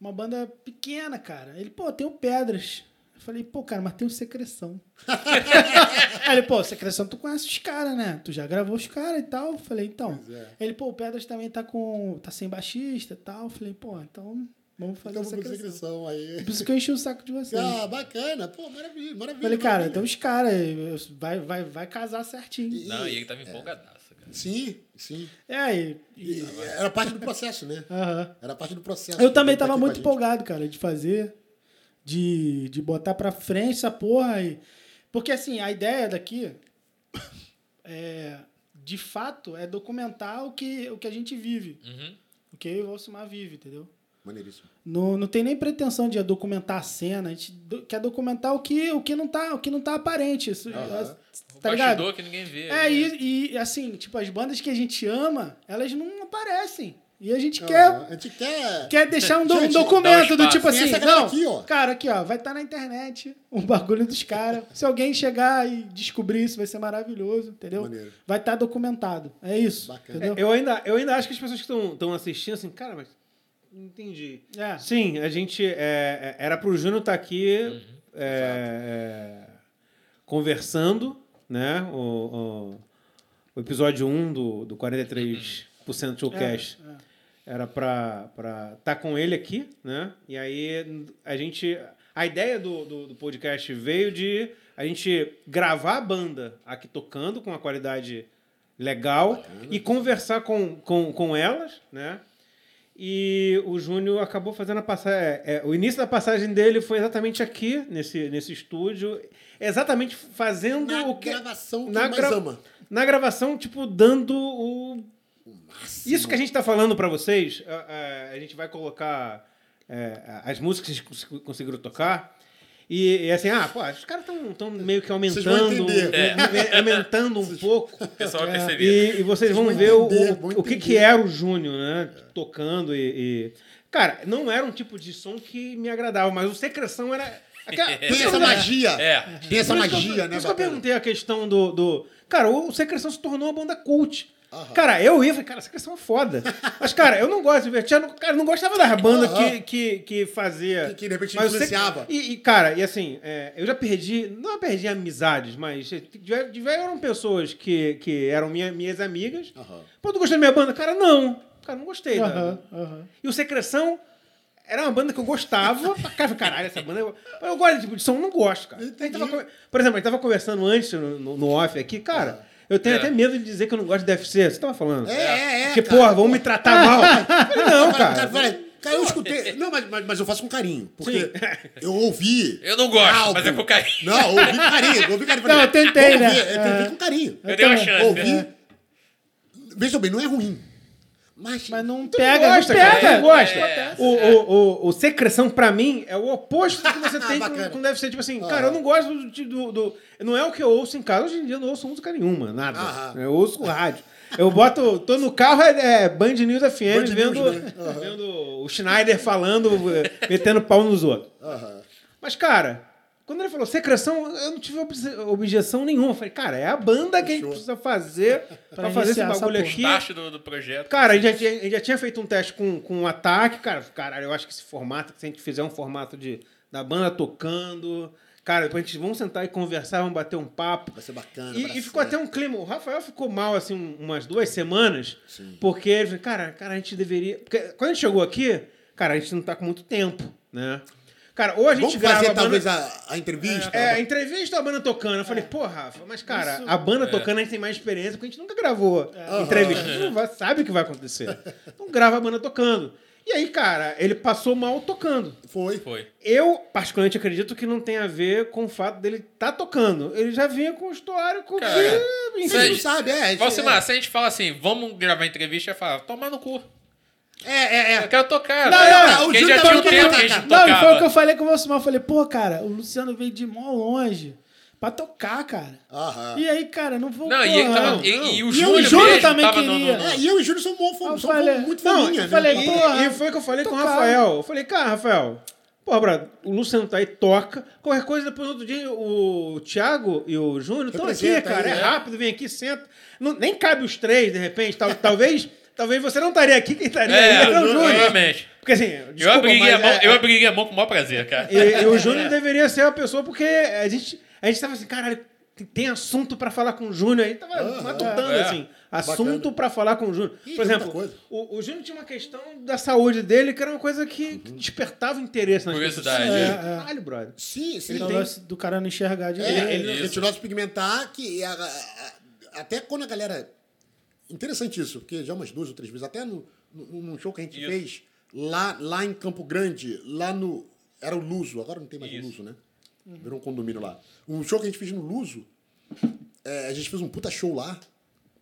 S5: uma banda pequena, cara. Ele, pô, tem o Pedras. Eu falei, pô, cara, mas tem o Secreção. aí ele, pô, Secreção tu conhece os caras, né? Tu já gravou os caras e tal. Eu falei, então.
S1: Pois é.
S5: Ele, pô, o Pedras também tá com. tá sem baixista e tal. Eu falei, pô, então vamos fazer
S1: Então,
S5: o
S1: vamos fazer
S5: Secreção.
S1: inscrição aí.
S5: Por isso que eu enchi o saco de vocês.
S1: Ah, bacana. Pô, maravilha, maravilha.
S5: Falei, cara,
S1: maravilha.
S5: tem uns caras, vai, vai, vai casar certinho.
S3: Não, e ele tava empolgadaço, cara.
S1: Sim, sim.
S5: É aí.
S1: E- Era parte do processo, né?
S5: Aham.
S1: Era parte do processo.
S5: Eu também
S1: Ele tá
S5: tava
S1: aqui com
S5: muito
S1: a gente.
S5: empolgado, cara, de fazer, de, de botar pra frente essa porra. E... Porque, assim, a ideia daqui é, de fato, é documentar o que, o que a gente vive.
S3: Uhum.
S5: O que eu e o Alcimar vive, entendeu?
S1: Maneiríssimo.
S5: Não, não tem nem pretensão de documentar a cena, a gente do- quer documentar o que, o que, não, tá, o que não tá aparente. Isso,
S1: Aham.
S3: O
S5: tá ligado?
S3: bastidor que ninguém vê.
S5: É,
S3: né?
S5: e, e, assim, tipo, as bandas que a gente ama, elas não aparecem. E a gente
S1: Aham.
S5: quer,
S1: A gente quer.
S5: quer deixar um, do- um
S1: Gente,
S3: dá
S5: documento
S3: um
S5: do tipo
S1: espaço. Tem
S5: assim,
S1: essa galera
S5: não,
S1: aqui, ó.
S5: cara, aqui, ó, vai estar na internet o bagulho dos caras. Se alguém chegar e descobrir isso, vai ser maravilhoso, entendeu?
S1: Maneiro.
S5: Vai estar documentado. É isso,
S1: Bacana.
S5: entendeu?
S6: Eu ainda, eu ainda acho que as pessoas que estão assistindo, assim, cara, mas. Não entendi.
S5: É.
S6: Sim, a gente. é, é, era pro Júnior estar aqui é, é, conversando, né? O, o- o episódio 1 do, do 43% Showcast.
S5: É, é.
S6: Era pra estar tá com ele aqui, né? E aí a gente. A ideia do, do, do podcast veio de a gente gravar a banda aqui tocando com uma qualidade legal e conversar com, com, com elas, né? E o Júnior acabou fazendo a passagem. o início da passagem dele foi exatamente aqui, nesse, nesse estúdio. Exatamente fazendo
S1: Na
S6: o que.
S1: gravação que
S6: na
S1: mais
S6: gra-
S1: ama.
S6: Na gravação, tipo, dando o isso que a gente tá falando pra vocês, é, a, a- a gente vai colocar é, as músicas que vocês cons- conseguiram tocar. E, e assim, ah, pô, os caras estão meio que
S1: Vocês vão
S6: aumentando.
S1: entender.
S6: é, Aumentando um pouco.
S3: O pessoal vai perceber.
S6: E, e vocês vão
S1: Vocês
S6: ver
S1: vão
S6: o,
S1: entender,
S6: o,
S1: vão
S6: o que,
S1: entender.
S6: que era o Júnior, né? Tocando e, e- Cara, não era um tipo de som que me agradava, mas o secreção era. aquela-
S1: Tem essa magia.
S3: É.
S1: Tem essa
S6: por isso que eu-
S1: magia, né,
S6: Por isso que eu
S1: bacana?
S6: perguntei a questão do. do... Cara, o Secreção se tornou uma banda cult.
S1: Aham.
S6: Cara, eu ia e falei, cara, essa canção é foda. Mas, cara, eu não gosto de ver. Tinha- Cara, eu não gostava da banda
S1: Aham.
S6: que, que, que fazia.
S1: Que- que, de repente,
S6: Mas eu sempre-
S1: influenciava.
S6: E, e, cara, e assim, é, eu já perdi, não é perdi amizades, mas tiver- tiveram pessoas que, que eram minha- minhas amigas.
S1: Aham.
S6: Pô, tu gostou da minha banda? Cara, não. Cara, não gostei. da-
S3: né?
S5: Aham, aham.
S6: E o Secreção era uma banda que eu gostava. Cara, caralho, essa banda. Eu, eu gosto desse tipo de som, não gosto, cara. A gente tava
S1: Entendi.
S6: con- por exemplo, a gente tava conversando antes no, no- no off aqui, cara. Eu tenho
S3: É.
S6: até medo de dizer que eu não gosto de DFC. Você tava falando?
S1: É, é, é.
S6: Porque,
S1: cara.
S6: porra, vão me tratar mal. Eu falei, não,
S1: Cara, cara,
S6: cara.
S1: cara, cara, eu escutei. Não, mas, mas, mas eu faço com carinho. Porque eu ouvi.
S3: Eu não gosto,
S1: álbum.
S3: mas é com carinho.
S1: Não, eu ouvi com carinho. Eu ouvi com carinho.
S5: Não, eu tentei,
S1: Vou
S5: né?
S1: ouvir, Eu tentei
S5: É.
S1: com carinho.
S3: Eu dei uma
S5: também.
S6: É.
S3: chance.
S1: Ouvi.
S3: né?
S1: Veja bem, não é ruim. Mas,
S5: Mas não
S6: Tu
S5: pega,
S6: gosta,
S5: não pega.
S6: cara. Tu
S1: É,
S6: gosta.
S3: Acontece.
S6: O, o, o, o secreção, pra mim, é o oposto do que você tem
S1: Ah, Bacana. Ah.
S6: com, com DFC. Tipo assim,
S1: Aham.
S6: cara, eu não gosto do, de- do, do- Não é o que eu ouço em casa. Hoje em dia eu não ouço música nenhuma, nada.
S1: Aham.
S6: Eu ouço o rádio. Eu boto. Tô no carro, é, é Band News FM,
S1: News,
S6: vendo,
S1: né? Aham.
S6: vendo o Schneider falando, eh, metendo pau nos outros.
S1: Aham.
S6: Mas, cara, quando ele falou secreção, eu não tive obje- objeção nenhuma. Eu falei, cara, é a banda que a gente
S1: Fechou.
S6: precisa fazer pra,
S5: Pra
S6: fazer esse
S5: iniciar essa
S6: bagulho
S5: porra.
S6: aqui.
S3: Parte do, do projeto.
S6: Cara, a gente, já tinha, a gente já tinha feito um teste com, com um ataque, cara. Caralho, eu acho que esse formato, que se a gente fizer um formato de, da banda tocando. Cara, depois a gente vamos sentar e conversar, vamos bater um papo.
S1: Vai ser bacana.
S6: E, e ficou até um clima. O Rafael ficou mal, assim, um- umas duas semanas,
S1: Sim.
S6: porque ele falou, cara, cara, a gente deveria. Porque quando a gente chegou aqui, cara, a gente não tá com muito tempo, né? Cara, ou a gente
S1: Vamos
S6: grava.
S1: fazer
S6: a banda-
S1: talvez a, a entrevista.
S6: né? é, a entrevista da banda tocando. Eu falei, pô, Rafa, mas cara,
S5: Isso-
S6: a banda tocando a gente tem mais experiência, porque a gente nunca gravou entrevista. A gente não vai- sabe o que vai acontecer. Então grava a banda tocando. E aí, cara, ele passou mal tocando.
S1: Foi.
S3: Foi.
S6: Eu, particularmente, acredito que não tem a ver com o fato dele tá tocando. Ele já vinha com o histórico
S3: Cara,
S6: de...
S1: Você
S3: Sei.
S1: não sabe, é. é-
S3: Valcimar, se a gente fala assim, vamos gravar entrevista, eu falo, toma no cu.
S1: É, é, é.
S3: Eu quero tocar.
S5: Não,
S3: Cara,
S5: não,
S1: o
S3: Porque
S1: Gil
S3: já
S1: tava
S3: tinha um
S1: querendo
S3: tempo que a gente
S1: atacar.
S5: Não, e foi o que eu
S3: tocava.
S5: falei com o Valsimar. Eu falei, pô, cara, o Luciano veio de mó longe pra tocar, cara.
S1: Aham.
S6: é,
S5: E aí, cara, não Ah. vou.
S3: Não, e ele
S5: porra,
S3: tava-
S5: não.
S3: e- e o
S5: E eu-
S3: Júlio
S5: Júlio
S3: mesmo
S5: também
S3: tava no- no-
S5: queria.
S3: no-
S1: É, e eu e o Júlio somos bom,
S5: Eu
S1: fomos,
S5: falei-
S1: somos muito
S6: Ah, Não,
S1: família.
S5: eu falei,
S1: né?
S5: porra.
S6: E, e foi o que eu falei com o
S5: Tocar.
S6: Rafael. Eu falei, cara, Rafael, pô, brother, o Luciano tá aí, toca. Qualquer coisa, depois no outro dia, o Thiago e o Júnior estão aqui,
S1: Representa
S6: cara.
S1: aí,
S6: é
S1: né?
S6: rápido, vem aqui, senta. Não- nem cabe os três, de repente. Tal- talvez, talvez você não estaria aqui, quem estaria
S3: É,
S6: aí né? era o Júnior.
S3: exatamente.
S6: Porque assim,
S3: Eu
S6: desculpa,
S3: abriria a
S6: mas
S3: mão,
S6: é-
S3: eu abriria a mão com o maior prazer, cara.
S6: e, e o Júnior deveria ser a pessoa, porque a gente, a gente tava assim, caralho, tem- tem assunto pra falar com o Júnior. Aí tava
S1: Aham.
S6: matutando,
S3: É.
S6: assim, assunto pra falar com o
S1: Ih,
S6: Júnior. Por
S1: tem muita
S6: exemplo,
S1: coisa.
S6: o, o Júnior tinha uma questão da saúde dele, que era uma coisa que,
S1: Uhum.
S6: que despertava interesse nas pessoas.
S3: Curiosidade. né?
S6: Sim,
S5: É, é.
S6: Caralho, brother.
S1: Sim, sim.
S5: Ele
S1: Ele
S5: tem... lance Então, do cara não enxergar
S1: é,
S5: direito.
S1: ele
S3: isso.
S1: retirou se pigmentar, que é a- a- a- até quando a galera... Interessante isso, porque já umas duas ou três vezes, até no, no- num show que a gente
S3: Isso.
S1: fez, lá, lá em Campo Grande, lá no... Era o Luso, agora não tem mais o
S3: Isso.
S1: Luso, né? Virou um condomínio lá. Um show que a gente fez no Luso, é, a gente fez um puta show lá.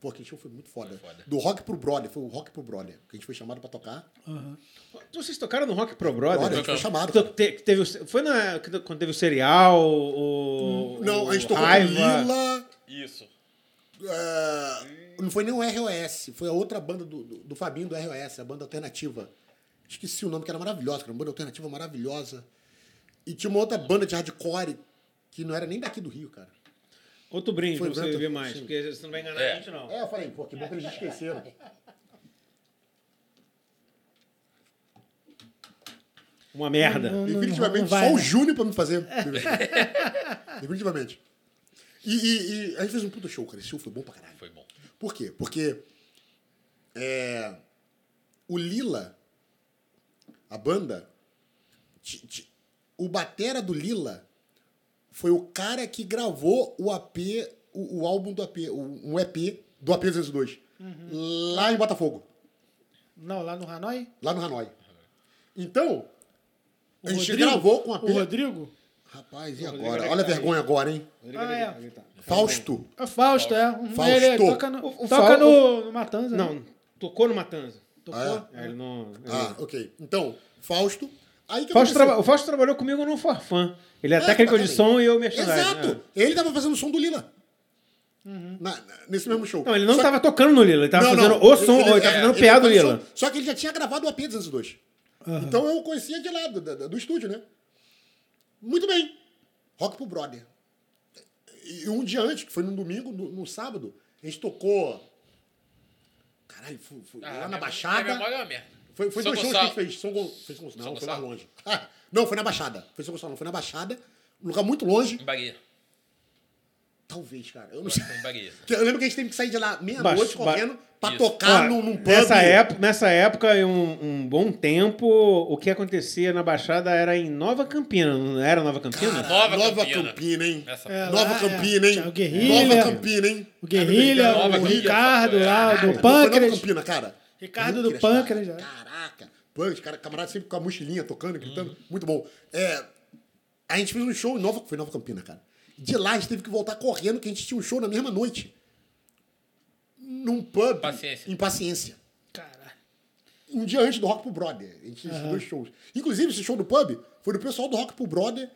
S1: Pô, aquele show foi muito foda. Do Rock pro Brother, foi o Rock pro Brother, que a gente foi chamado pra tocar.
S6: Vocês tocaram no Rock Pro Brother?
S1: Brother, a gente foi
S3: tocamos.
S1: chamado.
S6: To- te- que teve, o- foi na, que- quando teve o serial, o,
S1: Não,
S6: o
S1: a gente tocou com
S6: Raiva.
S1: Lila...
S3: Isso.
S1: Ah, não foi nem o ROS, foi a outra banda do, do, do Fabinho do ROS, a banda alternativa. Esqueci o nome, que era maravilhosa, que era uma banda alternativa maravilhosa. E tinha uma outra banda de hardcore que não era nem daqui do Rio, cara.
S6: Outro brinde
S1: Foi
S6: pra você
S1: Branta-
S6: beber mais,
S1: sim.
S6: porque você não vai enganar
S3: É.
S6: a gente, não.
S1: É, eu falei, pô, que bom que eles esqueceram.
S6: Uma merda.
S1: Uhum.
S5: Não, não,
S1: Definitivamente,
S5: não vai,
S1: só o
S5: né?
S1: Júnior pra me fazer. Definitivamente. E, e- e a gente fez um puta show, cara. Esse show foi bom pra caralho.
S3: Foi bom.
S1: Por quê? Porque é, o Lila, a banda, ti- ti- o batera do Lila foi o cara que gravou o AP, o, o álbum do AP, o- um EP do AP 202, lá em Botafogo,
S5: Não, lá no Hanoi?
S1: lá no Hanoi. Então,
S5: O
S1: a gente gravou com o AP.
S5: O Rodrigo?
S1: Rapaz, e
S6: Rodrigo
S1: agora?
S6: vai
S1: Olha a
S6: cair.
S1: vergonha agora, hein?
S5: Ah, é.
S1: tá. Fausto.
S5: É o Fausto, é. Um-
S1: Fausto.
S5: Ele toca no,
S6: O- o
S5: toca
S6: Fau-
S5: no, no Matanza. né?
S6: Não, tocou no Matanza.
S5: Tocou.
S1: Ah,
S6: É, ele não- ele-
S1: Ah, ok. Então, Fausto. Aí que
S6: Fausto
S1: aconteceu?
S6: traba- O Fausto trabalhou comigo no Forfã. Ele é,
S1: É,
S6: técnico de
S1: exatamente.
S6: som e eu merchandising.
S1: Exato.
S6: É.
S1: Ele tava fazendo o som do Lila. Uhum. Na- na- nesse mesmo show.
S6: Não, ele não
S1: Só
S6: estava tocando no Lila, ele estava
S1: Não,
S6: fazendo
S1: não.
S6: o som, ou ele estava
S1: é,
S6: fazendo o PA do
S1: tava
S6: Lila.
S1: só- Só que ele já tinha gravado o AP 202. Então eu conhecia de lá, do, do- do estúdio, né? Muito bem. Rock pro Brother. E um dia antes, que foi num domingo, no, no sábado, a gente tocou Caralho, fui, fui
S3: Ah,
S1: lá
S3: minha-
S1: na Baixada.
S3: Minha memória é uma merda.
S1: Foi, foi
S3: São
S1: dois shows que
S3: Gonçalo.
S1: ele fez. São Gon... fez São Gonçalo,
S3: São
S1: não, foi lá
S3: Gonçalo.
S1: longe. Ah, não, foi na Baixada. Foi São Gonçalo, não, foi na Baixada. Um lugar muito longe.
S3: Em Bahia.
S1: Talvez, cara. Eu não sei.
S3: Foi em Bahia.
S1: Eu lembro que a gente teve que sair de lá meia-noite
S6: Baixo- ba-
S1: correndo pra
S3: Isso.
S1: tocar
S6: Ó,
S1: num, num pub.
S6: Nessa época, nessa época e um, um bom tempo, o que acontecia na Baixada era em Nova Campina, não era Nova Campina?
S1: Cara,
S3: Nova
S1: Nova
S3: Campina.
S1: Campina, hein?
S3: Essa
S5: É,
S1: Nova
S5: lá,
S1: Campina,
S5: é.
S1: hein?
S5: Tinha o Guerrilha.
S1: Nova Campina, hein?
S5: O Guerrilha,
S3: Nova
S5: o
S3: Guerrilha,
S5: Ricardo
S3: essa
S5: lá,
S3: foi-
S5: do
S1: Não, foi Nova
S5: Pâncreas.
S1: Campina, cara.
S5: Ricardo do Pâncreas, né?
S1: cara.
S5: já.
S1: Caraca. Pâncreas, cara, camarada sempre com a mochilinha tocando, gritando. Muito bom. É, a gente fez um show em Nova... Foi em Nova Campina, cara. De lá a gente teve que voltar correndo, que a gente tinha um show na mesma noite. Num pub.
S3: Paciência.
S1: Em Paciência.
S5: Caralho.
S1: Um dia antes do Rock Pro Brother. A gente fez esses dois shows. Inclusive, esse show do pub foi do pessoal do Rock Pro Brother,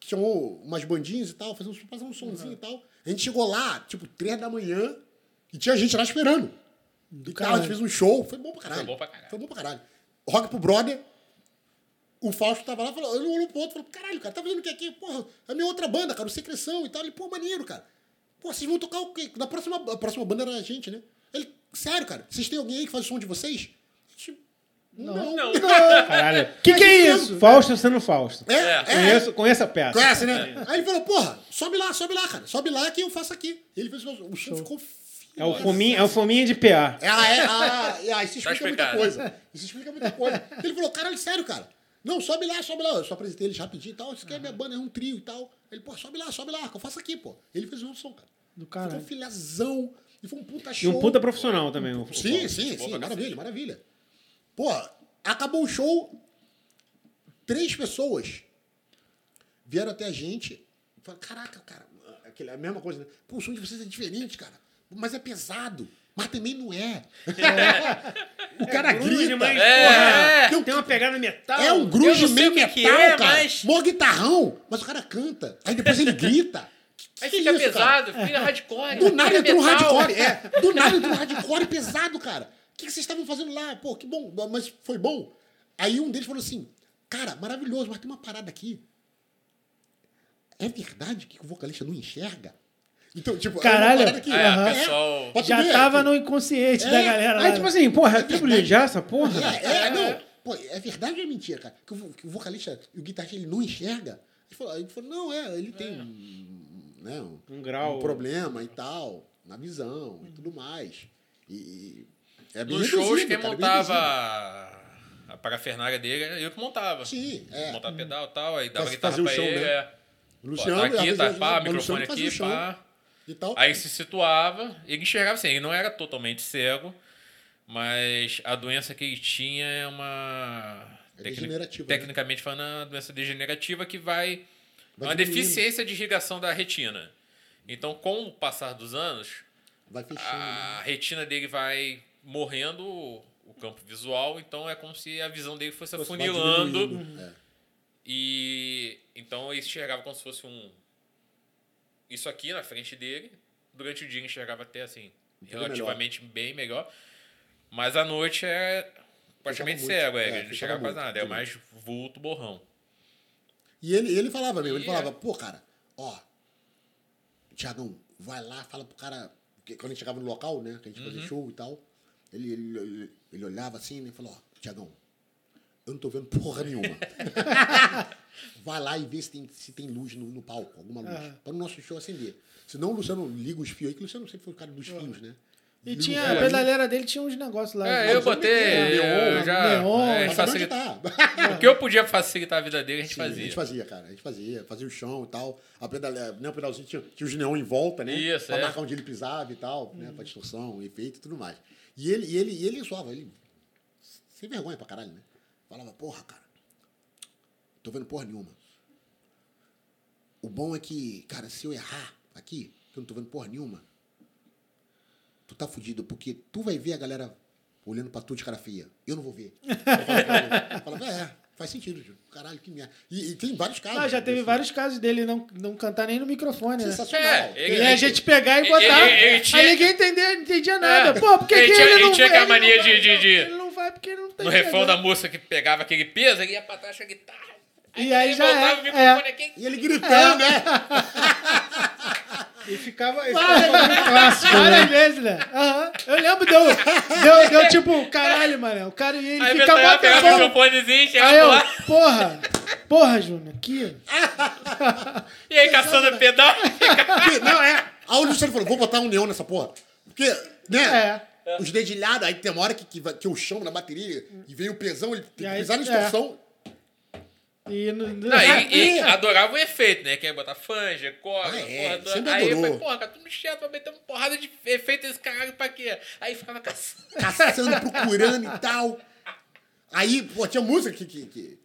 S1: que chamou umas bandinhas e tal, fez um, fazer um somzinho e tal. A gente chegou lá, tipo, três da manhã, e tinha gente lá esperando. Do e tal, a gente
S5: caralho.
S1: fez um show, foi bom pra caralho.
S3: Foi bom pra caralho.
S1: Foi bom pra caralho. Rock Pro Brother, o Fausto tava lá, falou, ele olhou pro outro, falou, caralho, cara, tá fazendo o que aqui? Porra, é a minha outra banda, cara, o Secreção e tal. Ele, pô, maneiro, cara. Pô, vocês vão tocar o quê? Na próxima, a próxima banda era a gente, né? Ele, sério, cara, vocês têm alguém aí que faz o som de vocês? A gente, não.
S3: Não.
S6: Caralho.
S5: Que que é isso?
S6: Fausto sendo Fausto.
S1: É, é,
S6: Conheço, É. conheço a peça.
S1: conhece, né? Aí ele falou, porra, sobe lá, sobe lá, cara, sobe lá que eu faço aqui. Ele fez o som, o som ficou
S6: É o fominha, é o fominha de PA.
S1: Ela é. Ah, é, ah, isso
S3: Tá
S1: explica muita
S3: explicado.
S1: coisa. Isso explica muita coisa. Ele falou, caralho, sério, cara. Não, sobe lá, sobe lá. Eu só apresentei ele rapidinho e tal. Isso aqui é minha banda, é um trio e tal. Ele, pô, sobe lá, sobe lá, que eu faço aqui, pô. Ele fez um som, cara.
S5: Do caralho.
S1: Ficou um filhazão. E foi um puta
S6: E
S1: show.
S6: um puta profissional também. o- o
S1: Sim,
S6: Fausto.
S1: sim, sim.
S3: pra
S1: Maravilha, maravilha. Pô, acabou o show. Três pessoas vieram até a gente. Falaram, caraca, cara, aquele, a mesma coisa, né? Pô, o som de vocês é diferente, cara. Mas é pesado. Mas também não é. o cara
S6: Grunge,
S1: grita.
S6: mas,
S3: É.
S6: porra,
S1: Tem um-
S6: Tem uma pegada metal.
S1: É um
S3: Eu
S1: grunge
S3: não sei
S1: meio
S3: o que
S1: metal,
S3: que é,
S1: cara.
S3: mas-
S1: Mó guitarrão. Mas o cara canta. Aí depois ele grita.
S3: Aí
S1: Que
S3: fica
S1: isso, cara? É.
S3: pesado, fica hardcore. né?
S1: Do nada
S3: fica
S1: entrou um
S3: metal.
S1: hardcore. É, do nada entrou um hardcore pesado, cara. O que, que vocês estavam fazendo lá? Pô, que bom, mas foi bom. Aí um deles falou assim: Cara, maravilhoso, mas tem uma parada aqui. É verdade que o vocalista não enxerga? Então, tipo,
S5: Caralho.
S1: é uma parada que.
S5: É,
S1: Aham.
S3: pessoal.
S1: pode
S5: Já
S1: ver.
S5: tava no inconsciente
S1: É,
S5: da galera lá.
S6: Aí, tipo assim, porra, é triplo já essa porra?
S1: É, é, não. Pô, é verdade ou é mentira, cara? Que o, vo- que o vocalista e o guitarrista ele não enxerga? Ele falou, ele falou não, é, ele tem um, né, um,
S6: Um grau.
S1: um problema e tal, na visão e tudo mais. E, e é bem
S3: Nos shows,
S1: reduzido,
S3: quem
S1: cara, é bem
S3: montava
S1: reduzido.
S3: a parafernália dele, era eu que montava.
S1: Sim, é.
S3: Montava pedal e tal, aí dava
S1: Faz-
S3: guitarra
S1: fazer o
S3: pra
S1: show,
S3: ele.
S1: né?
S3: é.
S1: O
S3: Pô, tá
S1: às
S3: Tá aqui,
S1: vezes,
S3: tá
S1: às
S3: pá,
S1: vezes, o Luciano
S3: microfone
S1: fazia o
S3: aqui,
S1: show
S3: pá.
S1: E tal.
S3: Aí se situava, ele enxergava assim, ele não era totalmente cego, mas a doença que ele tinha é uma.
S1: É
S3: tecni-
S1: degenerativa, né?
S3: Tecnicamente falando, é uma doença degenerativa que vai.
S1: Vai
S3: uma
S1: diminuindo.
S3: deficiência de irrigação da retina. Então, com o passar dos anos,
S1: Vai fechando. né?
S3: a retina dele vai morrendo o campo visual, então é como se a visão dele fosse
S1: Vai diminuindo,
S3: afunilando.
S1: é.
S3: E então ele enxergava como se fosse um. Isso aqui na frente dele. Durante o dia ele enxergava até assim,
S1: pouco
S3: relativamente bem melhor. Mas à noite é praticamente
S1: Fechava muito.
S3: cego, é,
S1: É,
S3: ele não
S1: fechava
S3: enxergava quase
S1: muito,
S3: nada. É
S1: entendi.
S3: mais vulto, borrão.
S1: E ele, ele falava mesmo, ele
S3: E
S1: falava,
S3: é.
S1: pô, cara, ó, Tiagão, vai lá, fala pro cara. Porque quando a gente chegava no local, né, que a gente fazia
S3: Uhum.
S1: show e tal, ele, ele, ele, ele olhava assim né, e falou, ó, Tiagão, eu não tô vendo porra nenhuma. vai lá e vê se tem, se tem luz no, no palco, alguma luz,
S5: Aham.
S1: para o nosso show acender. Senão o Luciano liga os fios aí, que o Luciano sempre foi o cara dos
S3: Uhum.
S1: fios, né?
S5: E
S1: Liga os
S5: tinha,
S1: fios
S5: a
S1: ali.
S5: pedaleira dele tinha uns negócios lá.
S3: É, eu
S1: você não
S3: botei.
S1: tem, né?
S3: Eu
S1: Neon,
S3: já.
S5: neon,
S3: é,
S5: mas
S1: Mas sabe onde
S3: facilita-
S1: tá?
S3: O que eu podia facilitar a vida dele, a gente
S1: Sim,
S3: fazia.
S1: A gente fazia, cara. A gente fazia, fazia o chão e tal. A pedale... né, o pedalzinho tinha, tinha os neon em volta, né?
S3: Isso,
S1: pra
S3: é.
S1: marcar onde ele pisava e tal, né? Pra distorção, efeito e tudo mais. E ele, e ele, e ele zoava, ele. Sem vergonha pra caralho, né? Falava, porra, cara. Tô vendo porra nenhuma. O bom é que, cara, se eu errar aqui, que eu não tô vendo porra nenhuma, tu tá fudido, porque tu vai ver a galera olhando pra tu de cara feia. Eu não vou ver. Eu falava, é, faz sentido, Júlio. Caralho, que merda. E, e tem vários casos.
S5: Ah, já teve
S1: assim,
S5: vários casos dele não, não cantar nem no microfone, né?
S1: Sensacional.
S3: É,
S5: E
S3: ele-
S5: aí a gente pegar e
S3: ele-
S5: botar.
S3: ele- ele é, tinha-
S5: Aí ninguém entendia, não entendia nada.
S3: É.
S5: Pô, por que
S3: Ele
S5: que
S3: tinha-
S5: ele
S3: ele
S5: não
S3: tinha
S5: vai?
S3: aquela
S5: ele não
S3: mania
S5: vai,
S3: de-
S5: não.
S3: de-
S5: Ele não vai porque ele não tem.
S3: No refrão da moça que pegava aquele peso, ele ia pra trás da guitarra.
S5: E aí
S3: ele
S5: já
S3: voltava
S5: é,
S3: o microfone
S5: é.
S3: aqui.
S1: E ele gritando, né?
S6: E ficava. Ah,
S5: Várias vezes, né? Aham. Eu lembro, deu, deu, deu tipo, caralho, mano. O cara e ele
S3: Aí
S5: fica
S3: eu ia
S5: mó
S3: pegar o
S5: tempão.
S3: microfonezinho,
S5: Aí
S3: chegava
S5: eu,
S3: lá.
S5: porra, porra, Júnior, aqui.
S3: E aí, caçando pedal.
S1: Porque, não, é. Aí o Luciano falou: vou botar um neon nessa porra. Porque, né?
S5: É.
S1: Os dedilhados, aí tem uma hora que, que, vai- que eu chamo na bateria e vem o pesão, ele tem que
S5: aí-
S1: pisar na
S5: é.
S1: distorção.
S5: E, não- não-
S3: Não,
S5: Ah,
S3: e, e adorava o efeito, né? Que ia botar fanja, corda,
S1: Ah, é,
S3: porra toda.
S1: sempre
S3: Aí eu
S1: adorou.
S3: falei, porra, cara, tu me chata pra meter uma porrada de efeito nesse caralho pra quê? Aí ficava caçando.
S1: caçando, procurando e tal. Aí, pô, tinha música que, que, que,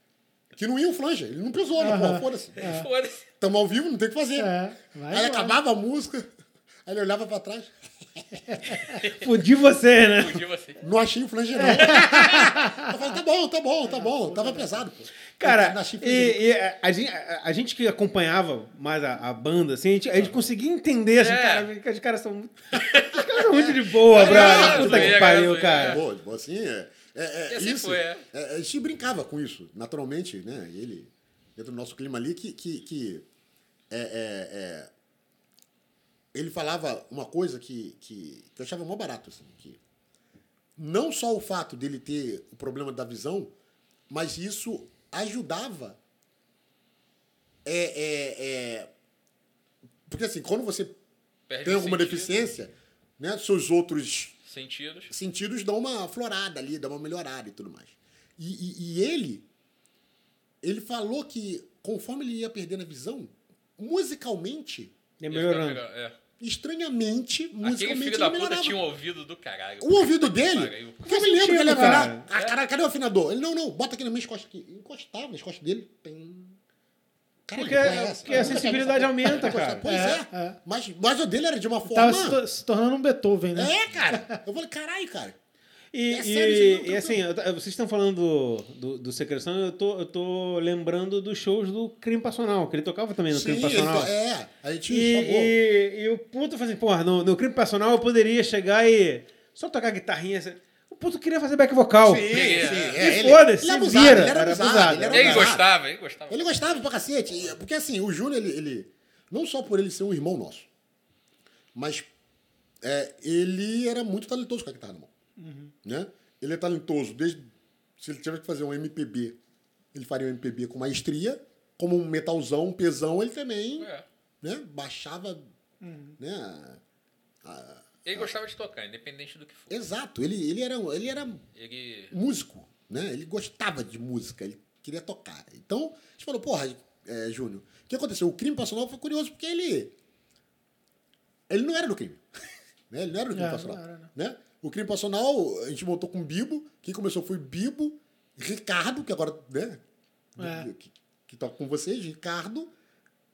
S1: que não ia o flanja. Ele não pisou, né? Pô, foda-se.
S3: Foda-se.
S1: Tamo ao vivo, não tem o que fazer.
S5: É, vai
S1: aí
S5: embora.
S1: acabava a música, aí ele olhava pra trás.
S6: Fudi você, né?
S3: Fugiu você.
S1: Não achei o flanja,
S5: É.
S1: não. eu falei, tá bom, tá bom, tá bom. Tava pesado, pô. Eu não
S6: Cara,
S1: achei flanja,
S6: e, e a, a gente, a- a gente que acompanhava mais a, a banda, assim, a gente, a gente conseguia entender, assim,
S3: É.
S6: cara, que os caras são muito. Os caras são muito de boa, brother. Puta que
S3: zoeira,
S6: pariu,
S3: zoeira.
S1: não.
S6: cara.
S1: Pô, tipo, assim, é, é- é
S3: E assim
S1: isso.
S3: foi, é.
S1: É, a gente brincava com isso, naturalmente, né? Ele, dentro do nosso clima ali, que, que, que é, é, é, ele falava uma coisa que, que, que eu achava mó barato, assim, que não só o fato dele ter o problema da visão, mas isso ajudava é, é, é, porque assim, quando você
S3: Perde
S1: tem
S3: o
S1: alguma
S3: sentido-
S1: deficiência, né, seus outros
S3: Sentidos.
S1: sentidos dão uma florada ali, dão uma melhorada e tudo mais. E, e- e ele, ele falou que conforme ele ia perdendo a visão, musicalmente,
S6: É melhorando.
S3: É.
S1: estranhamente,
S3: Aquele
S1: musicalmente
S3: filho
S1: ele
S3: da puta
S1: melhorava.
S3: tinha um ouvido do caralho.
S1: O ouvido
S3: Pariu.
S1: dele, que eu me
S6: sentido,
S1: lembro que ele
S6: cara.
S1: afinava. Ah, caralho, cadê o afinador? Ele, não, não, bota aqui na minha encosta aqui. Encostava na encosta dele. Pim. Caralho,
S6: Porque-
S1: que porra é essa?
S6: porque a sensibilidade aumenta, cara.
S1: Pois é.
S5: É, é.
S1: Mas, mas o dele era de uma forma...
S5: Tava se, to- se tornando um Beethoven, né?
S1: É, cara. Eu falei, caralho, cara.
S6: E,
S1: É
S6: e-
S1: sério, isso não,
S6: e, assim, eu ta- vocês estão falando do, do, do Secreção, eu tô, eu tô lembrando dos shows do Crime Passional, que ele tocava também no Crime
S1: ele to-
S6: Passional.
S1: é, a gente
S6: E,
S1: chamou.
S6: e, e o puto fazia, porra, no, no crime passional eu poderia chegar e só tocar guitarrinha. assim. O puto queria fazer back vocal.
S1: Sim,
S3: É,
S1: sim,
S3: é.
S1: é,
S6: E
S1: ele-
S6: foda-se,
S1: ele
S6: se vira.
S1: abusado, ele era
S6: Era
S1: abusado,
S6: abusado.
S1: ele era
S3: Ele
S1: abusado.
S3: gostava, ele gostava.
S1: Ele gostava pra cacete. e- Porque assim, o Júnior, ele, ele- Não só por ele ser um irmão nosso, mas é, ele era muito talentoso com a guitarra na mão. Né? Ele é talentoso desde. Se ele tivesse que fazer um MPB, ele faria um MPB com maestria, como um metalzão, um pesão, ele também
S3: É.
S1: né, baixava. Né?
S3: Ele gostava de tocar, independente do que for.
S1: Exato, ele, ele, era, um- ele era
S3: Ele.
S1: músico, né? Ele gostava de música, ele queria tocar. Então, a gente falou, porra, é, Júnior, o que aconteceu? O crime passional foi curioso porque ele. Ele não era do crime. Né? Ele não era do crime
S5: É,
S1: passional.
S5: não era, não.
S1: Né? O crime passional, a gente montou com o Bibo. Quem começou foi Bibo, Ricardo, que agora, né?
S5: É.
S1: Que, que toca com vocês, Ricardo,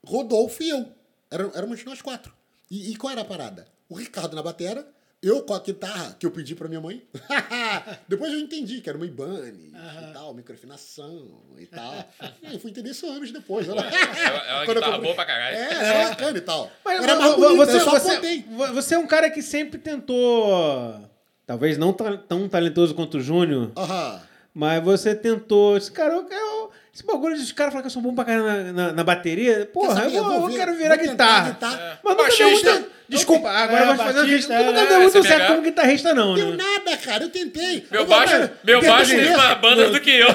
S1: Rodolfo e eu. Era- Éramos nós quatro. E, e qual era a parada? O Ricardo na batera, eu com a guitarra que eu pedi pra minha mãe. Depois eu entendi que era uma Ibane e tal, microafinação e tal. E eu fui entender isso anos depois. Ela...
S3: é uma
S1: Quando eu
S3: guitarra
S1: comprei-
S3: boa pra caralho.
S1: É, era bacana e tal.
S6: Mas
S1: era
S6: vo-
S1: mais
S6: vo-
S1: bonita,
S6: você,
S1: eu só
S6: você,
S1: apontei.
S6: vo- você é um cara que sempre tentou. Talvez não ta- tão talentoso quanto o Júnior,
S1: Aham.
S6: mas você tentou. Esse, cara, eu, eu- esse bagulho dos caras falam que eu sou bom pra caralho na, na, na bateria. Porra,
S1: saber?
S6: eu, vou,
S1: Eu vou
S6: eu
S1: ver-
S6: quero virar
S1: vou tentar
S6: guitarra.
S1: guitarra.
S6: Mas nunca deu
S3: Baixista.
S6: muito. Desculpa, agora
S5: É,
S6: eu vou fazer uma
S5: baixista,
S6: guitarra. Nunca
S5: é,
S6: deu muito
S3: você
S6: certo
S3: pegar-
S6: como guitarrista, não.
S1: Deu
S6: né?
S1: nada, cara, eu tentei.
S3: Meu
S1: Eu falei,
S3: baixo,
S1: cara,
S3: meu
S1: guitarra
S3: baixo tem
S1: mesmo.
S3: mais bandas do que eu. o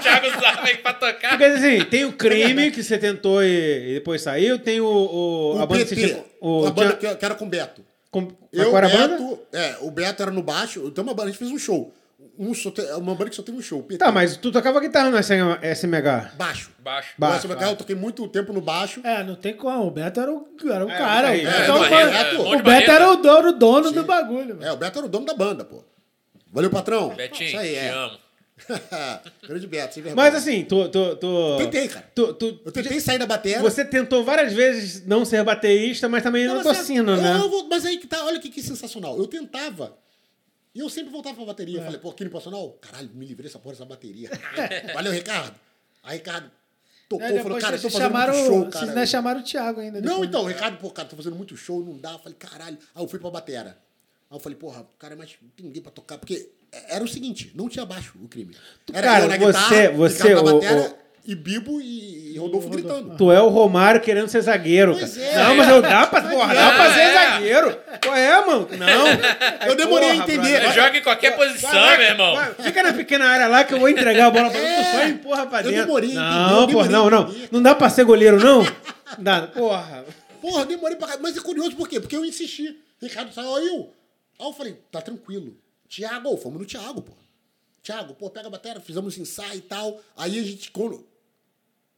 S3: Thiago sabe pra tocar.
S6: Porque assim, tem o creme que você tentou e, e depois saiu, tem o. o,
S1: O
S6: a banda que você
S1: PT,
S6: tinha. O,
S1: a banda
S6: tinha-
S1: que que era com o Beto.
S6: com,
S1: Eu,
S6: qual era a
S1: Beto,
S6: banda?
S1: é, o Beto era no baixo. Então uma banda, a gente fez um show. Um só te- uma banda que só teve um show. PT.
S6: Tá, mas tu tocava guitarra no SM- SMH.
S1: Baixo.
S3: Baixo.
S6: Ba-
S1: Baixo, eu toquei muito tempo no baixo.
S5: É, não tem como. O Beto era o, era o
S6: É,
S5: cara. o
S6: aí, é,
S5: Beto, era o
S1: é,
S5: mano-
S1: é, é,
S5: o
S1: Monte
S5: Beto
S3: Barreto.
S5: era o dono, o dono do bagulho.
S1: É,
S5: mano.
S1: o Beto era o dono da banda, pô. Valeu, patrão.
S3: Betinho,
S1: Isso aí,
S3: te
S1: é.
S3: amo.
S1: Grande Beto, sem vergonha.
S6: Mas assim, tu. tu, tu
S1: É, Tentei, cara.
S6: Tu, tu-
S1: eu tentei sair da bateria.
S6: Você tentou várias vezes não ser baterista, mas também não,
S1: mas assim, é
S6: tocina,
S1: eu-
S6: né?
S1: eu vou- mas aí que tá, olha que, que sensacional. Eu tentava. E eu sempre voltava pra
S6: É.
S1: bateria. Eu falei, pô, aqui no profissional, caralho, me livrei dessa porra dessa bateria. Valeu, Ricardo. Aí, Ricardo tocou,
S5: Aí
S1: falou,
S5: É, depois
S1: cara, eu tô
S5: vocês
S1: fazendo
S5: chamaram,
S1: muito show,
S5: Vocês
S1: cara.
S6: né,
S5: ainda chamaram o Thiago ainda.
S1: Não,
S5: depois.
S1: então, o Ricardo, pô, cara, tô fazendo muito show, não dá. Eu falei, caralho. Aí eu fui pra batera. Aí eu falei, porra, cara, mas não tem ninguém pra tocar. Porque era o seguinte, não tinha baixo o crime.
S6: Cara,
S1: eu na
S6: você-
S1: guitarra,
S6: você,
S1: Ricardo na
S6: o-
S1: batera, e Bibo e, e Rodolfo, gritando.
S6: Tu é o Romário querendo ser zagueiro.
S1: Pois
S6: cara.
S1: é.
S6: Não, mas eu dá pra, porra, dá
S3: É.
S6: pra ser zagueiro. Qual é, mano? Não. Aí,
S1: Eu demorei a entender.
S6: brother,
S1: Vai-
S3: Joga em qualquer posição, meu irmão.
S6: vai, fica na pequena área lá que eu vou entregar a bola pra
S1: É.
S6: tu, só empurra pra
S1: Eu
S6: dentro.
S1: demorei a entender, eu
S6: não,
S1: demorei
S6: porra,
S1: a
S6: não, não.
S1: entender.
S6: Não dá pra ser goleiro, não? Não Dá, porra.
S1: Porra, demorei pra caralho. Mas é curioso por quê? Porque eu insisti. Ricardo saiu, aí eu. Aí eu falei, tá tranquilo. Tiago, fomos no Tiago, pô. Tiago, pô, pega a bateria, fizemos ensaio e tal. Aí a gente. Quando...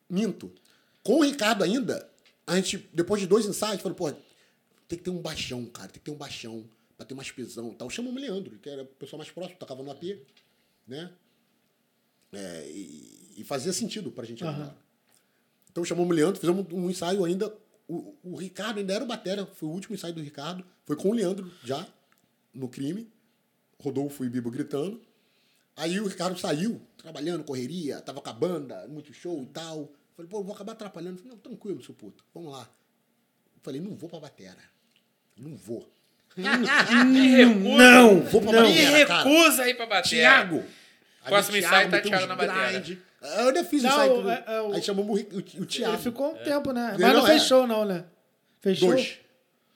S1: Minto. Com o Ricardo ainda, a gente, depois de dois ensaios, falou, pô, tem que ter um baixão, cara, tem que ter um baixão pra ter mais pisão e tal. Chamamos o Leandro, que era o pessoal mais próximo, tocava no AP, né? É, e, e fazia sentido pra gente agora. Então chamamos o Leandro, fizemos um ensaio ainda. O, o Ricardo ainda era o batera, foi o último ensaio do Ricardo. Foi com o Leandro já, no crime. Rodolfo e Bibo gritando. Aí o Ricardo saiu, trabalhando, correria, tava com a banda, muito show e tal. Falei, pô, vou acabar atrapalhando. Falei, não, tranquilo, seu puto, vamos lá. Falei, não vou pra batera. Não vou.
S3: Me recusa.
S6: Não.
S1: Vou pra
S3: Me
S1: batera, cara.
S3: recusa aí pra bater.
S1: Tiago!
S3: Próximo
S1: Aí o
S3: ensaio tá
S1: meteu
S3: Thiago
S1: uns
S3: na batera.
S1: grind. Eu ainda fiz
S5: Não,
S1: ensaio. com-
S5: é- é o-
S1: Aí chamamos o, Ri- o, o Thiago.
S5: Ele ficou um tempo, né?
S1: Ele
S5: Mas não
S1: não
S5: fez
S1: é.
S5: show, não, né? Fez
S1: Dois.
S5: show?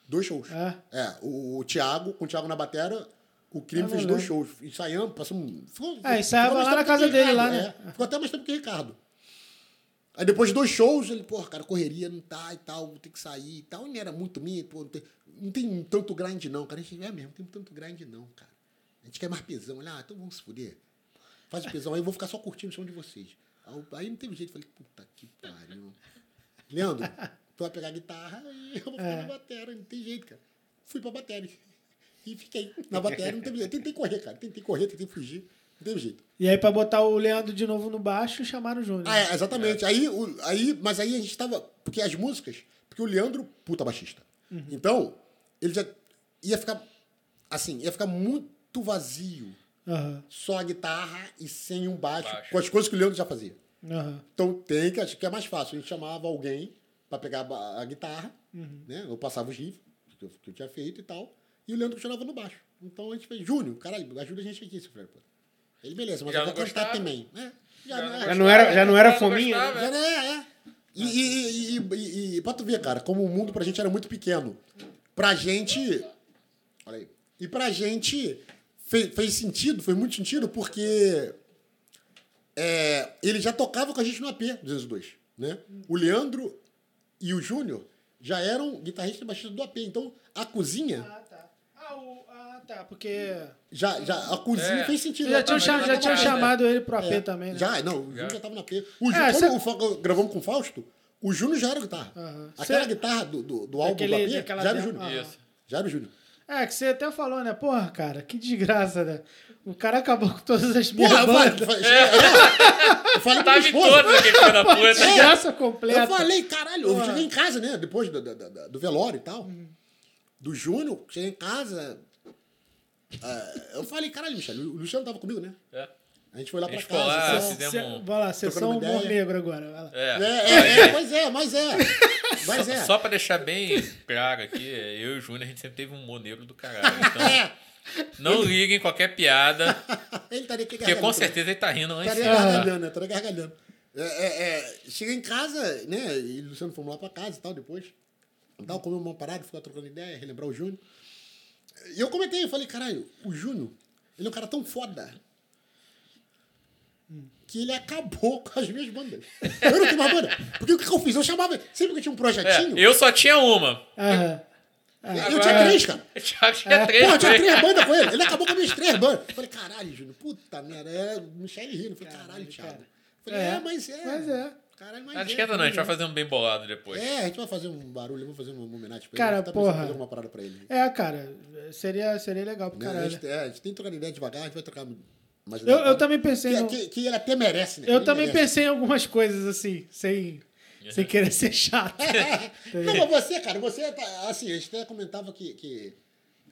S1: Dois shows.
S5: É.
S1: É, o, o Thiago, com o Thiago na batera, o Crime
S5: Eu
S1: fez
S5: não
S1: dois
S5: lembro.
S1: shows. Ensaiamos, passamos. Ficou,
S5: Ah, ensaiava
S1: mais
S5: lá na
S1: tempo
S5: casa
S1: que
S5: dele,
S1: Ricardo,
S5: lá, né?
S1: é. Ficou até mais tempo que o Ricardo. Aí depois de dois shows, ele, porra, cara, correria, não tá e tal, vou ter que sair e tal. E não era muito minha, pô, não tem, não tem tanto grind não, cara. A gente, é mesmo, não tem tanto grind não, cara. A gente quer mais pesão. Olha, ah, então vamos se fuder. Faz o pesão aí, eu vou ficar só curtindo o som de vocês. Aí eu- Aí não teve jeito, falei, puta que pariu. Leandro, tu vai pegar a guitarra e eu vou ficar na bateria, não tem jeito, cara. Fui pra bateria e fiquei na bateria, não teve jeito. Tentei correr, cara, tentei correr, tentei fugir, não teve jeito.
S5: E aí, pra botar o Leandro de novo no baixo, chamaram o Júnior.
S1: Ah, é, exatamente. Aí, o- aí, mas aí a gente tava. Porque as músicas. Porque o Leandro, puta baixista. Então, ele já ia ficar. Assim, ia ficar muito vazio.
S5: Aham,
S1: Só a guitarra e sem um baixo,
S3: Baixo.
S1: Com as coisas que o Leandro já fazia.
S5: aham.
S1: Então tem que. Acho que é mais fácil. A gente chamava alguém pra pegar a, ba- a guitarra,
S3: Uhum.
S1: né? Eu passava os riffs que eu, que eu tinha feito e tal. E o Leandro continuava no baixo. Então a gente fez, Júnior, caralho, ajuda a gente aqui, seu filho. da puta." Ele, beleza, mas
S3: Já
S1: eu vou
S3: não
S1: cantar
S3: gostava.
S1: também. né? Já, não é.
S6: Já não era, já não era
S3: Não
S6: fominha.
S1: Já,
S3: gostava.
S6: né?
S1: né? É. E, e, e, e, e- e pra tu ver, cara, como o mundo pra gente era muito pequeno. Pra gente. Olha aí. E pra gente fe- fez, sentido, fez muito sentido, porque é, ele já tocava com a gente no AP 202. Né? O Leandro e o Júnior já eram guitarristas e baixistas do AP. Então a cozinha.
S5: Ah, tá. Ah, o- ah, tá, porque...
S1: Já, já, a cozinha
S3: É.
S1: fez sentido.
S5: Já tinham,
S3: mas
S5: cha-
S3: já
S5: já
S3: tá
S5: tinham
S3: parado, né?
S5: chamado ele pro AP
S1: É,
S5: também, né?
S1: Já, não, o Júnior
S3: Já.
S1: já estava na P. O Júnior,
S5: É,
S1: como
S5: cê-
S1: o Fa- gravamos com o Fausto, o Júnior já era guitarra.
S5: Aham.
S1: Aquela
S5: Cê- é
S1: guitarra do, do, do álbum
S5: Daquele-
S1: do AP,
S5: daquela
S1: já era o
S5: demo- Ah.
S1: Júnior.
S5: Aham.
S3: Isso.
S1: Já era o Júnior.
S5: É, que você até falou, né? Porra, cara, que desgraça, né? O cara acabou com todas as minhas
S1: Porra, eu falei, eu
S5: bandas.
S1: falei, é, eu falei pra
S5: Tá
S1: minha
S3: Tava em
S1: esposa.
S3: todos aquele filho da puta.
S5: Desgraça É, completa.
S1: É, Eu falei, caralho,
S5: Ah.
S1: eu cheguei em casa, né? Depois do, do, do- do velório e tal. Do Júnior, cheguei em casa. ah, eu falei, caralho, Michel, o Luciano tava comigo, né?
S3: É.
S1: A gente foi lá
S3: A
S1: pra
S3: gente
S1: casa.
S3: foi lá,
S1: só-
S3: se deu-
S5: Cê- é
S3: Demo-
S5: Vai lá, sessão
S1: Trocando uma
S5: humor
S1: ideia.
S5: negro agora. vai lá.
S1: É,
S3: É.
S1: é, é, mas é, mas é. Mas é.
S3: Só pra deixar bem claro aqui, eu e o Júnior, a gente sempre teve um humor negro do caralho. Então,
S1: É.
S3: não liguem qualquer piada,
S1: Ele tá ali que
S3: porque com
S1: gargalhando.
S3: certeza ele tá rindo
S5: É.
S3: lá em
S1: Estaria
S3: cima. tá?
S1: gargalhando, né? Estaria gargalhando. É, é, é, cheguei em casa, né? E o Luciano fomos lá pra casa e tal, depois. Tal, comeu uma parada, ficou trocando ideia, relembrar o Júnior. E eu comentei, eu falei, caralho, o Júnior, ele é um cara tão foda que ele acabou com as minhas bandas. Eu não tenho mais banda. Porque o que que eu fiz? Eu chamava, sempre que tinha um
S3: É,
S1: projetinho, eu,
S3: eu só tinha uma.
S5: Aham.
S1: É. tinha
S3: Agora-
S1: três, cara.
S3: O Thiago tinha três.
S1: Porra, eu tinha
S3: três.
S1: três bandas com ele. Ele acabou com as minhas três bandas. Eu falei, caralho, Júnior, puta merda. Era o Michel rindo. Eu falei, caralho, Thiago. Eu falei, é,
S5: É,
S1: mas é.
S5: mas é.
S1: Caralho, mas
S3: Não
S1: é.
S3: Ah, esquenta não, a gente vai fazer um bem bolado depois.
S1: É, a gente vai fazer um barulho, vamos fazer uma homenagem pra
S5: Cara,
S1: ele. Tá pensando em
S5: porra.
S1: fazer alguma parada pra ele.
S5: É, cara, seria, seria legal pro
S1: Né? A,
S5: caralho.
S1: gente, é, a gente tem que trocar ideia devagar, a gente vai trocar. um- Mas
S5: Eu, eu também pensei.
S1: Que, é-
S5: no-
S1: que, que ele até merece, né?
S5: eu
S1: Ele
S5: também
S1: merece.
S5: pensei em algumas coisas assim, sem, sem querer ser chato.
S1: É. Ah, Não, mas você, cara, você tá. Assim, a gente até comentava que. que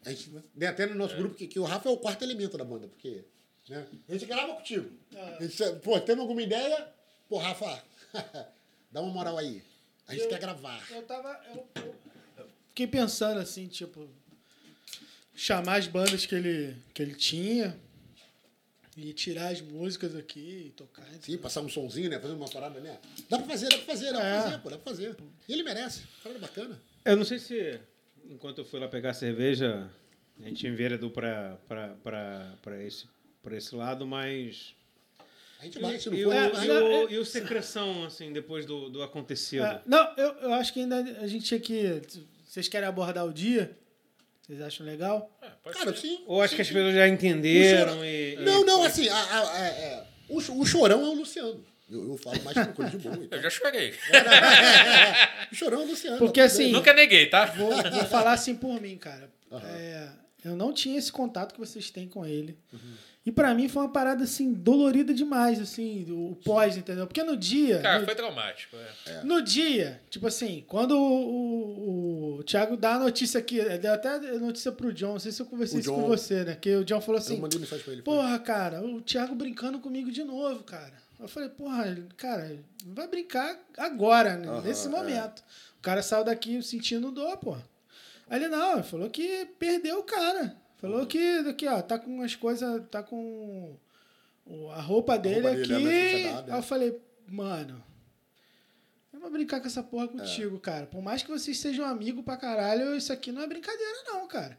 S1: a gente, né, até no nosso grupo que, que o Rafa é o quarto elemento da banda, porque. né, a gente grava contigo.
S5: Ah.
S1: A gente, pô, temos alguma ideia? Pô, Rafa, dá uma moral aí. A gente quer gravar.
S5: Eu tava. Eu, eu- eu fiquei pensando assim, tipo. Chamar as bandas que ele, que ele tinha. E tirar as músicas aqui e tocar.
S1: Sim, passar um sonzinho, né? Fazer uma parada, né? Dá pra fazer, dá pra fazer, dá pra
S6: É.
S1: fazer, pô, dá pra fazer. E ele merece. Cara bacana.
S6: Eu não sei se, enquanto eu fui lá pegar cerveja, a gente enveredou pra, pra, pra, pra, esse, pra esse lado, mas.
S1: A gente
S6: E,
S1: vai, se não
S6: e,
S1: for.
S6: o,
S1: a
S5: é,
S1: gente
S6: e,
S1: vai.
S6: o, e o secreção, assim, depois do, do acontecido?
S5: É, não, eu, eu acho que ainda a gente tinha que. Vocês querem abordar o dia? Vocês acham legal?
S3: É, pode
S1: Cara,
S3: ser.
S1: sim.
S6: Ou acho
S1: sim,
S6: que as
S1: sim.
S6: pessoas já entenderam
S1: O
S6: e.
S1: Chorão- Não,
S6: e-
S1: não, assim, a, a- a- é, o, cho- o chorão é o Luciano. Eu, eu falo mais com coisa de boa. então.
S3: Eu já chorei.
S1: O chorão é o Luciano.
S5: Porque, assim,
S3: Nunca neguei, tá?
S5: Vou, vou falar assim por mim, cara. É, eu não tinha esse contato que vocês têm com ele.
S1: Uhum.
S5: E pra mim foi uma parada, assim, dolorida demais, assim, o pós, entendeu? Porque no dia.
S3: Cara,
S5: no-
S3: foi traumático. é.
S5: No dia, tipo assim, quando o, o- o Thiago dá a notícia aqui, deu até notícia pro John, não sei se eu conversei
S1: O
S5: isso
S1: John.
S5: com você, né? Que o John falou
S1: eu
S5: assim:
S1: mandei mensagem pra ele.
S5: Porra, cara, o Thiago brincando comigo de novo, cara. Eu falei, porra, cara, vai brincar agora, né?
S1: Aham,
S5: nesse
S1: é.
S5: momento. O cara saiu daqui sentindo dor, porra. Aí ele não, ele falou que perdeu o cara. Falou que daqui, ó, tá com as coisas, tá com o- a roupa dele é
S1: roupa dele,
S5: aqui.
S1: né, manchada, né?
S5: Aí eu falei, mano, eu vou brincar com essa porra contigo, cara. Por mais que vocês sejam amigos pra caralho, isso aqui não é brincadeira, não, cara.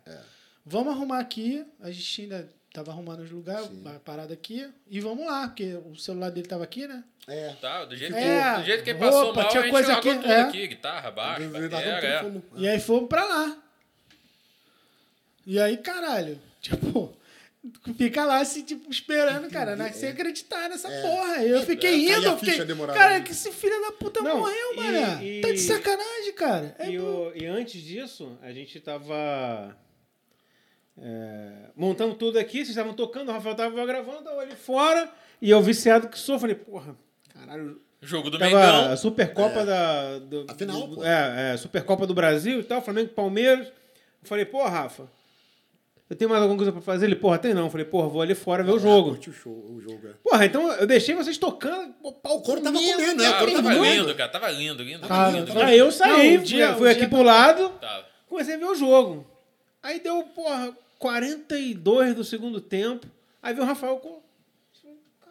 S5: Vamos arrumar aqui. A gente ainda tava arrumando os lugares,
S1: Sim.
S5: a parada aqui. E vamos lá, porque o celular dele tava aqui, né?
S1: É.
S3: Tá, do jeito,
S5: É,
S3: que, do jeito que ele
S5: roupa,
S3: passou mal,
S5: tinha
S3: a gente
S5: coisa
S3: largou
S5: aqui,
S3: tudo
S5: é.
S3: aqui. Guitarra, baixo,
S1: Ele dava um
S3: bateria, é.
S1: telefone no-
S5: E aí fomos pra lá. E aí, caralho, tipo, fica lá assim, tipo, esperando, cara,
S6: é.
S5: né? sem acreditar nessa porra. Eu
S1: é,
S5: fiquei
S1: caía
S5: rindo,
S1: a
S5: eu fiquei.
S1: ficha demorada,
S5: Cara,
S1: né?
S5: que esse filho da puta
S6: Não,
S5: morreu,
S6: e-
S5: mano.
S6: e-
S5: Tá de sacanagem, cara. É,
S6: E, o- e antes disso, a gente tava. é, montando tudo aqui, vocês estavam tocando, o Rafael tava gravando, eu ali fora, e eu viciado que sou, falei, porra, caralho,
S3: Jogo do
S6: Tava assim,
S3: Mengão.
S6: a Supercopa
S5: É.
S6: da. Do,
S1: A final,
S6: do-
S1: pô.
S6: É, é, Supercopa do Brasil e tal, Flamengo e Palmeiras. Eu falei, pô, Rafa, eu tenho mais alguma coisa pra fazer? Ele, porra, tem não. Eu falei, porra, vou ali fora ver
S5: Ah,
S6: o é jogo.
S1: "Ah, Curte o show, o jogo, é.
S6: Porra, então eu deixei vocês tocando. pô, pau
S1: O couro tava
S6: comendo.
S1: comendo, né? O
S3: Tava,
S1: couro
S3: tava
S1: tava
S3: lindo, cara. Tava lindo, lindo,
S1: Tava
S3: lindo.
S1: lindo,
S3: lindo.
S6: Aí eu saí,
S5: Ah, então Não, um dia-
S6: fui-
S5: um
S6: fui aqui
S5: dia
S6: pro lado,
S3: Tava.
S6: comecei a ver o jogo. Aí deu, porra, 42 do segundo tempo. Aí veio o Rafael com.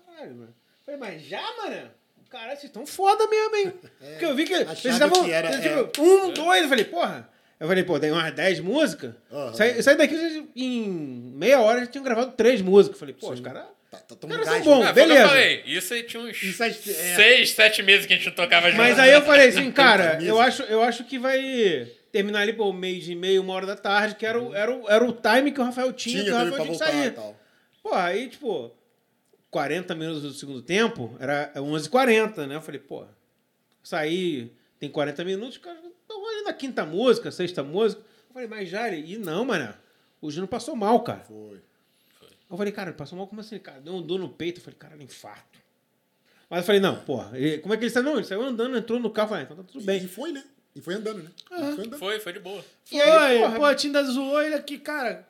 S6: Caralho, mano. Falei, mas já, mano? Caralho, vocês tão foda mesmo, hein? Porque eu vi que
S1: É, Achava
S6: eles estavam.
S1: que era, é.
S6: tipo, Um, dois, eu falei, porra. Eu falei, pô, tem umas 10 músicas.
S1: Aham.
S6: Saí, saí daqui vocês, em meia hora já tinham gravado três músicas. Eu Falei, pô, os caras.
S1: Tá, tá tão
S6: Cara,
S1: gás,
S6: são bons.
S1: né?
S3: Ah, foi o que
S6: beleza.
S3: eu falei. Isso aí tinha uns
S1: Isso aí- é.
S3: seis, sete meses que a gente não tocava junto. né?
S6: Mas aí eu falei assim, cara,
S1: camisa.
S6: eu acho, eu acho que vai terminar ali por meio de meia, uma hora da tarde, que era o, era o, era o time que o Rafael tinha,
S1: Tinha
S6: que o
S1: também pra
S6: Rafael tinha que
S1: voltar
S6: sair.
S1: e tal.
S6: Pô, aí, tipo, 40 minutos do segundo tempo, era 11h40, né? Eu falei, pô, saí, tem 40 minutos, cara, estão ali na quinta música, sexta música. Eu falei, mas já, ele, e não, mano, o Gino passou mal, cara.
S1: Foi.
S6: Eu falei, cara, passou mal, como assim? Cara, deu um dor no peito. Eu falei, caralho, infarto. Mas eu falei, não, porra, ele- como é que ele saiu? Não, ele saiu andando, entrou no carro, falei, então tá tudo
S1: E-
S6: bem.
S1: E foi, né? E foi andando, né? E foi andando.
S3: Foi, foi de boa.
S5: Ah. Foi,
S6: aí, porra?
S5: pô, a Tinda zoou ele aqui, cara.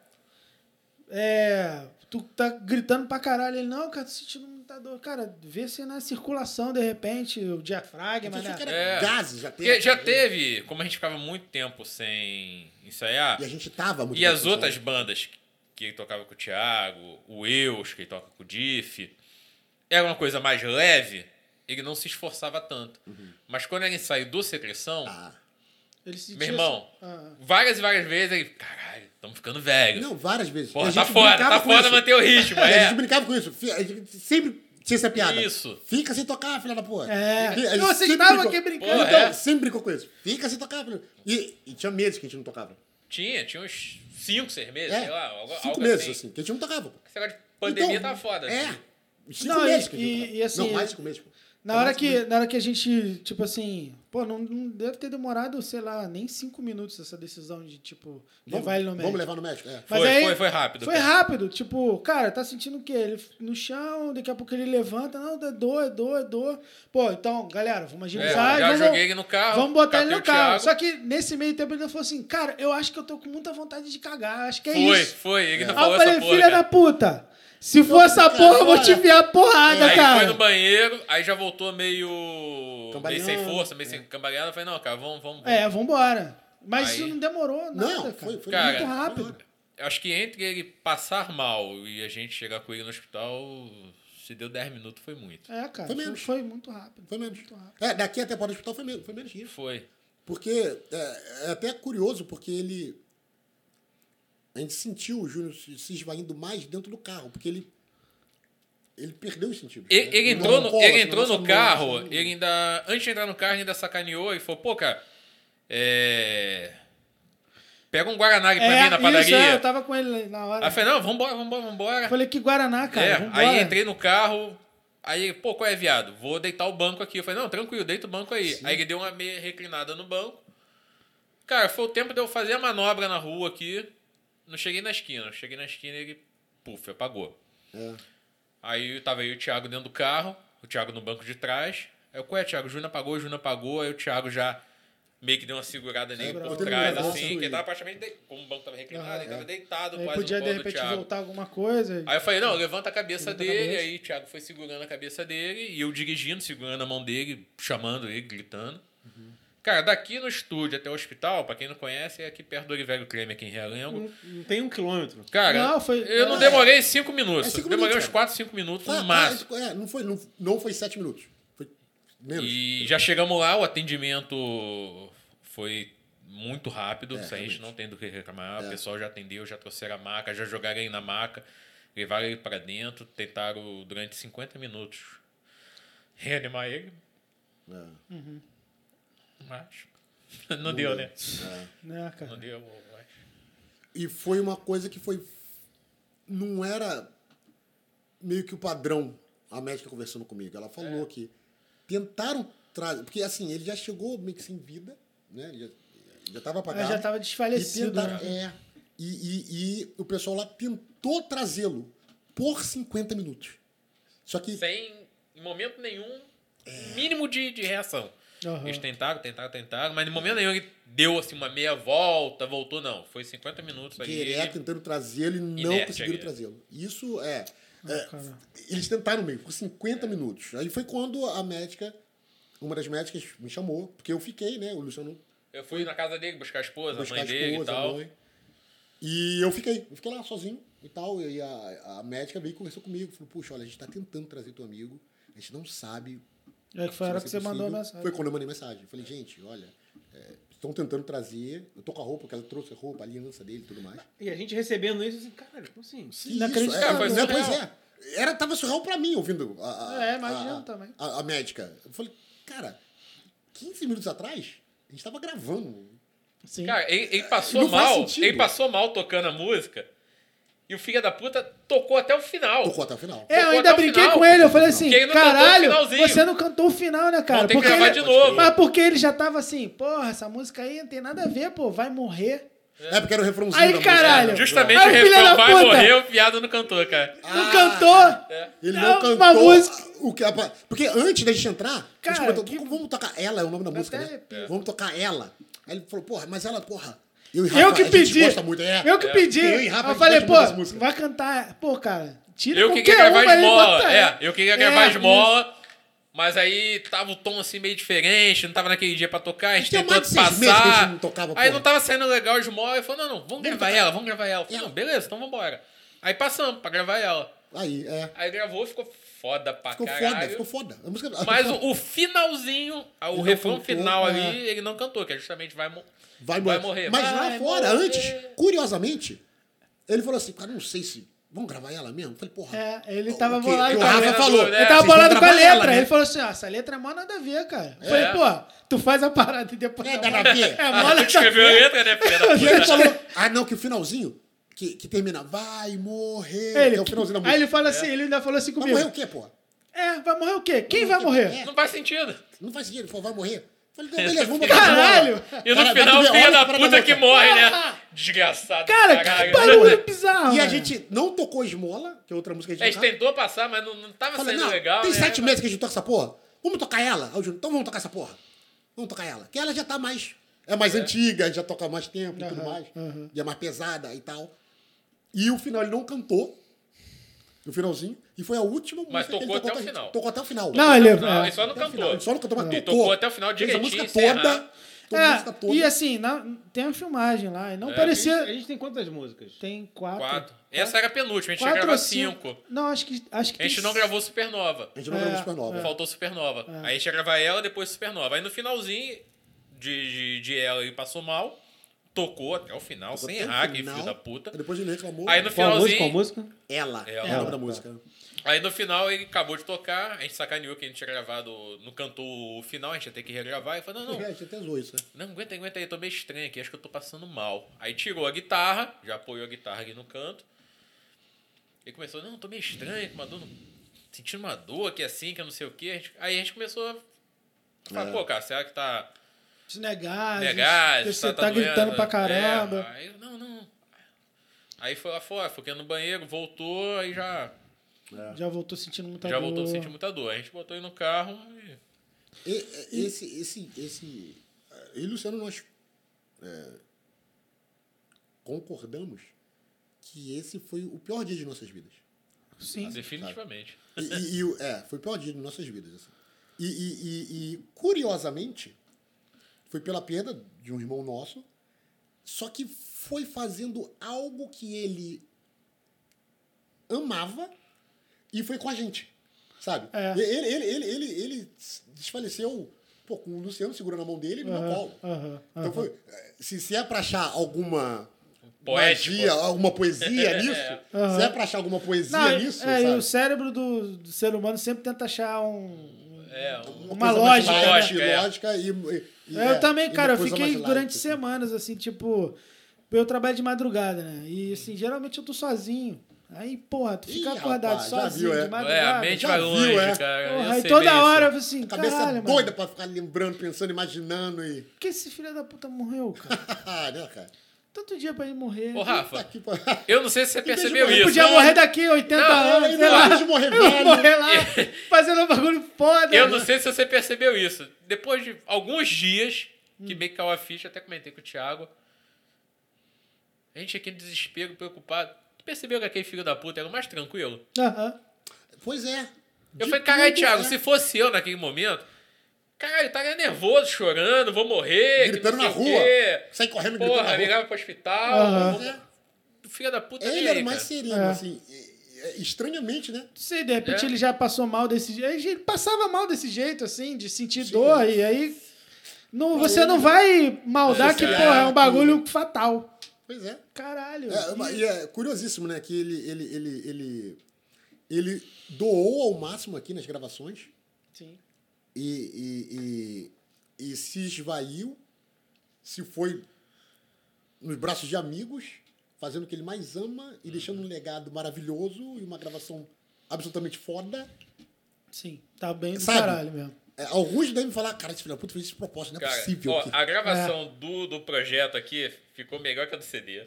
S5: É. Tu tá gritando pra caralho. Ele, não, cara, tô sentindo muita dor. Cara, vê se na circulação, de repente, o diafragma,
S6: Então
S1: Mas
S5: né?
S1: isso que era
S3: É.
S1: gases, já
S3: Porque
S1: teve.
S3: já teve, como a gente ficava muito tempo sem ensaiar,
S1: E a gente tava muito
S3: E as
S1: tempo
S3: outras
S1: sem-
S3: bandas que ele tocava com o Thiago, o Eus, que ele toca com o Diff, era uma coisa mais leve, ele não se esforçava tanto. Mas quando ele saiu do Secreção,
S1: Ah.
S5: Ele sentia
S3: meu irmão,
S5: Ah.
S3: várias e várias vezes ele, caralho, estamos ficando velho.
S1: Não, várias vezes.
S3: Porra,
S1: A
S3: tá
S1: gente
S3: foda,
S1: brincava
S3: tá
S1: com
S3: foda
S1: isso.
S3: manter o ritmo,
S1: É, A
S3: é.
S1: gente brincava com isso. Fi- A gente sempre tinha essa piada.
S3: Isso.
S1: Fica sem tocar, filha da porra.
S5: É.
S1: E- a gente
S5: Não, vocês
S1: sempre
S5: estavam
S1: brincou.
S5: aqui brincando.
S1: Então,
S3: É.
S1: sempre brincou com isso. Fica sem tocar, filha. E, e tinha meses que a gente não tocava.
S3: Tinha, tinha uns 5, 6 meses,
S1: É,
S3: sei lá, algo,
S1: cinco
S3: algo
S1: meses,
S3: assim.
S1: assim. que a gente não tocava. pô.
S3: Esse negócio de pandemia
S1: Então,
S3: tá foda.
S1: É.
S3: assim.
S1: Cinco
S5: Não,
S1: meses
S5: e-
S1: que a gente
S5: e-
S1: não tocava.
S5: e assim,
S1: Não, mais cinco meses, pô.
S5: Na
S1: Foi
S3: Tá
S5: hora,
S1: mais cinco
S5: que,
S1: meses.
S5: na hora que a gente, tipo assim, pô, não, não deve ter demorado, sei lá, nem cinco minutos essa decisão de, tipo,
S1: Vamos,
S5: levar ele no
S1: Vamos
S5: médico.
S1: levar no médico, é.
S5: Mas
S3: Foi,
S5: aí-
S3: foi, foi rápido.
S5: Foi
S3: cara.
S5: rápido, tipo, cara, tá sentindo o quê? Ele f- no chão, daqui a pouco ele levanta, não, é dor, é dor, é dor. Pô, então, galera,
S3: É,
S5: vamos agilizar. e
S3: já
S5: vamos,
S3: joguei ele no carro.
S5: Vamos botar ele no
S3: catei o
S5: carro.
S3: Thiago.
S5: Só que nesse meio tempo ele falou assim, cara, eu acho que eu tô com muita vontade de cagar, acho que é
S3: Foi,
S5: isso.
S3: foi. Ele não
S5: Aí
S3: falou
S5: eu
S3: essa
S5: falei,
S3: porra. né?"
S5: filha da
S3: cara.
S5: puta, se for essa
S1: cara,
S5: porra, eu vou
S1: olha.
S5: te enfiar a porrada,
S3: Aí
S5: cara.
S3: foi no banheiro, aí já voltou meio. meio
S1: Cambaleando. É.
S3: sem força, meio sem cambaleada. Eu falei, não, cara, vamos, vamos. vamos.
S5: É, vambora. Mas
S3: Aí-
S5: isso não demorou nada,
S1: Não,
S5: cara.
S1: foi- foi
S5: muito
S3: muito
S5: rápido.
S1: rápido.
S3: Acho que entre ele passar mal e a gente chegar com ele no hospital, se deu 10 minutos foi muito.
S5: É, cara.
S1: Foi
S5: Foi,
S1: menos.
S5: foi muito rápido.
S1: Foi menos.
S5: Muito rápido.
S1: É, daqui até para o hospital foi menos, foi menos que isso.
S3: Foi.
S1: Porque é, é até curioso, porque ele. A gente sentiu o Júnior se se esvaindo mais dentro do carro, porque ele. Ele perdeu os sentidos.
S3: Ele,
S1: né?
S3: ele
S1: Não
S3: entrou, no,
S1: cola,
S3: ele
S1: assim,
S3: entrou
S1: não
S3: no
S1: cola,
S3: carro,
S1: assim,
S3: ele ainda. Antes de entrar no carro, ele ainda sacaneou e falou, pô, cara. É. Pega um Guaraná aí pra mim na
S5: isso, é,
S3: padaria.
S5: eu tava com ele na hora.
S3: Aí eu falei, não, vambora, vambora, vambora.
S5: Eu Falei que Guaraná, cara.
S3: é,
S5: vambora.
S3: aí entrei no carro. Aí, ele, pô, qual é, viado? Vou deitar o banco aqui. Eu falei, não, tranquilo, deita o banco aí. Aí ele deu uma meia reclinada no banco. Cara, foi o tempo de eu fazer a manobra na rua aqui. Não cheguei na esquina. Eu Cheguei na esquina e ele, puf, apagou.
S1: É.
S3: Aí tava aí o Thiago dentro do carro, o Thiago no banco de trás. Aí eu, qual é, Thiago? O Júnior apagou, o Júnior apagou. Aí o Thiago já meio que deu uma segurada nele
S1: bravo.
S3: por
S1: Deu um
S3: trás,
S1: abraço
S3: assim.
S1: aí.
S3: Que ele tava praticamente, de... como o banco tava reclinado,
S5: Ah,
S3: ele tava
S1: é.
S3: deitado
S5: Aí
S3: quase
S5: podia
S3: no colo
S5: de
S3: do
S5: repente
S3: Thiago.
S5: voltar alguma coisa.
S3: Aí eu falei, não, levanta a cabeça
S5: Levanta a
S3: dele.
S5: cabeça.
S3: Aí o Thiago foi segurando a cabeça dele e eu dirigindo, segurando a mão dele, chamando ele, gritando.
S5: Uhum.
S3: Cara, daqui no estúdio até o hospital, pra quem não conhece, é aqui perto do Oliveira Creme, aqui em Realengo.
S6: Não tem um quilômetro.
S3: Cara,
S5: Uhum. Não, foi- Ah.
S3: eu não
S1: é.
S3: demorei cinco minutos.
S1: É cinco
S3: demorei
S1: minutos,
S3: uns
S1: cara.
S3: 4, 5 minutos
S1: Ah,
S3: no máximo.
S1: ah, é, não, foi, não, não foi sete minutos. Foi menos.
S3: E já chegamos lá, o atendimento foi muito rápido,
S1: É,
S3: isso aí a gente
S1: realmente.
S3: não tem do que reclamar.
S1: É.
S3: O pessoal já atendeu, já trouxeram a maca, já jogaram ele na maca, levaram ele pra dentro, tentaram durante 50 minutos reanimar ele,
S1: É,
S3: mas não, deu, né?
S1: é.
S5: Né,
S3: Não
S5: cara?
S3: deu, mas...
S1: E foi uma coisa que foi. Não era meio que o padrão. A médica conversando comigo. Ela
S3: É.
S1: falou que tentaram trazer. Porque assim, ele já chegou meio que sem vida, né? Ele Já, já tava
S5: Aí
S1: apagado.
S5: É, já tava
S1: e
S5: desfalecido.
S1: tentaram-
S5: né?
S1: é. E, e- e o pessoal lá tentou trazê-lo por 50 minutos. Só que.
S3: Sem, em momento nenhum,
S1: É.
S3: mínimo de, de reação.
S5: Aham.
S3: Eles tentaram, tentaram, tentaram, mas em momento nenhum ele deu assim uma meia volta, voltou, não. Foi 50 minutos aí.
S1: direto tentando trazê-lo e não
S3: Inerte
S1: conseguiram
S3: ali.
S1: trazê-lo. Isso é. é,
S5: cara.
S1: eles tentaram mesmo, por
S3: É.
S1: 50 minutos. Aí foi quando a médica, uma das médicas, me chamou, porque eu fiquei, né? O Luciano
S3: Eu fui na casa dele buscar a esposa,
S1: buscar
S3: a
S1: a
S3: mãe dele
S1: esposa,
S3: e tal.
S1: a mãe. E eu fiquei, eu fiquei lá sozinho e tal. E a, a médica veio e conversou comigo. Falou, puxa, olha, a gente tá tentando trazer teu amigo, a gente não sabe.
S5: É que foi a
S1: se
S5: hora
S1: vai
S5: que
S1: ser
S5: você mandou a
S1: possível."
S5: mensagem.
S1: Foi quando eu mandei mensagem. Eu falei, gente, olha, é, estão tentando trazer. Eu tô com a roupa, que ela trouxe a roupa, a aliança dele e tudo mais.
S6: E a gente recebendo isso, assim, caralho, como assim?
S1: Que
S5: Inacreditável.
S1: isso, é,
S3: Foi
S1: né?
S3: surreal.
S1: Pois é. Era, tava surreal pra mim ouvindo a, a,
S5: É, imagino
S1: a-
S5: também.
S1: A, a médica. Eu falei, cara, 15 minutos atrás, a gente tava gravando.
S5: Sim.
S3: Cara, ele, ele passou
S1: Não faz
S3: mal.
S1: sentido.
S3: Ele passou mal tocando a música. E o filho da puta tocou até o final.
S1: Tocou até o final.
S5: É, eu
S3: Tocou
S5: ainda
S3: até o
S5: brinquei
S3: final.
S5: com ele, eu falei assim,
S3: Porque ele não cantou o
S5: caralho,
S3: finalzinho."
S5: você não cantou o final, né, cara?
S3: Não, tem que gravar
S5: ele...
S3: de novo.
S5: Mas porque ele já tava assim, porra, essa música aí não tem nada a ver, pô, vai morrer.
S1: É porque era o refrãozinho.
S5: Aí,
S1: da música.
S5: caralho.
S3: É, Justamente
S5: Ai,
S3: o
S5: filha
S3: refrão
S5: da
S3: vai
S5: puta.
S3: morrer, o viado não cantou, cara.
S5: Não
S1: Ah.
S5: cantou?
S1: Ele
S5: É
S1: não
S5: uma
S1: cantou
S5: música.
S1: o que a pa- porque antes da gente entrar, a gente
S5: Cara,
S1: botou,
S5: que-
S1: vamos tocar ela, é o nome da música,
S5: até
S1: né?
S5: arrepio.
S1: Vamos tocar ela. Aí ele falou, porra, mas ela, porra, eu e
S5: Eu
S1: Rafa,
S5: que
S1: a gente
S5: pedi.
S1: gosta muito, é.
S5: Eu que pedi.
S1: Eu e Rafa, a
S5: Eu
S1: gente
S5: falei,
S1: gosta
S5: pô,
S1: muito dessa música.
S5: vai cantar. Pô, cara, tira
S3: Eu que
S5: qualquer
S3: queria gravar
S5: uma aí e
S3: esmola.
S5: bota
S3: É,
S5: ela.
S3: eu queria gravar
S5: É,
S3: esmola. Mas aí tava o tom assim meio diferente, não tava naquele dia pra tocar, a gente
S1: Tem
S3: tentou
S1: mais de seis
S3: passar.
S1: meses que a gente não tocava,
S3: aí
S1: porra.
S3: não tava saindo legal a esmola, e falou, não, não, vamos gravar
S1: tocar.
S3: ela, vamos gravar ela. Eu falei, não, beleza, então vambora. Aí passamos pra gravar ela.
S1: Aí, é.
S3: Aí gravou, ficou foda pra
S1: Ficou
S3: caralho.
S1: foda, ficou foda. A música,
S3: Mas o, o finalzinho, a- o
S1: Ele não
S3: refrão
S1: cantou,
S3: final
S1: é.
S3: ali, ele não cantou, que é justamente vai, mo-
S1: Vai,
S3: vai
S1: morrer.
S3: morrer.
S1: Mas
S3: Vai
S1: lá fora,
S3: morrer.
S1: antes, curiosamente, ele falou assim, cara, não sei se. Vamos gravar ela mesmo? Eu falei, porra.
S5: É, ele tava
S1: o que-
S5: bolado
S1: que
S5: com
S1: O
S5: a
S1: Rafa
S5: letra.
S1: falou.
S3: Ele
S5: Ele
S3: É,
S5: tava
S1: "Vocês vão
S5: bolado com a
S1: gravar ela,
S5: letra.
S1: né?"
S5: Ele falou assim, ó, essa letra é mó nada a ver, cara. Eu
S3: É.
S5: falei, pô, tu faz a parada e depois...
S1: É, nada a ver.
S5: É
S3: Ah,
S5: mó
S3: tu
S5: nada a
S3: escreveu a
S5: ver.
S3: letra, né, filha da
S1: E ele
S3: puta?
S1: falou, ah, não, que o finalzinho, que, que termina, vai morrer.
S5: Ele-
S1: que é o finalzinho da música.
S5: aí ele fala assim, ele ainda falou assim
S1: Vai
S5: comigo.
S1: morrer o quê, porra?
S5: É, vai morrer o quê? Quem vai
S1: Vai morrer o
S5: morrer?
S1: quê?
S3: Não faz sentido.
S1: Não faz sentido, ele falou, vai morrer. Eu falei, não,
S3: É,
S1: beleza, vamos botar
S5: Caralho!
S1: essa bola.
S3: E no
S1: Cara, vai Ah!
S3: final,
S1: comer,
S3: filha
S1: olha
S3: da
S1: pra
S3: puta que
S1: boca.
S3: morre, né? Desgraçado.
S5: Cara, que
S3: caralho.
S5: barulho bizarro.
S1: E a
S5: né?
S1: gente não tocou Esmola, que é outra música que
S3: A
S1: a
S3: gente
S1: gente tocava.
S3: tentou passar, mas não, não tava
S1: Falei,
S3: saindo
S1: não,
S3: legal.
S1: tem
S3: né?
S1: sete meses que a gente toca essa porra. Vamos tocar ela? Aí o Júnior, então vamos tocar essa porra. Vamos tocar ela. Que ela já tá mais... É mais antiga, já toca há mais tempo e tudo
S5: Aham,
S1: mais.
S5: aham.
S1: E é mais pesada e tal. E o final, ele não cantou. No finalzinho. E foi a última música que
S3: tocou
S1: ele tocou
S3: até
S1: com
S3: o
S1: a gente.
S3: final.
S1: Tocou até o final.
S5: Não, ele...
S3: Não,
S5: é.
S3: ele só não
S1: Até o final.
S3: cantou.
S1: Ele só não cantou, mas
S3: Ele
S1: tocou.
S3: tocou até o final
S1: Fez a música é
S3: direitinho, sem
S1: toda.
S3: errar.
S1: Todo
S5: É,
S1: mundo está todo.
S5: E assim, na- tem uma filmagem lá. E
S3: É,
S5: não
S6: A
S5: parecia.
S6: gente tem quantas músicas?
S5: Tem quatro.
S3: Quatro. Essa era a penúltima, a gente ia
S5: Quatro
S3: gravar
S5: ou cinco.
S3: cinco.
S5: Não, acho que. Acho que
S3: A gente
S5: tem
S3: não gravou Supernova.
S1: A gente não
S5: É,
S1: gravou Supernova.
S3: Faltou Supernova.
S1: É.
S3: Aí a gente ia gravar ela, depois Supernova. Aí no finalzinho de, de, de ela ele passou mal, tocou até o final,
S1: Até
S3: sem
S1: o
S3: errar, que
S1: final,
S3: filho da puta.
S1: Depois ele reclamou.
S3: Aí no
S6: Qual a música?
S3: finalzinho.
S6: Qual a música?
S1: Ela.
S3: Ela.
S1: É o nome
S6: Tá.
S1: da música.
S3: Aí no final ele acabou de tocar, a gente sacaneou que a gente tinha gravado, não cantou o final, a gente ia ter que regravar. E falou, não,
S1: É,
S3: não,
S1: a gente até zoou isso, né?
S3: não, aguenta, aguenta aí, tô meio estranho aqui, acho que eu tô passando mal. Aí tirou a guitarra, já apoiou a guitarra ali no canto. E começou, não, tô meio estranho, com uma dor, no- sentindo uma dor aqui assim, que eu não sei o quê. A gente- Aí a gente começou a falar,
S1: É.
S3: pô, cara, será que tá
S5: Desnegados.
S3: negado,
S5: Você tá, gritando pra caramba.
S3: né? É, aí, não, não. Aí foi lá fora, foi no banheiro, voltou, aí já,
S5: Já voltou sentindo muita
S3: já
S5: dor.
S3: voltou sentindo muita dor. Aí A gente botou ele no carro e.
S1: E- e- esse, esse, esse. eh, Eu e Luciano, nós é, concordamos que esse foi o pior dia de nossas vidas.
S5: Sim.
S3: ah, Definitivamente.
S1: E, e- e o- é, foi o pior dia de nossas vidas. assim. E, e- e- e, curiosamente, foi pela perda de um irmão nosso, só que foi fazendo algo que ele amava e foi com a gente, sabe?
S5: É.
S1: E Ele, ele, ele, ele, ele desfaleceu pô, com o Luciano segurando a mão dele no meu
S5: Aham,
S1: colo.
S5: aham,
S1: Então
S5: aham.
S1: foi, se, se é pra achar alguma
S3: Poético.
S1: magia, alguma poesia
S3: É.
S1: nisso,
S5: Aham.
S1: se é pra achar alguma poesia
S5: Não,
S1: nisso,
S5: é, e
S1: sabe?
S5: o cérebro do, do ser humano sempre tenta achar um.
S3: É, um-
S5: Uma
S1: coisa
S5: lógica, é.
S1: mais light,
S3: né?
S1: lógica e- e- e,
S5: eu
S1: é, e
S5: também,
S1: uma
S5: cara, eu
S1: coisa
S5: fiquei
S1: mais light,
S5: durante
S1: assim.
S5: semanas, assim, tipo. Eu trabalho de madrugada, né? E
S3: Uhum.
S5: assim, geralmente eu tô sozinho. Aí, porra, tu fica
S1: Ih,
S5: acordado
S1: rapaz, já
S5: sozinho
S1: viu, é.
S5: de madrugada.
S3: é, a mente
S1: já
S3: vai
S1: viu,
S3: longe,
S1: é?
S3: cara. eu
S5: Porra, aí
S3: sei
S5: toda
S3: bem
S5: hora eu
S3: isso.
S5: falei assim,
S1: A cabeça
S5: caralho,
S1: é doida
S5: mano.
S1: pra ficar lembrando, pensando, imaginando e.
S5: Por que esse filho da puta morreu, cara?
S1: né, cara?
S5: Tanto dia pra ele morrer.
S3: Ô,
S1: Tá
S3: Rafa,
S1: aqui, pô.
S5: Ah,
S3: eu não sei se você
S1: deixa
S3: percebeu
S1: eu-
S5: Ele
S3: isso.
S5: podia
S1: Não,
S5: morrer daqui 80
S3: não,
S5: anos,
S1: ele
S5: sei
S1: não
S5: lá.
S1: quis morrer
S5: Eu
S1: velho.
S5: morrer lá, fazendo um bagulho foda.
S1: né?
S3: Eu não sei se você percebeu isso. Depois de alguns dias, que meio que caiu a ficha, até comentei com o Thiago. A gente aqui em desespero, preocupado. Tu percebeu que aquele filho da puta era o mais tranquilo?
S5: Aham.
S1: Pois é.
S3: Eu
S1: De
S3: falei, caralho,
S1: tudo,
S3: Thiago,
S1: né?
S3: se fosse eu naquele momento, caralho, eu estaria nervoso, chorando, vou morrer. que
S1: Gritando
S3: não
S1: na
S3: sei o
S1: rua.
S3: quê.
S1: Sai correndo gritando
S3: Porra,
S1: na rua.
S3: ligava pro hospital.
S5: Aham.
S1: Pois é.
S3: O Filho da puta nem
S1: Ele era
S3: aí,
S1: o mais
S3: cara.
S1: sereno,
S5: É.
S1: assim. e- e- Estranhamente, né?
S5: Não sei, de repente
S3: É.
S5: ele já passou mal desse jeito. Ele passava mal desse jeito, assim, de sentir dor. E aí. Não, você não vai maldar
S3: É,
S5: que,
S3: é.
S5: porra, é um bagulho fatal.
S1: Pois é.
S5: Caralho.
S1: É, mas- e é curiosíssimo, né? Que ele, ele, ele, ele, ele doou ao máximo aqui nas gravações.
S5: Sim.
S1: e, e, e, e se esvaiu, se foi nos braços de amigos, fazendo o que ele mais ama e deixando
S3: Uhum.
S1: um legado maravilhoso e uma gravação absolutamente foda.
S5: Sim. Tá bem do
S1: Sabe?
S5: caralho mesmo.
S1: É, alguns devem falar, cara, esse filho da puta fez isso de propósito, não é
S3: Cara,
S1: possível. É.
S3: ó,
S1: que-
S3: a gravação do, do projeto aqui ficou melhor que a do CD.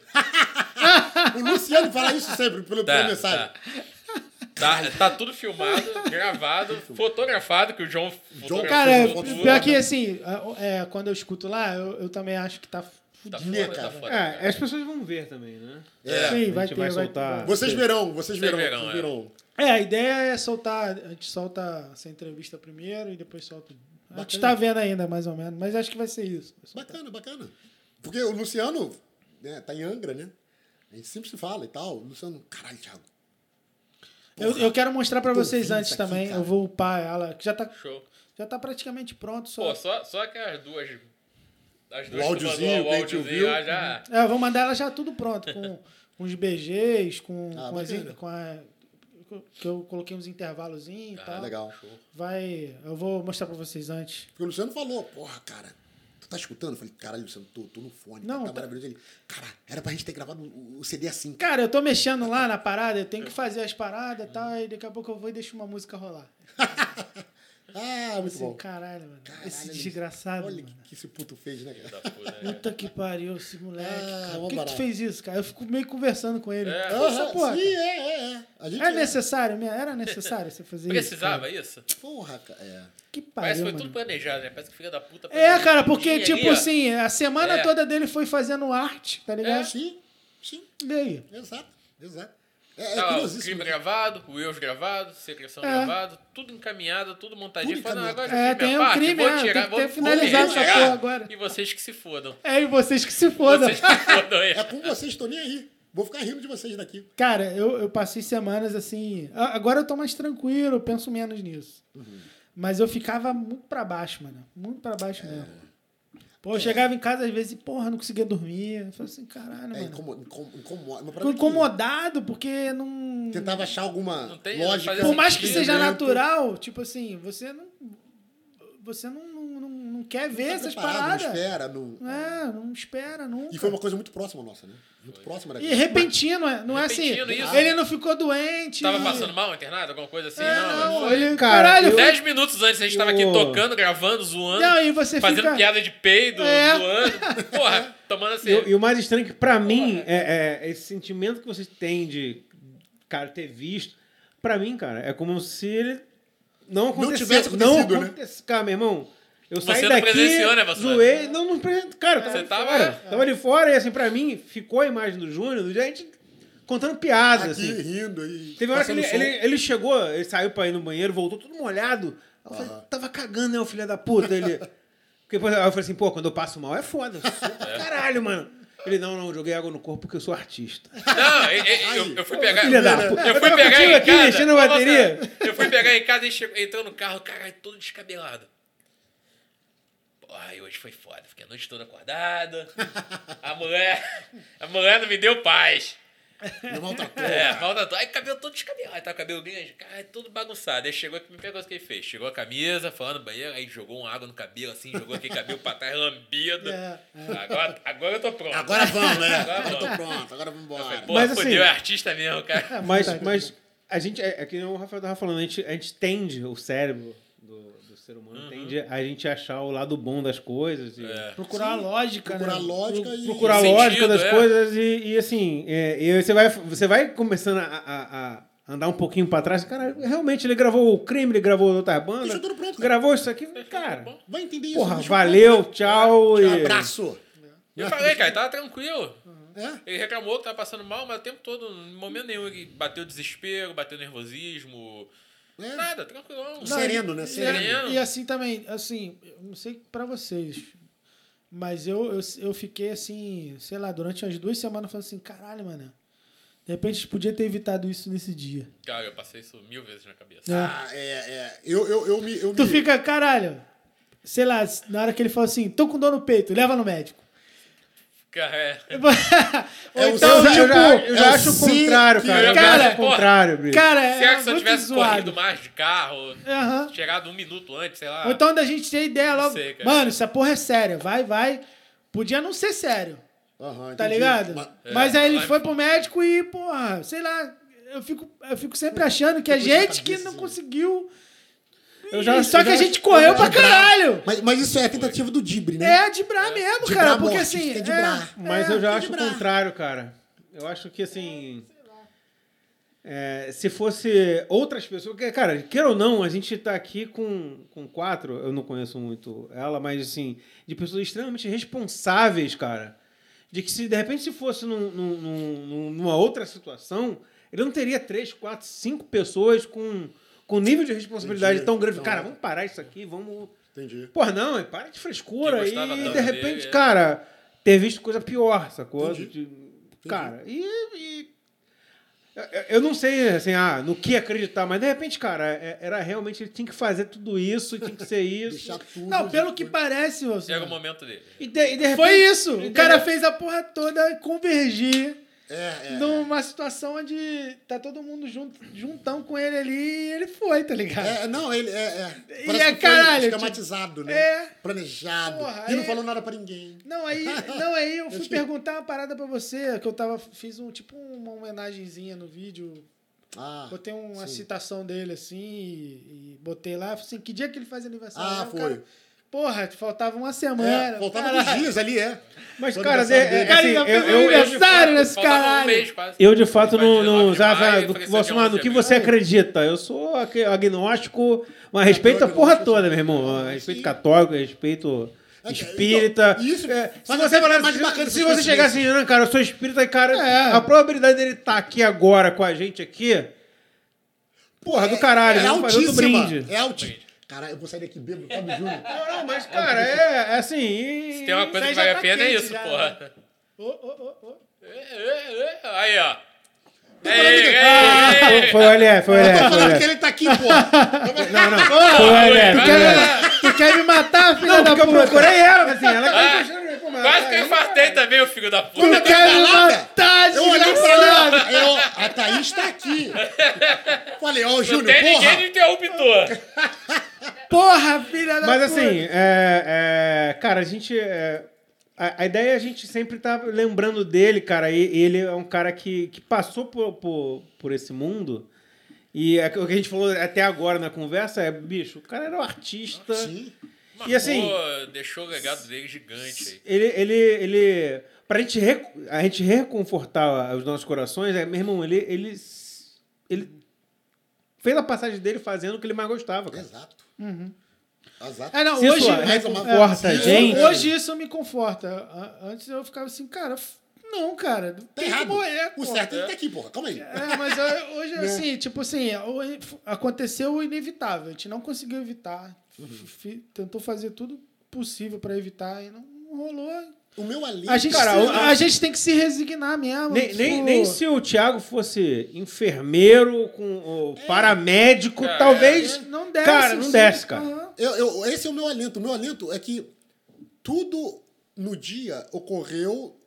S1: O Luciano fala isso sempre pelo
S3: Tá,
S1: pela mensagem.
S3: tá. Tá, tá tudo filmado, gravado, fotografado, que o João fotografou
S5: Cara, é,
S1: Foto
S3: tudo. Tá
S5: pior que assim, é, é, quando eu escuto lá, eu, eu também acho que tá
S3: Tá
S5: fudido.
S3: foda, tá
S1: cara.
S3: foda. cara.
S6: É, as pessoas vão ver também, né?
S3: É,
S5: Sim, vai
S6: a gente
S5: ter, vai,
S6: vai
S5: ter.
S6: soltar.
S1: É. Vocês verão, vocês verão.
S3: verão,
S1: vocês
S3: é.
S1: verão.
S5: É, a ideia é soltar. A gente solta essa entrevista primeiro e depois solta. A gente tá vendo ainda, mais ou menos, mas acho que vai ser isso.
S1: Bacana, bacana. Porque o Luciano né, tá em Angra, né? A gente sempre se fala e tal. O Luciano, caralho, Thiago.
S5: Eu,
S1: Porra.
S5: eu quero mostrar pra
S1: Tô
S5: vocês
S1: ouvindo
S5: antes
S1: isso aqui,
S5: também.
S1: cara.
S5: Eu vou upar ela, que já tá,
S3: Show.
S5: já tá praticamente pronto. Só.
S3: Pô, só, só aquelas duas. As duas
S1: áudiozinho
S3: mandou,
S1: que a gente ouviu.
S3: lá já.
S5: É, eu vou mandar ela já tudo pronto, com, com os BGs, com,
S1: Ah,
S5: com, as,
S1: bacana.
S5: com a- que eu coloquei uns intervalozinhos e
S3: Ah,
S5: tal.
S1: tá legal.
S5: Vai, eu vou mostrar pra vocês antes.
S1: Porque o Luciano falou, porra, cara, tu tá escutando? Eu falei, caralho, Luciano, tô, tô no fone,
S5: Não,
S1: tá,
S5: tá-
S1: maravilhoso. Ele, cara, era pra gente ter gravado o, o CD assim. cara.
S5: Cara, eu tô mexendo lá na parada, eu tenho
S1: É.
S5: que fazer as paradas e
S1: Hum.
S5: tal, e daqui a pouco eu vou e deixo uma música rolar.
S1: Ah, muito
S5: Assim,
S1: bom.
S5: caralho, mano.
S1: Caralho,
S5: esse
S1: Luciano,
S5: desgraçado,
S1: Olha o que,
S5: mano.
S1: que esse puto fez, né, cara?
S3: Da puta, né?
S5: Uhum. Puta que pariu, esse moleque,
S1: Ah,
S5: cara.
S1: vou
S5: Por que, que tu
S1: parar.
S5: fez isso, cara? Eu fico meio conversando Ah, com ele.
S3: É.
S5: Pô, essa
S1: Aham,
S5: porra,
S1: Sim, é, é, é. A gente
S5: É necessário, minha? Era necessário você fazer
S3: Precisava
S5: isso?
S3: isso?
S1: Porra, cara. É.
S5: Precisava. Que
S3: Parece que
S5: pariu,
S3: foi
S5: mano.
S3: tudo planejado, né? Parece que filha da puta.
S5: É,
S3: planejou
S5: cara,
S3: tudo,
S5: porque, tipo
S3: engenharia.
S5: assim, a semana
S3: É.
S5: toda dele foi fazendo arte, tá ligado?
S3: É.
S1: Sim, sim,
S5: E aí?
S1: exato, exato. É, é
S3: Tá lá, o
S1: curiosíssimo.
S3: clima gravado, o Eus gravado, secreção
S5: né? É.
S3: gravado, tudo encaminhado, tudo montadinho.
S1: Tudo
S3: Falando,
S1: encaminhado.
S3: agora
S5: É,
S3: eu fiz
S5: tem
S3: minha
S5: um
S3: parte,
S5: crime,
S3: vou
S5: é,
S3: tirar,
S5: tem que
S3: vou
S5: ter finalizado
S3: vou
S5: essa
S3: retirar,
S5: porra agora.
S3: E vocês que se fodam.
S5: É, e vocês que se fodam.
S3: Vocês que se fodam aí.
S1: É com vocês, tô nem aí. Vou ficar rindo de vocês daqui.
S5: Cara, eu, eu passei semanas assim. a- Agora eu tô mais tranquilo, eu penso menos nisso.
S1: Uhum.
S5: Mas eu ficava muito pra baixo, mano. Muito pra
S1: É.
S5: baixo mesmo. Pô, eu chegava em casa às vezes e, porra, não conseguia dormir. Eu falei assim, caralho,
S1: É
S5: mano.
S1: incomo- incom- incomoda. uma
S5: Tô
S1: parada que
S5: incomodado porque não.
S1: Tentava achar alguma
S3: Não tem- né? não
S1: lógica.
S3: faz
S5: Por mais que
S3: Sim,
S5: seja
S1: dentro.
S5: natural, tipo assim, você não. Você não, não, não, não quer
S1: Não
S5: ver
S1: tá
S5: essas
S1: preparado,
S5: paradas.
S1: Não espera, não...
S5: É, não espera nunca.
S1: E foi uma coisa muito próxima nossa, né? Muito próxima da
S5: E repentino, é- não é assim.
S3: Repentino, isso.
S5: Ele não ficou doente.
S3: Tava passando mal, internado, alguma coisa assim?
S5: É,
S3: não.
S5: não,
S3: não.
S5: ele,
S6: Cara,
S5: caralho,
S6: eu-
S5: foi-
S3: Dez minutos antes a gente tava aqui
S6: Eu-
S3: tocando, gravando, zoando,
S5: Não, e você
S3: fazendo
S5: fica...
S3: piada de peido,
S5: É.
S3: zoando. Porra, tomando assim.
S6: E, o- e o mais estranho é que, pra mim, é, é esse sentimento que vocês têm de, cara, ter visto, pra mim, cara, é como se ele não acontecesse.
S1: tivesse
S6: não
S1: acontecido, né?
S6: acontece- Cara, meu irmão, eu
S3: Você
S6: saí
S3: não
S6: daqui,
S3: presenciou, né, Vassoura?
S6: zoei, não, não presenciou. Cara, eu tava
S3: Você
S6: de
S3: tava-
S6: fora. Tava de fora e, assim, pra mim, ficou a imagem do Júnior, do gente contando piadas,
S1: Aqui,
S6: assim.
S1: rindo e
S6: Teve uma hora que
S1: passando
S6: ele,
S1: som.
S6: ele, ele chegou, ele saiu pra ir no banheiro, voltou todo molhado. Eu falei, tava cagando, né, o filho da puta? Ele. Porque depois aí eu falei assim, pô, quando eu passo mal é foda. eu sou pra Caralho, mano. Ele, não, não, joguei água no corpo porque eu sou artista.
S3: Não, e- e- eu, eu fui pegar.
S6: Filha da puta.
S3: Eu
S6: Eu
S3: fui
S5: Tá
S6: tava
S3: pegar
S6: contigo
S3: em
S6: aqui,
S3: casa.
S6: mexendo na
S3: Nossa,
S6: bateria.
S3: Eu fui pegar em casa e chegou, entrou no carro, caralho, todo descabelado. Porra, e hoje foi foda. Fiquei a noite toda acordada. A mulher. A mulher não me deu paz.
S1: Me maltratou.
S3: É, falta tudo. Aí cabelo todo descabelado. Aí tá o cabelo grande, cara, todo bagunçado. Aí chegou aqui, me pegou o que ele fez. Chegou a camisa, falando no banheiro, aí jogou uma água no cabelo, assim, jogou aquele cabelo pra trás, lambido.
S5: É,
S3: Agora, agora eu tô pronto.
S1: Agora vamos, né?
S3: Agora
S1: Agora eu tô
S3: vamos.
S1: pronto, agora vamos embora.
S3: Porra,
S6: Mas, assim-
S3: fudeu, é artista mesmo, cara.
S5: É,
S6: Mas,
S5: vontade.
S6: mas a gente, é, é que nem o Rafael tava falando, a gente, a gente tende, o cérebro do, do ser humano tende a gente achar o lado bom das coisas. e-
S3: É.
S5: Procurar a lógica,
S1: Procurar
S5: né?
S1: lógica e.
S6: procurar a
S3: Sentido,
S6: lógica das
S3: é.
S6: coisas e, e, assim, é, e aí você, vai, você vai começando a, a- a andar um pouquinho pra trás. Cara, realmente ele gravou o crime, ele gravou outra banda.
S1: Deixa
S5: um
S1: tudo pronto, cara.
S6: Gravou isso aqui, é,
S3: um
S6: cara.
S1: Vai entender isso.
S6: Porra,
S1: bicho.
S6: valeu, tchau.
S1: Um
S6: e-
S1: abraço.
S3: Eu falei, cara, ele tava tranquilo.
S1: É?
S3: Ele reclamou que tava passando mal, mas o tempo todo, em momento nenhum, ele bateu desespero, bateu nervosismo.
S1: É.
S3: Nada, tranquilão.
S1: Não, Sereno, né? Sereno.
S3: Sereno.
S5: E assim também, assim, eu não sei pra vocês, mas eu, eu, eu fiquei assim, sei lá, durante umas duas semanas falando assim, caralho, mano, de repente podia ter evitado isso nesse dia.
S3: Cara, eu passei isso mil vezes na cabeça.
S5: né?
S1: Ah, é, é. Eu, eu, eu me. Eu
S5: Tu
S1: me-
S5: fica, caralho, sei lá, na hora que ele fala assim, tô com dor no peito, leva no médico.
S3: Cara, é.
S5: Ou
S1: É o
S5: então,
S6: Eu já, eu já-
S5: tipo,
S6: eu já
S1: é o
S6: acho o
S1: sim
S6: contrário,
S1: que-
S6: cara. Eu já
S5: Cara,
S6: acho o
S3: porra.
S6: contrário, Brito.
S5: cara,
S3: Se é que
S5: é
S3: se eu
S5: muito
S3: tivesse corrido
S5: zoado.
S3: mais de carro,
S5: Aham.
S3: chegado um minuto antes, sei lá.
S5: Ou então da gente ter ideia logo.
S3: sei, cara.
S5: Mano, essa porra é séria. Vai, vai. Podia não ser sério,
S1: Aham,
S5: tá
S1: entendi.
S5: ligado?
S1: Mas-
S5: Mas aí ele
S3: vai-
S5: foi pro médico e, porra, sei lá, eu fico, eu fico sempre achando que a
S1: Depois da
S5: gente que
S1: cabeça,
S5: não
S1: né?
S5: conseguiu.
S6: Eu já-
S5: Só
S6: eu
S5: que
S6: já-
S5: a gente correu
S6: né?
S5: pra caralho.
S1: Mas, mas isso é a tentativa do Dibre, né?
S5: É, de bra mesmo,
S1: Dibrar
S5: cara.
S1: a
S5: Porque
S1: morte,
S5: assim.
S1: tem
S5: é,
S1: dibrar.
S6: Mas
S5: é.
S6: eu já
S1: tem
S6: acho o
S1: que brar.
S6: contrário, cara. Eu acho que assim. é, se fosse outras pessoas. porque, Cara, queira ou não, a gente tá aqui com, com quatro, eu não conheço muito ela, mas assim, de pessoas extremamente responsáveis, cara. De que se de repente se fosse num- num- num- num- numa outra situação, ele não teria três, quatro, cinco pessoas com, com nível de responsabilidade
S1: Entendi.
S6: tão grande. Cara,
S1: Então-
S6: vamos parar isso aqui, vamos.
S1: Entendi.
S6: Porra, não, para de
S3: Que
S6: frescura. E
S3: gostava tanto
S6: de
S3: dele,
S6: repente,
S3: é.
S6: cara, ter visto coisa pior, sacou?
S1: Entendi.
S6: De- Cara, e. e- eu- Eu não sei, assim, ah, no que acreditar, mas de repente, cara, é- era realmente ele tinha que fazer tudo isso, tinha que ser isso.
S1: Deixar tudo.
S5: Não, pelo que parece, Wilson.
S3: Chega o momento dele.
S6: E de, e de repente,
S5: Foi isso.
S6: e
S5: O
S6: de
S5: cara
S6: re-
S5: fez a porra toda convergir.
S1: É, é.
S5: numa situação onde tá todo mundo junto, juntão com ele ali e ele foi, tá ligado?
S1: É, não, ele é. é.
S5: E
S1: Parece
S5: é
S1: que foi
S5: caralho,
S1: esquematizado, né?
S5: é.
S1: Planejado.
S5: Porra,
S1: e não
S5: é-
S1: falou nada pra ninguém.
S5: Não, aí, não, aí eu fui
S1: Achei-
S5: perguntar uma parada pra você, que eu tava, fiz um, tipo, uma homenagenzinha no vídeo,
S1: Ah,
S5: botei um, uma
S1: sim.
S5: citação dele, assim, e, e botei lá, falei assim, que dia que ele faz aniversário?
S1: Ah,
S5: Aí o
S1: foi.
S5: cara, Porra, faltava uma semana.
S1: é, faltava
S5: caralho.
S1: uns dias ali, é.
S6: Mas,
S1: Foi
S6: cara, de,
S1: aniversário
S6: é,
S1: dele.
S5: Cara,
S6: assim,
S5: ainda
S6: eu,
S5: fez
S6: eu, eu,
S5: aniversário. Aniversário nesse
S3: Faltava
S5: caralho.
S3: Um mês, quase.
S6: eu, de fato não.
S3: 19
S6: não
S3: de
S6: já, já,
S3: maio, foi
S6: do, que
S3: esse
S6: você,
S3: dia
S6: mano, do
S3: 11
S6: que
S3: de
S6: você
S3: maio.
S6: acredita? Eu sou
S3: assim.
S6: aqu- agnóstico, mas respeito a porra toda, meu irmão. Respeito católico, respeito.
S1: É,
S6: espírita.
S1: então, isso
S6: É, se
S1: faz
S6: você,
S1: até
S6: falar,
S1: mais
S6: se,
S1: bacana
S6: se
S1: essas
S6: você chegar assim, não, cara, eu sou espírita, cara,
S5: É.
S6: a probabilidade dele estar aqui agora com a gente aqui. Porra, do caralho, né?
S1: é
S6: vamos fazer outro
S1: altíssima.
S6: brinde.
S1: É altíssima. Caralho, eu vou sair daqui bêbado, tá me juro.
S6: Não, não, mas, cara, é, é assim. e-
S3: Se tem uma coisa
S5: aí
S3: que
S5: já
S3: vale
S5: tá
S3: a pena, é
S5: quente
S3: isso,
S5: já,
S3: porra.
S5: Ô, ô, ô, ô.
S3: É, é, é. Aí, ó.
S1: Tô
S3: Ei,
S1: falando que-
S3: ei,
S1: Ah,
S3: ei,
S6: tá Foi o LF, foi o
S1: Eu tô
S6: LF. Foi é. o
S1: falando que
S6: LF.
S1: ele tá aqui, porra.
S6: Não, não. Foi o LF.
S3: Ah,
S6: foi o LF.
S5: Tu quer me matar, filha
S6: Não,
S5: da
S6: porque eu
S5: puta?
S6: procurei ela, assim, ela que
S3: Ah,
S6: encostando no meu comando.
S3: Quase que eu
S6: Aí,
S3: infartei também, o filho da puta.
S5: Tu quer me
S1: Caraca!
S5: matar,
S1: Eu olhei pra
S5: desgraçado.
S1: ela, eu, a Thaís tá aqui. Falei, ó,
S3: Não
S1: Júnior,
S3: tem ninguém de
S1: porra.
S3: interruptor.
S5: Porra, filha da
S6: Mas
S5: puta.
S6: assim, é, é, cara, a gente. é, a, a ideia é a gente sempre tá lembrando dele, cara. E, e ele é um cara que, que passou por, por, por esse mundo. E é, o que a gente falou até agora na conversa é, bicho, o cara era um artista.
S1: Sim.
S6: E assim-
S3: Marcou, deixou o legado dele gigante aí.
S6: Ele, ele, ele. Pra gente, re- a gente reconfortar os nossos corações, é, meu irmão, ele, ele. s- Ele fez a passagem dele fazendo o que ele mais gostava, cara.
S1: Exato. Exato.
S5: Ah, não,
S6: Se
S5: hoje,
S6: isso
S1: é-
S6: reconforta a
S1: é,
S6: gente.
S5: hoje isso me conforta. A- Antes eu ficava assim, cara, f- não, cara, tem
S1: Tá
S5: que
S1: errado.
S5: morrer,
S1: O
S5: porra.
S1: certo é ele tá aqui, porra. Calma aí.
S5: É, mas eu- hoje, assim, tipo assim, o- aconteceu o inevitável. A gente não conseguiu evitar. F- Tentou fazer tudo possível pra evitar e não rolou.
S1: O meu alívio.
S5: A gente,
S6: Cara,
S5: se-
S6: o-
S5: a gente tem que se resignar mesmo.
S6: Nem,
S5: tipo-
S6: nem, nem se o Thiago fosse enfermeiro, com, ou paramédico,
S3: É,
S6: talvez.
S5: Não desce.
S6: Cara, não
S5: sim.
S6: desce, cara.
S5: Aham.
S1: Eu, eu- esse é o meu alento. O meu alento é que tudo no dia ocorreu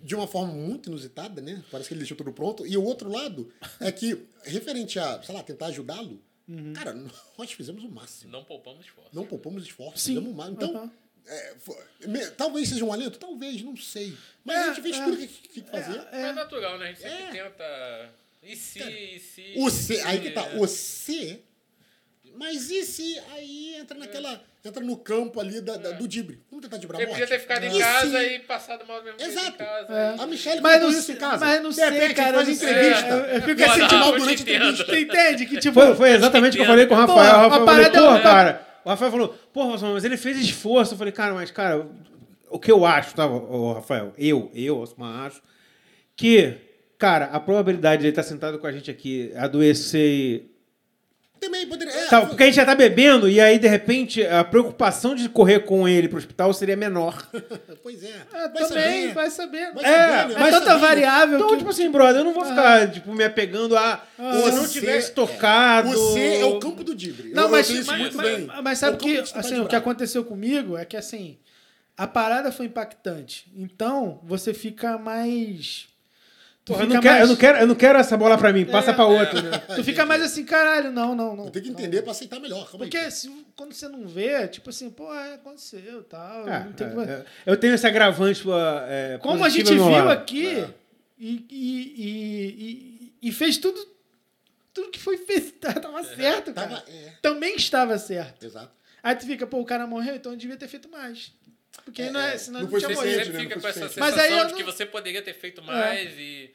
S1: de uma forma muito inusitada, né? Parece que ele deixou tudo pronto. E o outro lado é que, referente a, sei lá, tentar ajudá-lo,
S5: Uhum.
S1: cara, nós fizemos o máximo.
S3: Não poupamos esforço.
S1: Não poupamos esforço,
S5: Sim. Uhum.
S1: fizemos o máximo. Então,
S5: Aham.
S1: é, fo- me- talvez seja um alento, talvez, não sei. Mas
S5: É,
S1: a gente fez
S5: é.
S1: tudo que tinha que fazer.
S3: É, natural, né? A gente sempre
S1: É.
S3: tenta. E se, e se.
S1: O
S3: e é.
S1: C,
S3: se-
S1: aí que tá, o C. Mas e se aí entra naquela. Entra no campo ali da- da- do Dibre. Vamos tentar dibrar a
S3: Ele
S1: morte.
S3: podia ter ficado
S1: E
S3: em
S1: se-
S3: casa e passado mal mesmo jeito em
S1: Exato. É.
S3: casa.
S1: A Michelle
S5: Mas
S1: contou
S5: não
S1: isso
S5: sei-
S1: em casa.
S5: mas não
S1: de
S5: sei,
S1: repente, ele
S5: cara,
S1: faz
S5: eu não sei.
S1: entrevista.
S3: É,
S1: Eu fico
S3: não,
S1: assim,
S3: não,
S1: de mal
S3: eu te
S1: durante a entrevista.
S5: Tu entende? Que
S3: é.
S5: tipo.
S6: Foi, foi exatamente o que eu falei com o
S3: Porra,
S6: Rafael. o
S5: a
S6: Rafael
S5: parada é
S6: falou, porra,
S5: uma-
S6: cara. O Rafael falou, porra, Osmar, mas ele fez esforço. Eu falei, cara, mas, cara, o que eu acho, tá, ô, ô, Rafael? Eu, eu, Osmar, acho que, cara, a probabilidade de ele estar sentado com a gente aqui, adoecer. e-
S1: Também poderia. É,
S6: Tá, porque a gente já tá bebendo e aí, de repente, a preocupação de correr com ele pro hospital seria menor.
S1: Pois é.
S5: Ah,
S1: Vai
S5: também,
S1: saber.
S5: vai saber.
S1: Vai
S5: É,
S1: saber, né?
S5: é
S1: Vai
S5: tanta
S1: saber.
S5: variável.
S6: Então,
S5: que- Ah.
S6: tipo assim, brother, eu não vou ficar, tipo, me apegando a. ou se não
S1: Você-
S5: é,
S6: tivesse tocado.
S1: O C é o campo do Dibre. Eu-
S5: Não,
S1: eu
S5: mas,
S1: tenho isso
S5: mas-
S1: muito
S3: mas-
S1: bem.
S5: mas- mas sabe
S1: É o
S5: que
S1: campo de tentar
S5: assim, o que
S1: dibrar.
S5: aconteceu comigo é que assim, a parada foi impactante. Então, você fica mais. Tu
S6: Porra, eu
S5: fica
S6: não, quero, eu,
S5: mais, É,
S6: não quero, eu não quero essa bola pra mim, passa pra outro, né?
S5: Tu fica mais assim, caralho, não, não, não.
S1: Eu tenho que
S5: não.
S1: entender pra aceitar melhor. Calma aí.
S5: Porque se- quando você não vê, tipo assim, pô, é, aconteceu tal.
S6: Ah,
S5: não tem que-
S6: é, é, eu tenho esse agravante. ah, é,
S5: Como a
S6: positivo
S5: gente
S6: ao meu
S5: viu
S6: lado.
S5: aqui
S1: É.
S5: e, e- e- e- e fez tudo, tudo que foi feito, tá, tava certo, cara.
S1: Tava, é,
S5: Também estava certo.
S1: exato.
S5: Aí tu fica, pô, o cara morreu, então eu devia ter feito mais. Porque não é, senão
S1: não
S5: não,
S1: foi
S5: tinha
S3: Você
S1: suficiente,
S3: sempre
S5: morrido.
S1: né?
S3: fica
S1: Não
S3: com essa
S1: consciente.
S5: Mas
S3: sensação
S5: aí eu
S3: de
S5: não-
S3: que você poderia ter feito mais e.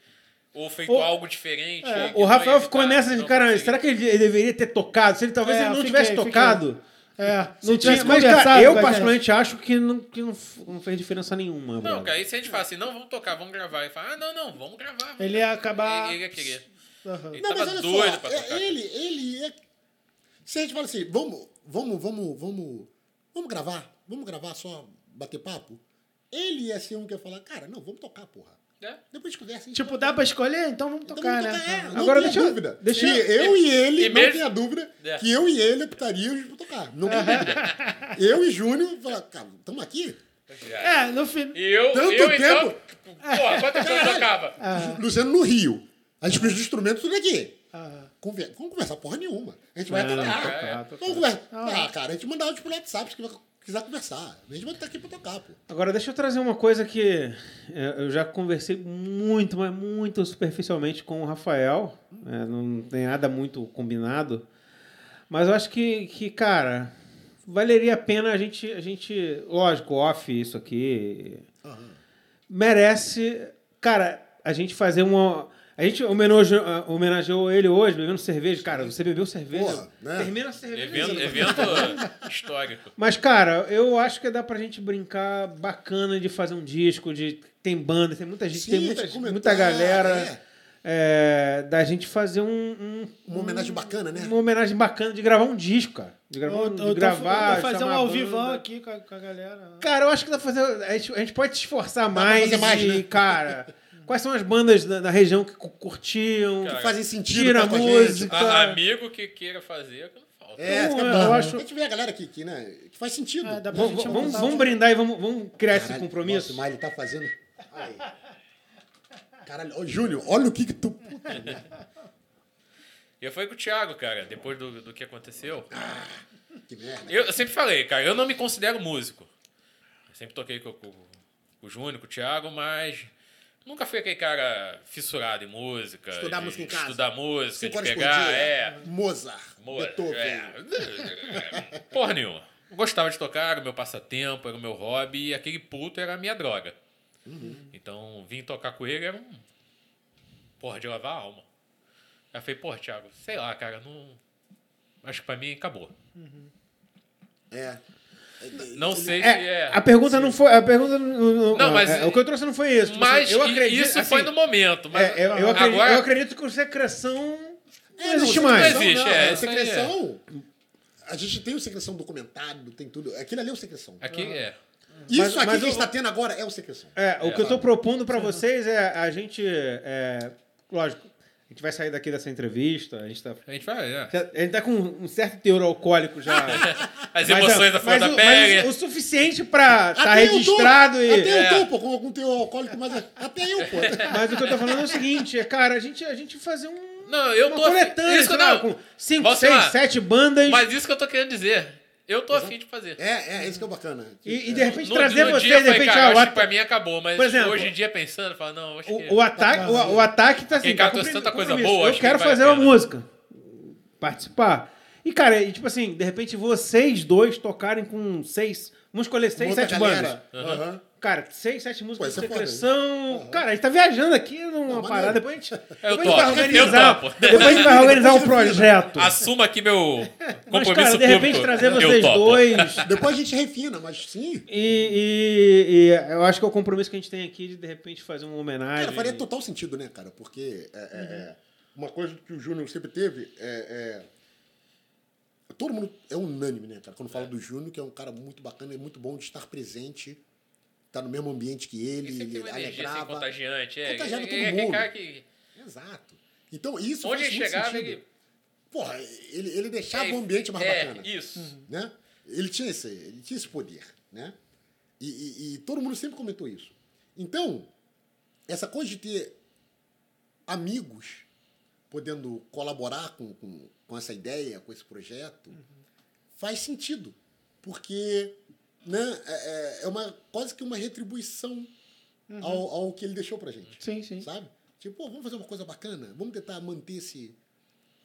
S3: Ou feito
S6: Ou-
S3: algo diferente.
S5: né?
S3: e que
S6: é. O
S3: não
S6: Rafael
S3: ia
S6: ficou
S3: evitar,
S6: nessa de,
S3: não
S6: cara,
S3: conseguiu.
S6: será que ele, ele deveria ter tocado? Se ele talvez
S5: É,
S6: ele não
S5: eu
S6: tivesse
S5: fiquei,
S6: tocado.
S5: É, se
S6: Não tinha,
S5: tivesse
S6: mas, cara,
S5: conversado
S6: eu
S5: com a gente.
S6: particularmente acho que não, que não, f- não fez diferença nenhuma.
S3: Não,
S6: brother.
S3: cara, aí se a gente fala assim, não, vamos tocar, vamos gravar. Ele fala, ah, não, não, vamos gravar. vamos
S5: Ele ia
S3: gravar.
S5: acabar-
S3: Ele, ele ia querer.
S5: Aham.
S3: Ele
S1: Não,
S3: tava
S1: mas olha
S3: doido
S1: só,
S3: pra
S1: é,
S3: tocar.
S1: ele, ele é. Se a gente fala assim, vamos, vamos, vamos, vamos, vamos gravar, vamos gravar só bater papo. Ele ia ser um que ia falar, cara, não, vamos tocar, porra.
S3: É.
S1: Depois conversa. a gente
S5: Tipo,
S1: toca.
S5: dá pra escolher? Então vamos
S1: Então
S5: tocar,
S1: vamos
S5: né?
S1: tocar, é,
S5: Aham.
S1: não
S6: Agora,
S1: tenha
S6: deixa eu-
S1: dúvida.
S6: deixa eu-
S1: E eu e ele,
S3: e
S1: não
S3: mesmo-
S1: tenha dúvida,
S3: É.
S1: que eu e ele optaríamos por tocar. Não tem dúvida. Eu e Júnior, falar, cara, estamos aqui?
S5: É, no fim.
S3: E eu,
S1: Tanto
S3: eu então.
S1: tempo.
S3: Porra, quanto tempo eu
S1: Caralho.
S3: tocava?
S5: Ah.
S1: Luciano no Rio. A gente fez os instrumentos tudo aqui.
S5: Aham.
S1: Conver- vamos conversar porra nenhuma. A
S3: é,
S1: gente vai
S6: Não,
S1: tocar.
S6: tocar,
S1: cara.
S6: tocar.
S1: Vamos conversar.
S5: Ah.
S1: Ah, cara, a gente manda áudio pelo WhatsApp se quiser- quiser conversar. A gente vai estar aqui pra tocar, pô.
S6: Agora, deixa eu trazer uma coisa que é, eu já conversei muito, mas muito superficialmente com o Rafael. né, não tem nada muito combinado. Mas eu acho que, que cara, valeria a pena a gente, a gente. Lógico, off isso aqui. Merece, cara, a gente fazer uma. A gente homenageou, ah, homenageou ele hoje, bebendo cerveja. Cara, você bebeu cerveja.
S1: Porra, né?
S6: Termina a cerveja.
S3: Evento, evento histórico.
S6: Mas, cara, eu acho que dá pra gente brincar bacana de fazer um disco, de tem banda, tem muita gente,
S1: Sim, tá
S6: tem muita,
S1: de comentar,
S6: muita galera. é, da gente fazer um, um-
S1: Uma homenagem bacana, né? tá
S6: uma homenagem bacana de gravar um disco, cara. De gravar, um-
S5: Ou,
S6: de
S5: ou
S6: gravar
S5: gravar, fazer um
S6: chamar a
S5: ao
S6: banda.
S5: vivão aqui com a, com a galera. né?
S6: Cara, eu acho que dá pra fazer. A gente, a gente pode se esforçar
S1: pra
S6: mais.
S1: fazer mais,
S6: e,
S1: né?
S6: cara, quais são as bandas da, da região que cu- curtiam?
S3: Cara,
S1: Fazem sentido
S6: Tira
S1: tá com a
S6: a
S1: gente.
S6: música.
S3: A, amigo que queira fazer, que não falta.
S1: É,
S6: Então,
S1: fica
S6: eu
S1: bom.
S6: acho- Ah,
S1: A gente vê a galera aqui, que, né? Que faz sentido.
S5: É, dá pra
S6: Vamos,
S5: gente
S6: vamos,
S5: montar
S6: vamos
S5: um-
S6: brinar e vamos, vamos criar esse
S1: Caralho,
S6: compromisso.
S1: Nossa, o Miley tá fazendo. Aí. Caralho, ô, Júnior, olha o que que tu. Puta merda,
S3: E eu falei com o Thiago, cara, depois do, do que aconteceu.
S1: que merda.
S3: Eu, eu sempre falei, cara, eu não me considero músico. Eu sempre toquei com, com- com o Júnior, com o Thiago, mas nunca fui aquele cara fissurado em música.
S1: Estudar
S3: de
S1: música em casa.
S3: Estudar música,
S1: Cinco
S3: de
S1: horas por
S3: pegar,
S1: dia.
S3: é.
S1: Mozart,
S3: Moa-
S1: Beethoven.
S3: é. Porra nenhuma. Gostava de tocar, era o meu passatempo, era o meu hobby, e aquele puto era a minha droga.
S1: Uhum.
S3: Então, vim tocar com ele era um. Porra, de lavar a alma. Aí eu falei, porra, Thiago, sei lá, cara, não. Acho que pra mim acabou.
S1: É.
S3: Não sei se
S6: É,
S3: é.
S6: a pergunta não foi. A pergunta não, não,
S3: Não, mas-
S6: é, o que eu trouxe não foi isso. Tipo
S3: Mas
S6: assim, eu
S3: i-
S6: acredito,
S3: isso
S6: assim,
S3: foi no momento. Mas
S6: é, eu, eu acredito,
S3: agora,
S6: eu acredito que o secreção
S1: É,
S6: não existe
S1: não,
S6: mais.
S3: não existe,
S1: não,
S3: é,
S1: é,
S3: isso aí é.
S1: secreção. A gente tem o secreção documentado, tem tudo. Aquilo ali é o secreção.
S3: aqui é.
S1: Isso aqui
S6: mas
S1: que a gente
S6: eu-
S1: está tendo agora é o secreção.
S6: É, o que eu tô propondo pra vocês é a gente. é, lógico, a gente vai sair daqui dessa entrevista, a gente tá.
S3: A gente vai. é.
S6: A gente tá com um certo teor alcoólico já.
S3: As
S6: Mas,
S3: emoções
S6: é,
S3: da flor
S6: mas
S3: da
S6: o-
S3: pele.
S6: mas o, o suficiente pra estar tá
S1: Até eu tô,
S6: registrado e.
S1: Até
S3: É.
S1: eu tô, pô, com algum teu alcoólico, mas é- até eu, pô.
S6: Mas o que eu tô falando é o seguinte, é, cara, a gente, a gente fazer um.
S3: Não, eu
S6: uma
S3: tô.
S6: coletânea,
S3: isso
S6: sei lá,
S3: não.
S6: com 5,
S3: Volta
S6: 6,
S3: lá.
S6: 7 bandas.
S3: Mas isso que eu tô querendo dizer. Eu tô afim de fazer.
S1: É, é, isso que é o bacana.
S6: E, e de
S1: É.
S6: repente
S3: No-
S6: trazer
S3: no
S6: vocês,
S3: dia eu
S6: de
S3: falei,
S6: repente,
S3: cara,
S6: ah, o,
S3: acho que
S6: ata-
S3: pra mim acabou, mas
S6: Por exemplo,
S3: hoje em dia pensando, fala, não, acho que.
S6: o, o ataque, o, o ataque tá assim.
S3: Quem
S6: Tá
S3: catou
S6: cumprindo
S3: tanta coisa
S6: compromisso.
S3: boa,
S6: Eu
S3: acho que
S6: quero
S3: vale a
S6: fazer uma
S3: pena.
S6: música. Participar. E, cara, e, tipo assim, de repente vocês dois tocarem com seis. Vamos escolher seis,
S1: Outra
S6: sete
S1: galera.
S6: bandas.
S1: Aham.
S6: Cara, seis, sete
S1: Pô,
S6: músicas de
S1: isso é foda,
S6: secreção. Cara, a gente tá viajando aqui numa parada. Depois a gente, depois a gente
S3: topo,
S6: vai
S3: eu
S6: organizar.
S3: topo.
S6: Depois a gente vai organizar um projeto.
S3: Assuma aqui meu
S6: Mas,
S3: compromisso
S6: cara, de repente
S3: público.
S6: trazer
S3: Eu
S6: vocês
S3: topo.
S6: dois.
S1: Depois a gente refina, mas sim.
S6: E, e- e eu acho que é o compromisso que a gente tem aqui de de repente fazer uma homenagem.
S1: Cara, faria total sentido, né, cara? Porque é, é, é, uma coisa que o Júnior sempre teve é, é, Todo mundo é unânime, né, cara? Quando fala do Júnior, que é um cara muito bacana, é muito bom de estar presente, tá no mesmo ambiente que ele,
S3: Isso aqui é
S1: ele
S3: uma energia assim,
S1: alegrava.
S3: contagiante. É,
S1: Contagiava
S3: É,
S1: todo
S3: é, é,
S1: mundo.
S3: cara que,
S1: Exato. Então, isso
S3: onde
S1: faz
S3: ele
S1: muito
S3: chegava,
S1: sentido.
S3: ele.
S1: Porra, ele, ele deixava
S3: é,
S1: o ambiente mais
S3: é,
S1: bacana.
S3: Isso.
S6: Hum.
S1: né? Ele tinha esse, ele tinha esse poder, né? E, e- e todo mundo sempre comentou isso. Então, essa coisa de ter amigos podendo colaborar com, com, com essa ideia, com esse projeto, faz sentido. Porque né, é, é- é uma, quase que uma retribuição
S3: Uhum.
S1: ao, ao que ele deixou pra gente
S5: Sim, sim.
S1: sabe? Tipo, pô, vamos fazer uma coisa bacana, vamos tentar manter esse,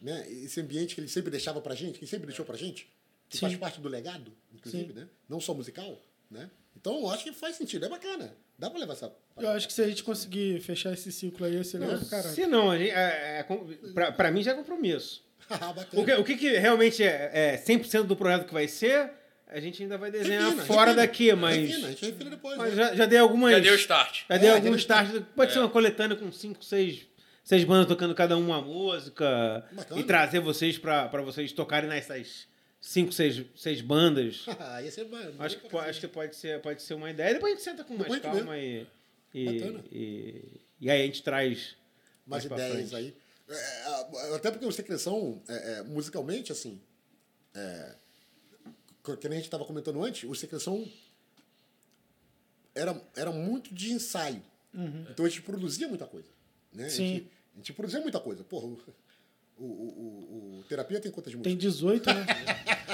S1: né, esse ambiente que ele sempre deixava pra gente, que ele sempre deixou pra gente, que
S5: Sim.
S1: faz parte do legado, inclusive, né? Não só musical, né? Então, eu acho que faz sentido, é bacana. Dá pra levar essa... Ah,
S5: Eu acho que se a gente conseguir fechar esse ciclo aí, seria
S1: Não,
S5: do caralho.
S6: Se não, a gente, é, é com- pra, pra mim já é compromisso.
S1: Ah, bacana.
S6: O que, o que que realmente é, é 100% do projeto que vai ser, a gente ainda vai desenhar
S1: Refina,
S6: fora
S1: refina,
S6: daqui, mas,
S1: Refina, a gente refina depois,
S6: mas
S1: né?
S6: já, já dei algumas...
S3: Já deu É. o start.
S6: já dei
S1: É,
S6: alguns
S1: já
S6: start. Pode ser uma coletânea com cinco, seis, seis bandas tocando cada uma uma música
S1: Bacana.
S6: e trazer vocês pra, pra vocês tocarem nessas cinco, seis, seis bandas.
S1: Ah, ia ser bacana.
S6: Acho que, po- acho que pode, ser, pode ser uma ideia. Depois a gente senta com mais
S1: Depois a gente
S6: calma e, e,
S1: Bacana.
S6: e, e aí a gente traz
S1: mais
S6: pra
S1: ideias
S6: frente.
S1: aí. É, é, até porque o Secreção, é, é, musicalmente, assim, é, co- que nem a gente estava comentando antes, o Secreção era, era muito de ensaio.
S6: Uhum.
S1: Então a gente produzia muita coisa. Né? A,
S5: Sim.
S1: gente, a gente produzia muita coisa. Porra, o, o, o, o- o Terapia tem quantas
S5: Tem
S1: músicas?
S5: 18, né?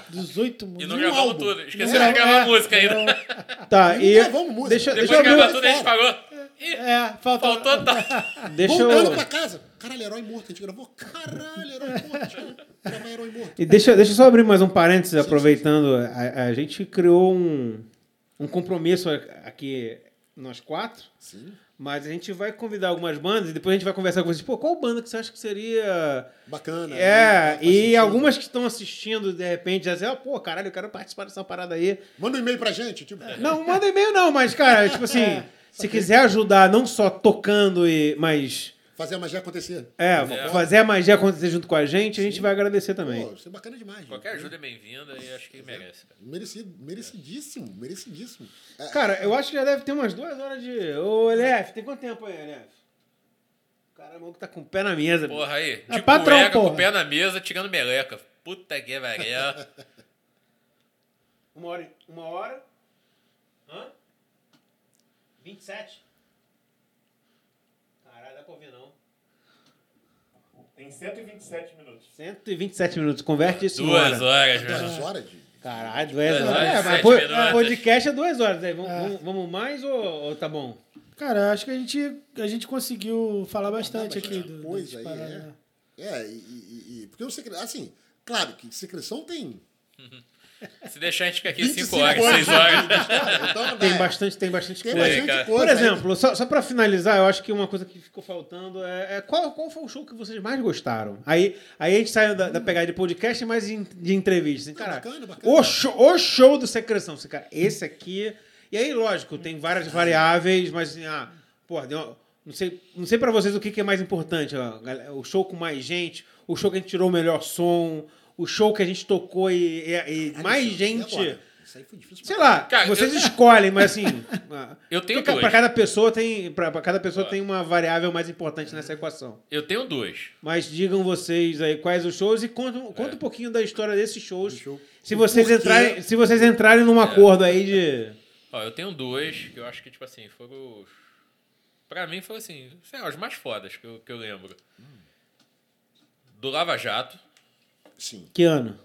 S5: 18
S3: E
S5: músicas. É,
S3: não
S1: Um
S3: gravamos
S1: álbum.
S3: tudo.
S5: Não
S3: Esquecemos de gravar a música ainda.
S6: Tá,
S1: Não
S6: e.
S1: gravamos música.
S6: Deixa,
S3: Depois
S6: deixa eu
S3: de
S1: eu
S6: abrir.
S3: gravar
S1: ver-
S3: tudo, a gente falou. Ih,
S5: É, falta...
S3: Faltou tal.
S6: Deixa
S1: Voltando pra
S6: eu,
S1: casa. Caralho, Herói Morto. A gente gravou. Caralho, Herói Morto. Gravar Herói Morto.
S6: e deixa, deixa eu só abrir mais um parênteses, aproveitando. A, a gente criou um, um compromisso aqui, nós quatro,
S1: Sim.
S6: Mas a gente vai convidar algumas bandas e depois a gente vai conversar com vocês. Pô, qual banda que você acha que seria.
S1: Bacana. né?
S6: É,
S1: Faz
S6: e
S1: sentido.
S6: algumas que estão assistindo, de repente, já dizem, ó, pô, caralho, eu quero participar dessa parada aí.
S1: Manda um e-mail pra gente. Tipo,
S6: Não, manda e-mail não, mas, cara, tipo assim,
S1: É,
S6: se quiser ajudar, não só tocando, e mas
S1: Fazer a magia acontecer.
S6: é, fazer a magia acontecer junto com a gente, a gente vai agradecer também.
S1: Pô, isso é bacana demais. gente.
S3: Qualquer ajuda é bem-vinda e acho que merece. cara.
S1: Merecido, merecidíssimo, merecidíssimo. É,
S6: Cara, eu acho que já deve ter umas duas horas de... Ô, Elef, tem quanto tempo aí, Elef? O cara é o maluco que tá com o pé na mesa.
S3: Porra, aí. De
S5: É patrão,
S3: cueca, com
S5: porra.
S3: o pé na mesa, tirando meleca. Puta que varia.
S6: Uma hora... e- Uma hora... Hã? 27? Caralho, dá pra ouvir não.
S4: Tem 127 minutos.
S6: 127 minutos, converte isso em
S3: Duas
S6: hora.
S3: horas,
S1: duas
S3: velho.
S1: horas de.
S6: Caralho, duas
S3: Duas
S6: horas.
S3: horas e
S6: É, mas
S3: sete
S6: po-
S3: minutos.
S6: podcast é duas horas. Aí, vamos, vamos- vamos mais ou, ou tá bom?
S5: Cara, acho que a gente, a gente conseguiu falar bastante
S1: Dá
S5: aqui.
S1: bastante
S5: Do,
S1: coisa
S5: das
S1: aí,
S5: paradas,
S1: é.
S5: né?
S1: É, e, e- e- porque o secreção, assim, claro que secreção tem
S3: Se deixar, a gente fica aqui
S1: 25
S3: cinco horas, seis horas.
S1: horas. Então,
S6: Tem
S3: É.
S1: né,
S6: bastante, tem bastante
S1: tem
S6: coisa.
S1: bastante
S3: cara.
S1: coisa.
S6: Por exemplo, só, só pra finalizar, eu acho que uma coisa que ficou faltando é, é qual, qual foi o show que vocês mais gostaram? Aí, aí a gente saiu da, da pegada de podcast, mas de, de entrevista. Assim,
S1: Ah,
S6: cara,
S1: bacana, bacana.
S6: o, show, o show do Secreção. Assim, cara, esse aqui... E aí, lógico, tem várias variáveis, mas assim, ah, porra, deu uma- não sei, não sei pra vocês o que, que é mais importante. ó, galera, o show com mais gente, o show que a gente tirou o melhor som, o show que a gente tocou e, e- e
S1: Cara,
S6: mais
S1: isso-
S6: gente...
S1: e agora? Isso aí foi difícil.
S6: Sei
S1: pra
S6: lá,
S3: Cara,
S6: vocês
S3: eu-
S6: escolhem, mas assim. ah,
S3: Eu tenho
S6: porque
S3: dois.
S6: Pra cada pessoa tem, pra, pra cada pessoa
S3: Ah.
S6: tem uma variável mais importante nessa equação.
S3: Eu tenho dois.
S6: Mas digam vocês aí quais os shows e conta,
S3: É.
S6: conta um pouquinho da história desses shows.
S1: Do show.
S6: Se vocês
S1: Por quê?
S6: entrarem, se vocês entrarem
S3: É.
S6: num acordo aí de
S3: Ó, eu tenho dois que eu acho que, tipo assim, foram. os- Pra mim, foram assim, sei lá, os mais fodas que eu, que eu lembro. Do Lava Jato.
S1: Sim.
S6: que ano?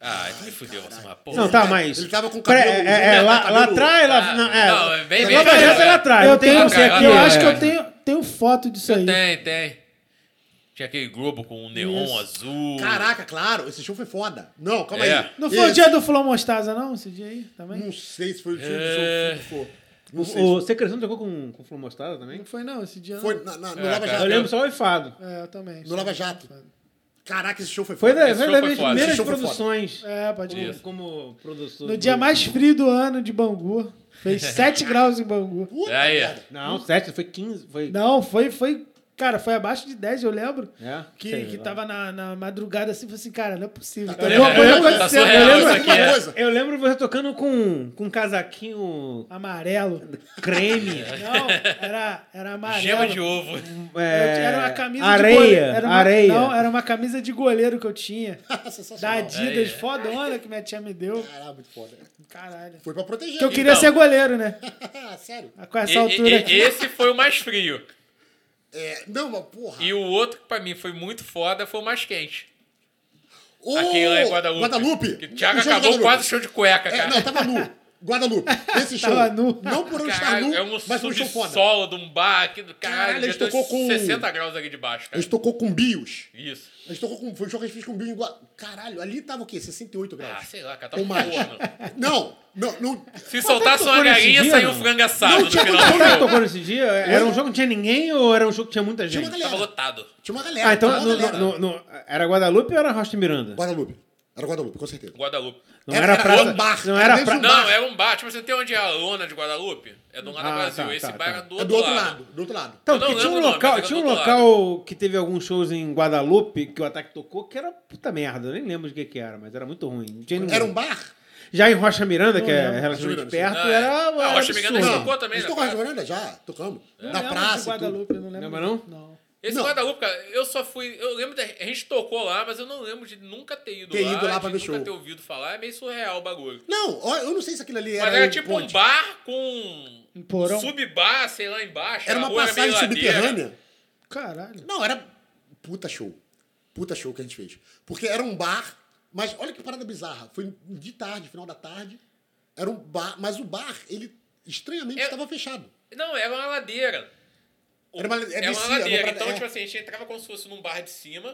S3: Ah, isso me fudeu, você uma porra.
S6: Não, tá, mas
S1: Ele tava com o cabelo-
S6: Pré- é, é, lá, lá atrás, lá,
S3: Ah,
S6: não, é.
S3: não, é bem- bem-
S6: Lava
S3: bem-
S6: Jato é lá
S3: é.
S6: atrás.
S5: Eu
S6: não tem
S5: tenho, um
S6: você aqui,
S5: eu
S6: é.
S5: acho que eu tenho, tenho foto disso aí.
S3: Tem, tem. Tinha aquele globo com um neon
S5: Isso.
S3: azul.
S1: Caraca, claro, esse show foi foda. Não, calma
S3: É.
S1: aí.
S5: Não foi o
S1: Esse-
S5: dia do Flow Mostaza, não? Esse dia aí também?
S1: Não sei se foi o dia
S3: É.
S1: do show que foi. Não sei.
S6: O Secreção tocou com, com Flor Mostarda também?
S5: Não foi, não. Esse dia
S1: se Foi
S5: não.
S1: na, na- no
S3: É,
S1: Lava
S3: cara,
S1: Jato.
S6: Eu lembro só o Ifado.
S5: É, eu também.
S1: No Lava Jato. Caraca, esse show foi
S6: Foi
S1: foda.
S6: da-
S3: Esse
S6: foi
S3: show
S6: das
S3: foi
S6: minhas
S3: foda.
S6: primeiras
S1: Esse show foi foda.
S6: produções.
S5: É, pode
S3: Isso.
S5: ir.
S6: Como produtor.
S5: No dia mais frio do ano de Bangu. Fez 7 graus em Bangu.
S1: Puta
S3: Aí.
S1: merda.
S6: Não, 7, foi 15. Foi...
S5: Não, foi, foi. Cara, foi abaixo de 10, eu lembro.
S6: É,
S5: Que,
S6: sei
S5: que
S6: lá.
S5: tava na, na madrugada assim, falei assim, cara, não é possível.
S1: Tá
S5: Tá
S1: surreal,
S5: alguma coisa
S1: tá
S5: acontecendo.
S3: surreal
S5: Eu lembro
S3: isso aqui. é.
S6: Eu lembro você tocando com, com um casaquinho
S5: Amarelo.
S6: creme.
S5: Não, era, era amarelo.
S3: Gema de ovo.
S6: é,
S5: Era uma camisa de
S6: areia,
S5: goleiro. Era uma-
S6: areia.
S5: Não, era uma camisa de goleiro que eu tinha. Da
S1: Sensacional.
S5: Adidas, fodona que minha tia me deu.
S1: Caralho, muito foda.
S5: Caralho.
S1: Foi pra proteger. Ah,
S5: Que eu queria
S3: Então.
S5: ser goleiro, né?
S1: Sério.
S5: Com essa
S3: E- e-
S5: altura
S3: e-
S5: aqui.
S3: esse foi o mais frio.
S1: É, não, mas porra.
S3: E o outro que pra mim foi muito foda foi o mais quente.
S1: Ô,
S3: Aquele lá em Guadalupe.
S1: Guadalupe.
S3: Que o Thiago
S1: O show do
S3: acabou
S1: Guadalupe.
S3: quase o show de cueca,
S1: É,
S3: cara.
S1: não, tava nu. Guadalupe. Esse show.
S5: Tava nu.
S1: Não por eu estar
S3: Caralho,
S1: nu,
S3: é um
S1: mas foi um show foda.
S3: subsolo de um bar aqui do caralho.
S1: Caralho,
S3: devia
S1: eles
S3: ter uns
S1: tocou com-
S3: 60 graus ali de baixo,
S1: A
S3: cara.
S1: gente tocou com Bios.
S3: Isso.
S1: A gente tocou com. Foi um show que a gente fez com Bios em Gua... Caralho, ali tava o quê? 68
S3: Ah,
S1: graus.
S3: sei lá, cara, tá
S1: Ou
S3: um
S1: mais.
S3: forno.
S1: Não, não, não.
S3: Se soltasse uma
S6: tocou nesse
S3: galinha,
S6: dia,
S3: saiu um
S6: não?
S3: frango assado
S1: Não
S3: no
S1: tinha
S3: final
S1: como
S3: do
S6: Quando
S1: tocar,
S6: você
S3: jogo.
S6: tocou nesse dia, era um jogo que tinha ninguém ou era um jogo que tinha muita
S1: Tinha uma
S6: gente?
S1: galera.
S3: Tava lotado.
S1: Tinha uma galera.
S6: Ah, então
S1: tinha uma
S6: no-
S1: galera.
S6: no- no- era Guadalupe ou era Rocha e Miranda?
S1: Guadalupe. Era Guadalupe, com certeza.
S3: Guadalupe.
S6: Não
S1: Era-
S6: era,
S1: era
S6: praça.
S1: um bar.
S6: Não
S1: Era
S6: era
S1: dentro
S6: praça.
S1: de um bar.
S3: Não, é um bar. Tipo, você tem onde é a lona de Guadalupe? É do lado
S6: Ah,
S3: do Brasil.
S6: tá,
S3: Esse
S6: tá,
S3: bar
S6: tá.
S3: era do
S1: É
S3: outro
S1: do outro
S3: lado.
S1: lado. Do outro lado.
S6: Então,
S3: Eu não
S6: porque tinha um
S3: lembro o nome,
S6: local,
S3: mas era
S6: tinha um
S3: do outro
S6: local que teve alguns shows em Guadalupe que o ataque tocou que era puta merda. Eu nem lembro de que, que era, mas era muito ruim. Não
S5: Hum.
S6: tinha ninguém.
S1: Era um bar?
S6: Já em Rocha Miranda, que é
S5: lembro.
S1: Rocha Miranda,
S6: relativamente perto,
S3: sim.
S6: era.
S3: Ah,
S6: era
S3: Rocha Miranda
S6: absurdo.
S3: não. tocou também,
S1: A gente
S3: né, É.
S1: tocou na
S3: cara?
S1: Guaranda já, tocamos.
S5: Não é
S1: Na
S5: lembro de
S1: praça. e tudo.
S5: Guadalupe, eu não lembro.
S6: Lembra não?
S5: Não.
S3: Esse
S1: Não.
S3: Guadalupe, cara, eu só fui. Eu lembro. Da, a gente tocou lá, mas eu não lembro de nunca ter ido
S1: Ter
S3: lá.
S1: ido lá
S3: de
S1: pra ver
S3: nunca
S1: show.
S3: ter ouvido falar. É meio surreal o bagulho.
S1: Não, ó, eu não sei se aquilo ali era.
S3: Mas era
S1: um
S3: tipo um
S1: ponte.
S3: bar com
S5: Um porão?
S3: sub-bar, sei lá, embaixo.
S1: Era
S3: a
S1: uma
S3: rua meio
S1: passagem
S3: ladeira.
S1: subterrânea.
S5: Caralho.
S1: Não, era puta show. Puta show que a gente fez. Porque era um bar, mas olha que parada bizarra. Foi de tarde, final da tarde. Era um bar, mas o bar, ele estranhamente
S3: É-
S1: estava fechado.
S3: Não, era uma ladeira.
S1: Era uma, é
S3: Era uma
S1: descia,
S3: ladeira.
S1: parada-
S3: então,
S1: é.
S3: tipo assim, a gente entrava como se fosse num bar de cima.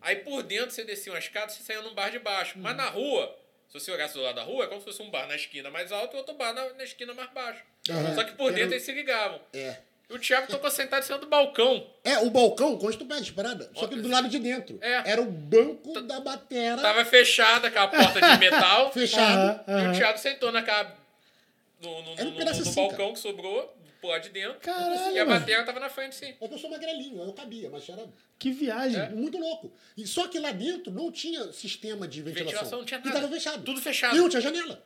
S3: Aí por dentro você descia uma escada e você saía num bar de baixo.
S1: Uhum.
S3: Mas na rua, se você olhasse do lado da rua, é como se fosse um bar na esquina mais alto e outro bar na, na esquina mais baixa.
S1: Aham.
S3: Só que por
S1: Uhum. Era
S3: dentro
S1: o-
S3: eles se ligavam.
S1: É.
S3: E o Thiago tocou sentado em cima do balcão.
S1: É, o balcão, quando tu pede parada, só que do lado de dentro.
S3: É.
S1: Era o banco da batera
S3: Tava fechada aquela porta de metal.
S1: fechado. Uhum.
S3: E o Thiago sentou naquela. No, no,
S1: Era um
S3: no-
S1: pedaço
S3: no
S1: assim,
S3: balcão
S1: cara.
S3: que sobrou, pro lado de dentro.
S5: Caralho,
S3: E a
S5: mano.
S3: bateria tava na frente, sim.
S1: É que eu sou magrelinho, eu cabia, mas era assim,
S5: Que viagem.
S3: É.
S1: muito louco. E só que lá dentro não tinha sistema de ventilação.
S3: Ventilação, não tinha
S1: E
S3: nada.
S1: tava fechado.
S3: Tudo fechado.
S1: E não tinha janela.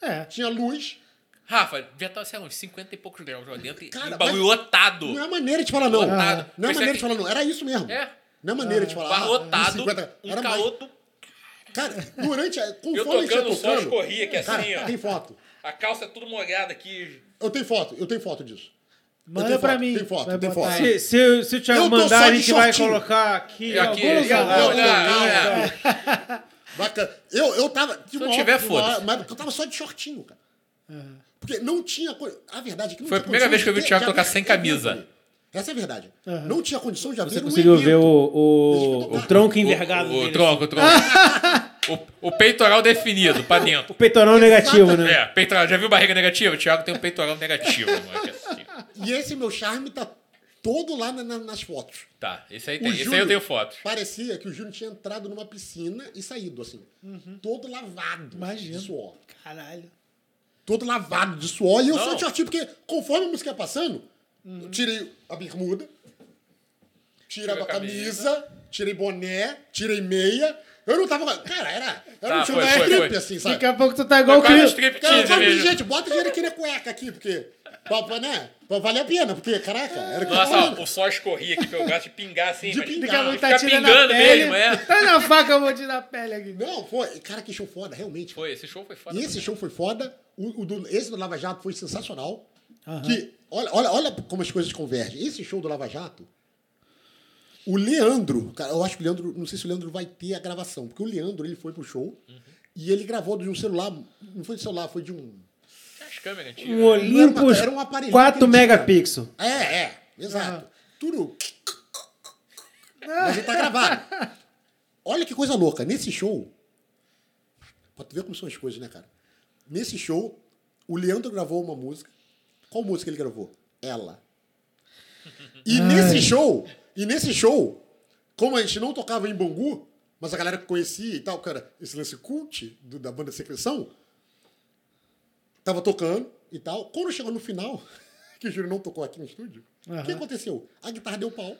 S5: É.
S1: Tinha luz.
S3: Rafa, devia estar assim, uns 50 e poucos graus lá dentro. e-
S1: Cara,
S3: e o bagulho lotado.
S1: Não é maneira de falar, não.
S3: Lotado.
S1: Não é
S3: Mas
S1: maneira
S3: é
S1: de
S3: que-
S1: falar, não. Era isso mesmo.
S3: É.
S1: Não é maneira de falar. ah,
S3: Bar lotado,
S1: 50.
S3: um
S1: mais.
S3: caô do...
S1: Cara, durante a.
S3: Eu
S1: Conforme a gente ia
S3: tocando, o som
S1: tocando-
S3: escorria aqui assim,
S1: Cara, tem
S3: ó.
S1: foto.
S3: A calça é tudo molhada aqui.
S1: Eu tenho foto, eu tenho foto disso. Eu
S5: Manda
S1: tenho
S5: pra
S1: foto,
S5: mim.
S1: Tem foto,
S5: Vai
S1: tem
S5: botar.
S1: foto.
S6: Se, se, se o Thiago
S1: Eu tô
S6: mandar,
S1: só
S6: a
S1: de
S6: gente vai
S1: shortinho.
S6: colocar aqui.
S3: E É aqui,
S6: algum
S3: e
S6: lugar.
S3: lá,
S1: lugar.
S3: olha, olha.
S1: Bacana. Eu, eu tava. tinha
S3: não
S1: uma
S3: tiver,
S1: hora- uma hora-
S3: foda-se.
S1: Mas eu tava só de shortinho, cara.
S5: É.
S1: Porque não tinha. co- A verdade é que não
S3: Foi a
S1: tinha
S3: primeira
S1: condições
S3: vez que eu vi
S1: de
S3: o Thiago
S1: ter- de
S3: tocar
S1: haver
S3: sem
S1: um
S3: camisa.
S1: evento. Essa é a verdade. Não tinha condição de haver
S6: Você
S1: um
S6: conseguiu ver
S1: evento.
S6: o, o, o tronco envergado
S3: O, o
S6: dele.
S3: tronco, o tronco. o, o peitoral definido, pra dentro.
S6: assim. O peitoral negativo, né?
S3: É, peitoral. Já viu barriga negativa? O Thiago tem um peitoral negativo, mano. que assim.
S1: E esse meu charme tá todo lá na- na- nas fotos.
S3: Tá, esse aí
S1: O
S3: tem. Esse aí
S1: Júlio
S3: eu tenho fotos.
S1: Parecia que o Júlio tinha entrado numa piscina e saído, assim.
S3: Uhum.
S1: Todo lavado assim,
S5: Imagino.
S1: de suor.
S5: Caralho.
S1: Todo lavado de suor. E eu sou
S3: Não.
S1: de shortinho, porque conforme a música ia passando, eu tirei a bermuda, tirei
S3: Tirou
S1: a
S3: a
S1: camisa, tirei boné, tirei meia. Eu não tava. Cara, era. Era
S3: Tá,
S1: um
S3: foi, foi,
S1: time
S3: foi.
S1: trip, assim, sabe?
S5: Daqui a pouco tu tá igual o
S3: Agora
S5: Cris.
S3: os striptease
S1: Cara, eu falo,
S3: mesmo.
S1: gente, bota dinheiro aqui na cueca aqui, porque. Pra, pra, né? Pra valer a pena, porque, caraca, era o que eu
S3: Nossa,
S1: tava
S3: ó, o sol escorria aqui, que eu gosto de pingar assim.
S1: De
S3: mas-
S1: pingar.
S5: Daqui a pouco tá
S3: Fica
S5: tirando a
S3: pingando
S5: pele.
S3: mesmo, é. Um
S5: Tá na faca, eu vou tirar a pele aqui.
S1: Não, foi. Cara, que show foda, realmente.
S3: Foi, esse show foi foda.
S1: E esse show foi foda. O, o do- esse do Lava Jato foi sensacional. Que, olha, olha, olha como as coisas convergem. Esse show do Lava Jato, o Leandro, cara, eu acho que o Leandro, não sei se o Leandro vai ter a gravação, porque o Leandro ele foi pro show e ele gravou de um celular, não foi de celular, foi de um.
S3: As câmeras antigas.
S5: é
S6: Um Olympus
S1: Era um aparelho
S6: 4
S1: que ele tinha.
S6: megapixels.
S1: É, é, exato. Tudo. Mas ele tá gravado. Olha que coisa louca. Nesse show. Pra tu ver como são as coisas, né, cara? Nesse show, o Leandro gravou uma música. Qual música ele gravou? Ela. E nesse show, e nesse show, como a gente não tocava em Bangu, mas a galera que conhecia e tal, cara, esse lance cult do- da banda Secreção, tava tocando e tal. Quando chegou no final, que o Júlio não tocou aqui no estúdio, o que aconteceu? A guitarra deu pau.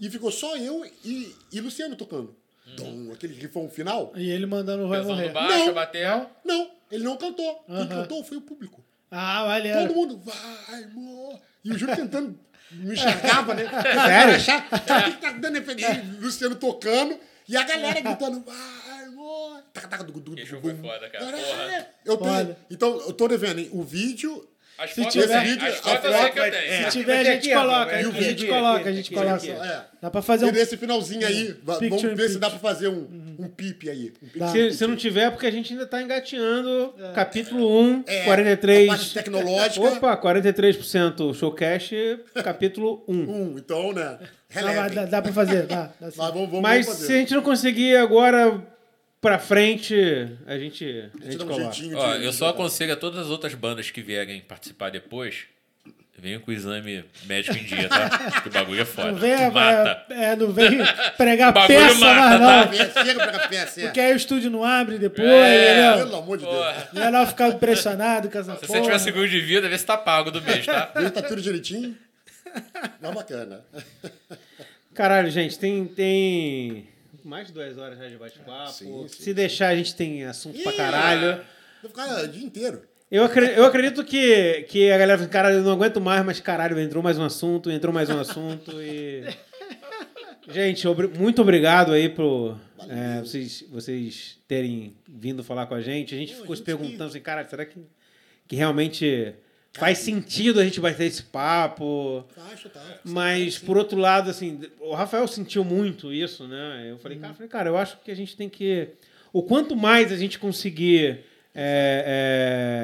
S1: E ficou só eu e, e Luciano tocando. Dom, aquele rifão final.
S5: E ele mandando o Vai
S3: Pesando
S5: Morrer.
S3: baixo,
S1: Não.
S3: bateu.
S1: Não, ele não cantou. Quem
S5: Aham.
S1: cantou foi o público.
S5: Ah,
S1: Todo
S6: É.
S5: valeu.
S1: mundo, vai, amor. E o Júlio tentando, não enxergava, né?
S6: É. Sério? É.
S1: Achar, tá tá dando referência, Luciano tocando, e a galera gritando, vai, amor. Taca, taca, du, du,
S3: Que
S1: du,
S3: jogo
S1: du.
S3: foi foda, cara,
S1: É,
S3: porra.
S1: Eu tenho-
S5: Foda.
S1: então, eu tô devendo hein, o vídeo,
S3: As
S5: Se
S3: fotos
S5: tiver-
S3: eu tenho, as
S1: a
S3: fotos eu
S1: foto
S3: sei que eu
S1: vai-
S3: tenho.
S5: Se tiver, a gente coloca. A gente coloca, a gente coloca.
S1: é.
S5: Dá pra fazer
S1: e
S5: um...
S1: nesse finalzinho aí, va- vamos
S5: Picture in
S1: ver se dá pra
S5: picture.
S1: fazer um,
S6: Uhum.
S1: um pipe aí. Um pipe.
S5: Dá.
S6: Se, se não tiver, porque a gente ainda tá engateando. Capítulo 1,
S1: É, a parte
S6: 43.
S1: tecnológica.
S6: Opa, 43% showcast, capítulo 1.
S1: Um, então, né?
S5: Dá,
S1: Relevem.
S5: dá, dá pra fazer, dá. dá
S1: Mas
S5: sim.
S1: vamos, vamos,
S6: Mas
S1: vamos
S6: se a
S1: fazer.
S6: gente não conseguir agora pra frente,
S1: A
S6: a gente, a
S1: gente
S6: gente
S1: dá um
S6: coloca.
S1: jeitinho
S3: Ó,
S1: de-
S3: eu só aconselho a todas as outras bandas que vierem participar depois, venham com o exame médico em dia, tá? Que o bagulho é foda.
S5: Não vem, é,
S3: Mata.
S5: é, não vem pregar
S3: Bagulho
S5: peça,
S3: mata,
S5: mas não.
S3: tá?
S1: É, Chega pra cá, pé, certo.
S5: Porque aí o estúdio não abre depois,
S3: É.
S5: entendeu?
S1: Pelo amor de Deus.
S3: Porra.
S5: Melhor ficar impressionado com essa
S3: Se
S5: né? porra.
S3: você tiver seguro de vida, vê se tá pago do mês, tá?
S1: Ele tá tudo direitinho. Tá bacana.
S6: Caralho, gente, tem, tem mais de duas horas já de bate-papo.
S1: Sim,
S6: Se
S1: sim,
S6: deixar, a gente tem assunto pra caralho.
S1: Vou ficar é, o dia inteiro.
S6: Eu acredito, eu acredito que, que a galera fala, caralho, eu não aguento mais, mas caralho, entrou mais um assunto, entrou mais um assunto e... Gente, obri- muito obrigado aí por é, vocês, vocês terem vindo falar com a gente. A gente ficou se
S1: gente que-
S6: perguntando assim, cara, será que, que realmente faz sentido a gente bater esse papo?
S1: Acho, tá.
S6: Mas, por outro lado, assim, o Rafael sentiu muito isso, né? Eu
S5: Uhum.
S6: falei, cara, eu falei, cara, eu acho que a gente tem que. O quanto mais a gente conseguir é,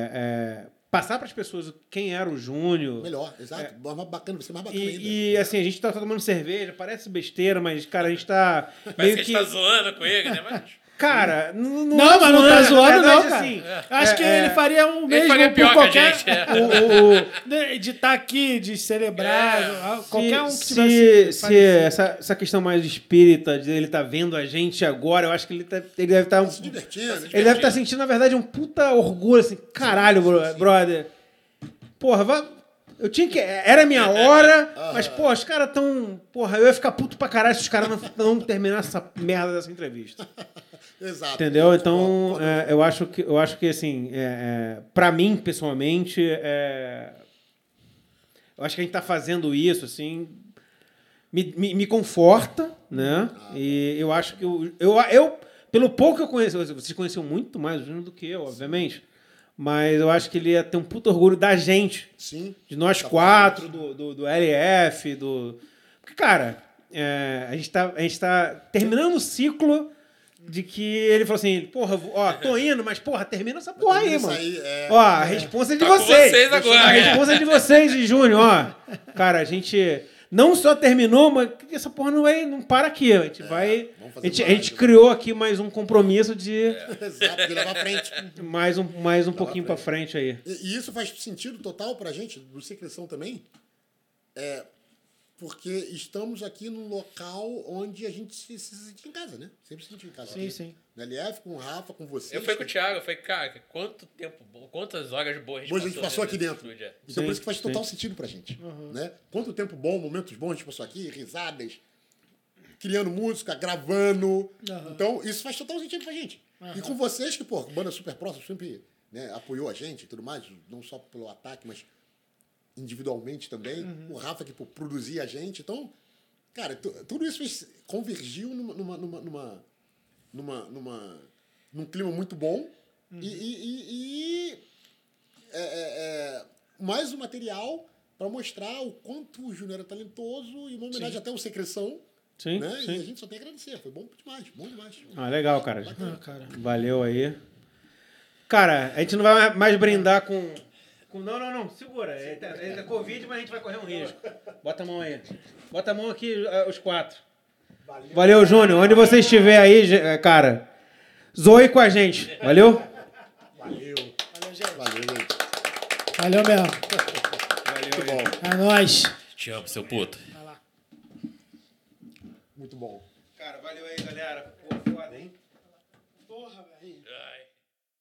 S6: é, é, passar para as pessoas quem era o Júnior.
S1: Melhor, exato. Mais bacana, vai ser mais bacana ainda.
S6: É. E, e, assim, a gente tá tomando cerveja, parece besteira, mas, cara, a gente tá.
S3: Parece
S6: meio
S3: que a gente tá zoando com ele, né? Mas
S6: Cara, não,
S5: Não, mas não tá zoando,
S6: na
S5: não,
S6: verdade,
S5: cara.
S6: assim,
S5: Acho que
S6: é-
S5: ele faria o mesmo
S3: faria pior
S5: por
S3: que a
S5: qualquer.
S3: gente, é.
S5: o- o- o- de estar aqui, de celebrar,
S3: É.
S6: Se-
S5: qualquer um que
S6: se,
S5: tivesse.
S6: se
S5: falecido.
S6: essa, essa questão mais espírita de ele tá vendo a gente agora, eu acho que ele, tá- ele deve estar.
S1: Se divertindo.
S6: ele deve estar sentindo, na verdade, um puta orgulho, assim, caralho, bro- brother. Porra, vai- eu tinha que. Era a minha hora, mas, porra, os caras tão. Porra, eu ia ficar puto pra caralho se os caras não, não terminassem essa merda dessa entrevista.
S1: né? Exato.
S6: Entendeu? Então, é, eu, acho que, eu acho que, assim, é, é, pra mim, pessoalmente, é, eu acho que a gente tá fazendo isso, assim, me, me, me conforta, né? E eu acho que eu, eu, eu, pelo pouco que eu conheço, vocês conheciam muito mais o Júnior do que eu, obviamente, mas eu acho que ele ia ter um puto orgulho da gente,
S1: Sim.
S6: de nós
S1: Tá
S6: quatro, do, do, do LF, do. Porque, cara, é, a, gente tá, a gente tá terminando o ciclo de que ele falou assim: porra, ó, tô indo, mas porra, termina essa porra aí,
S1: Isso
S6: mano.
S1: Tá aí é.
S6: Ó, a responsa é de
S3: Tá com
S6: vocês.
S3: vocês agora,
S6: A
S3: né?
S6: responsa é de vocês, de Júnior, ó. Cara, a gente não só terminou, mas essa porra não, vai, não para aqui. A gente vai.
S1: É, vamos
S6: A
S1: fazer
S6: gente, a
S1: mais,
S6: gente
S1: né? É.
S6: criou aqui mais um compromisso de
S1: Exato, de levar à frente.
S6: mais um, mais um pouquinho pra frente aí.
S1: E, e isso faz sentido total pra gente, do Secreção também. É, porque estamos aqui num local onde a gente se, se sentiu em casa, né? Sempre se sentiu em casa.
S5: Sim,
S1: aqui.
S5: sim.
S1: No LF, com o Rafa, com você.
S3: Eu fui com o Thiago, eu falei, cara, quanto tempo bom, quantas horas boas a gente
S1: Hoje a gente passou aqui
S3: nesse
S1: dentro.
S3: estúdio, é.
S1: Então
S6: Sim,
S1: por isso que faz total sentido pra gente. Né? Quanto tempo bom, momentos bons a gente passou aqui, risadas, criando música, gravando. Então, isso faz total sentido pra gente. E com vocês, que, pô, banda super próxima sempre né, apoiou a gente e tudo mais, não só pelo ataque, mas individualmente também. O Rafa que pô, produzia a gente. Então, cara, tu- tudo isso fez- convergiu numa, numa, numa, numa, numa, numa- num clima muito bom. E- e- e- e é, é, mais um material para mostrar o quanto o Júnior é talentoso e uma homenagem até o Secreção.
S6: Sim,
S1: né? E a
S6: sim.
S1: gente só tem a agradecer. Foi bom demais, bom demais.
S6: Ah, legal, cara.
S5: Ah, cara.
S6: Valeu aí. Cara, a gente não vai mais brindar com. com- não, não, não. Segura. Ele tá, ele tá Covid, mas a gente vai correr um risco. Bota a mão aí. Bota a mão aqui, eh, os quatro. Valeu, Júnior. Onde você estiver aí, ge- eh, cara, zoe com a gente. Valeu?
S1: Valeu, gente.
S5: Valeu mesmo.
S1: Muito bom,
S5: É nóis.
S3: Te amo, seu puto.
S1: muito bom.
S6: Cara, valeu aí, galera. hein?
S3: Ai.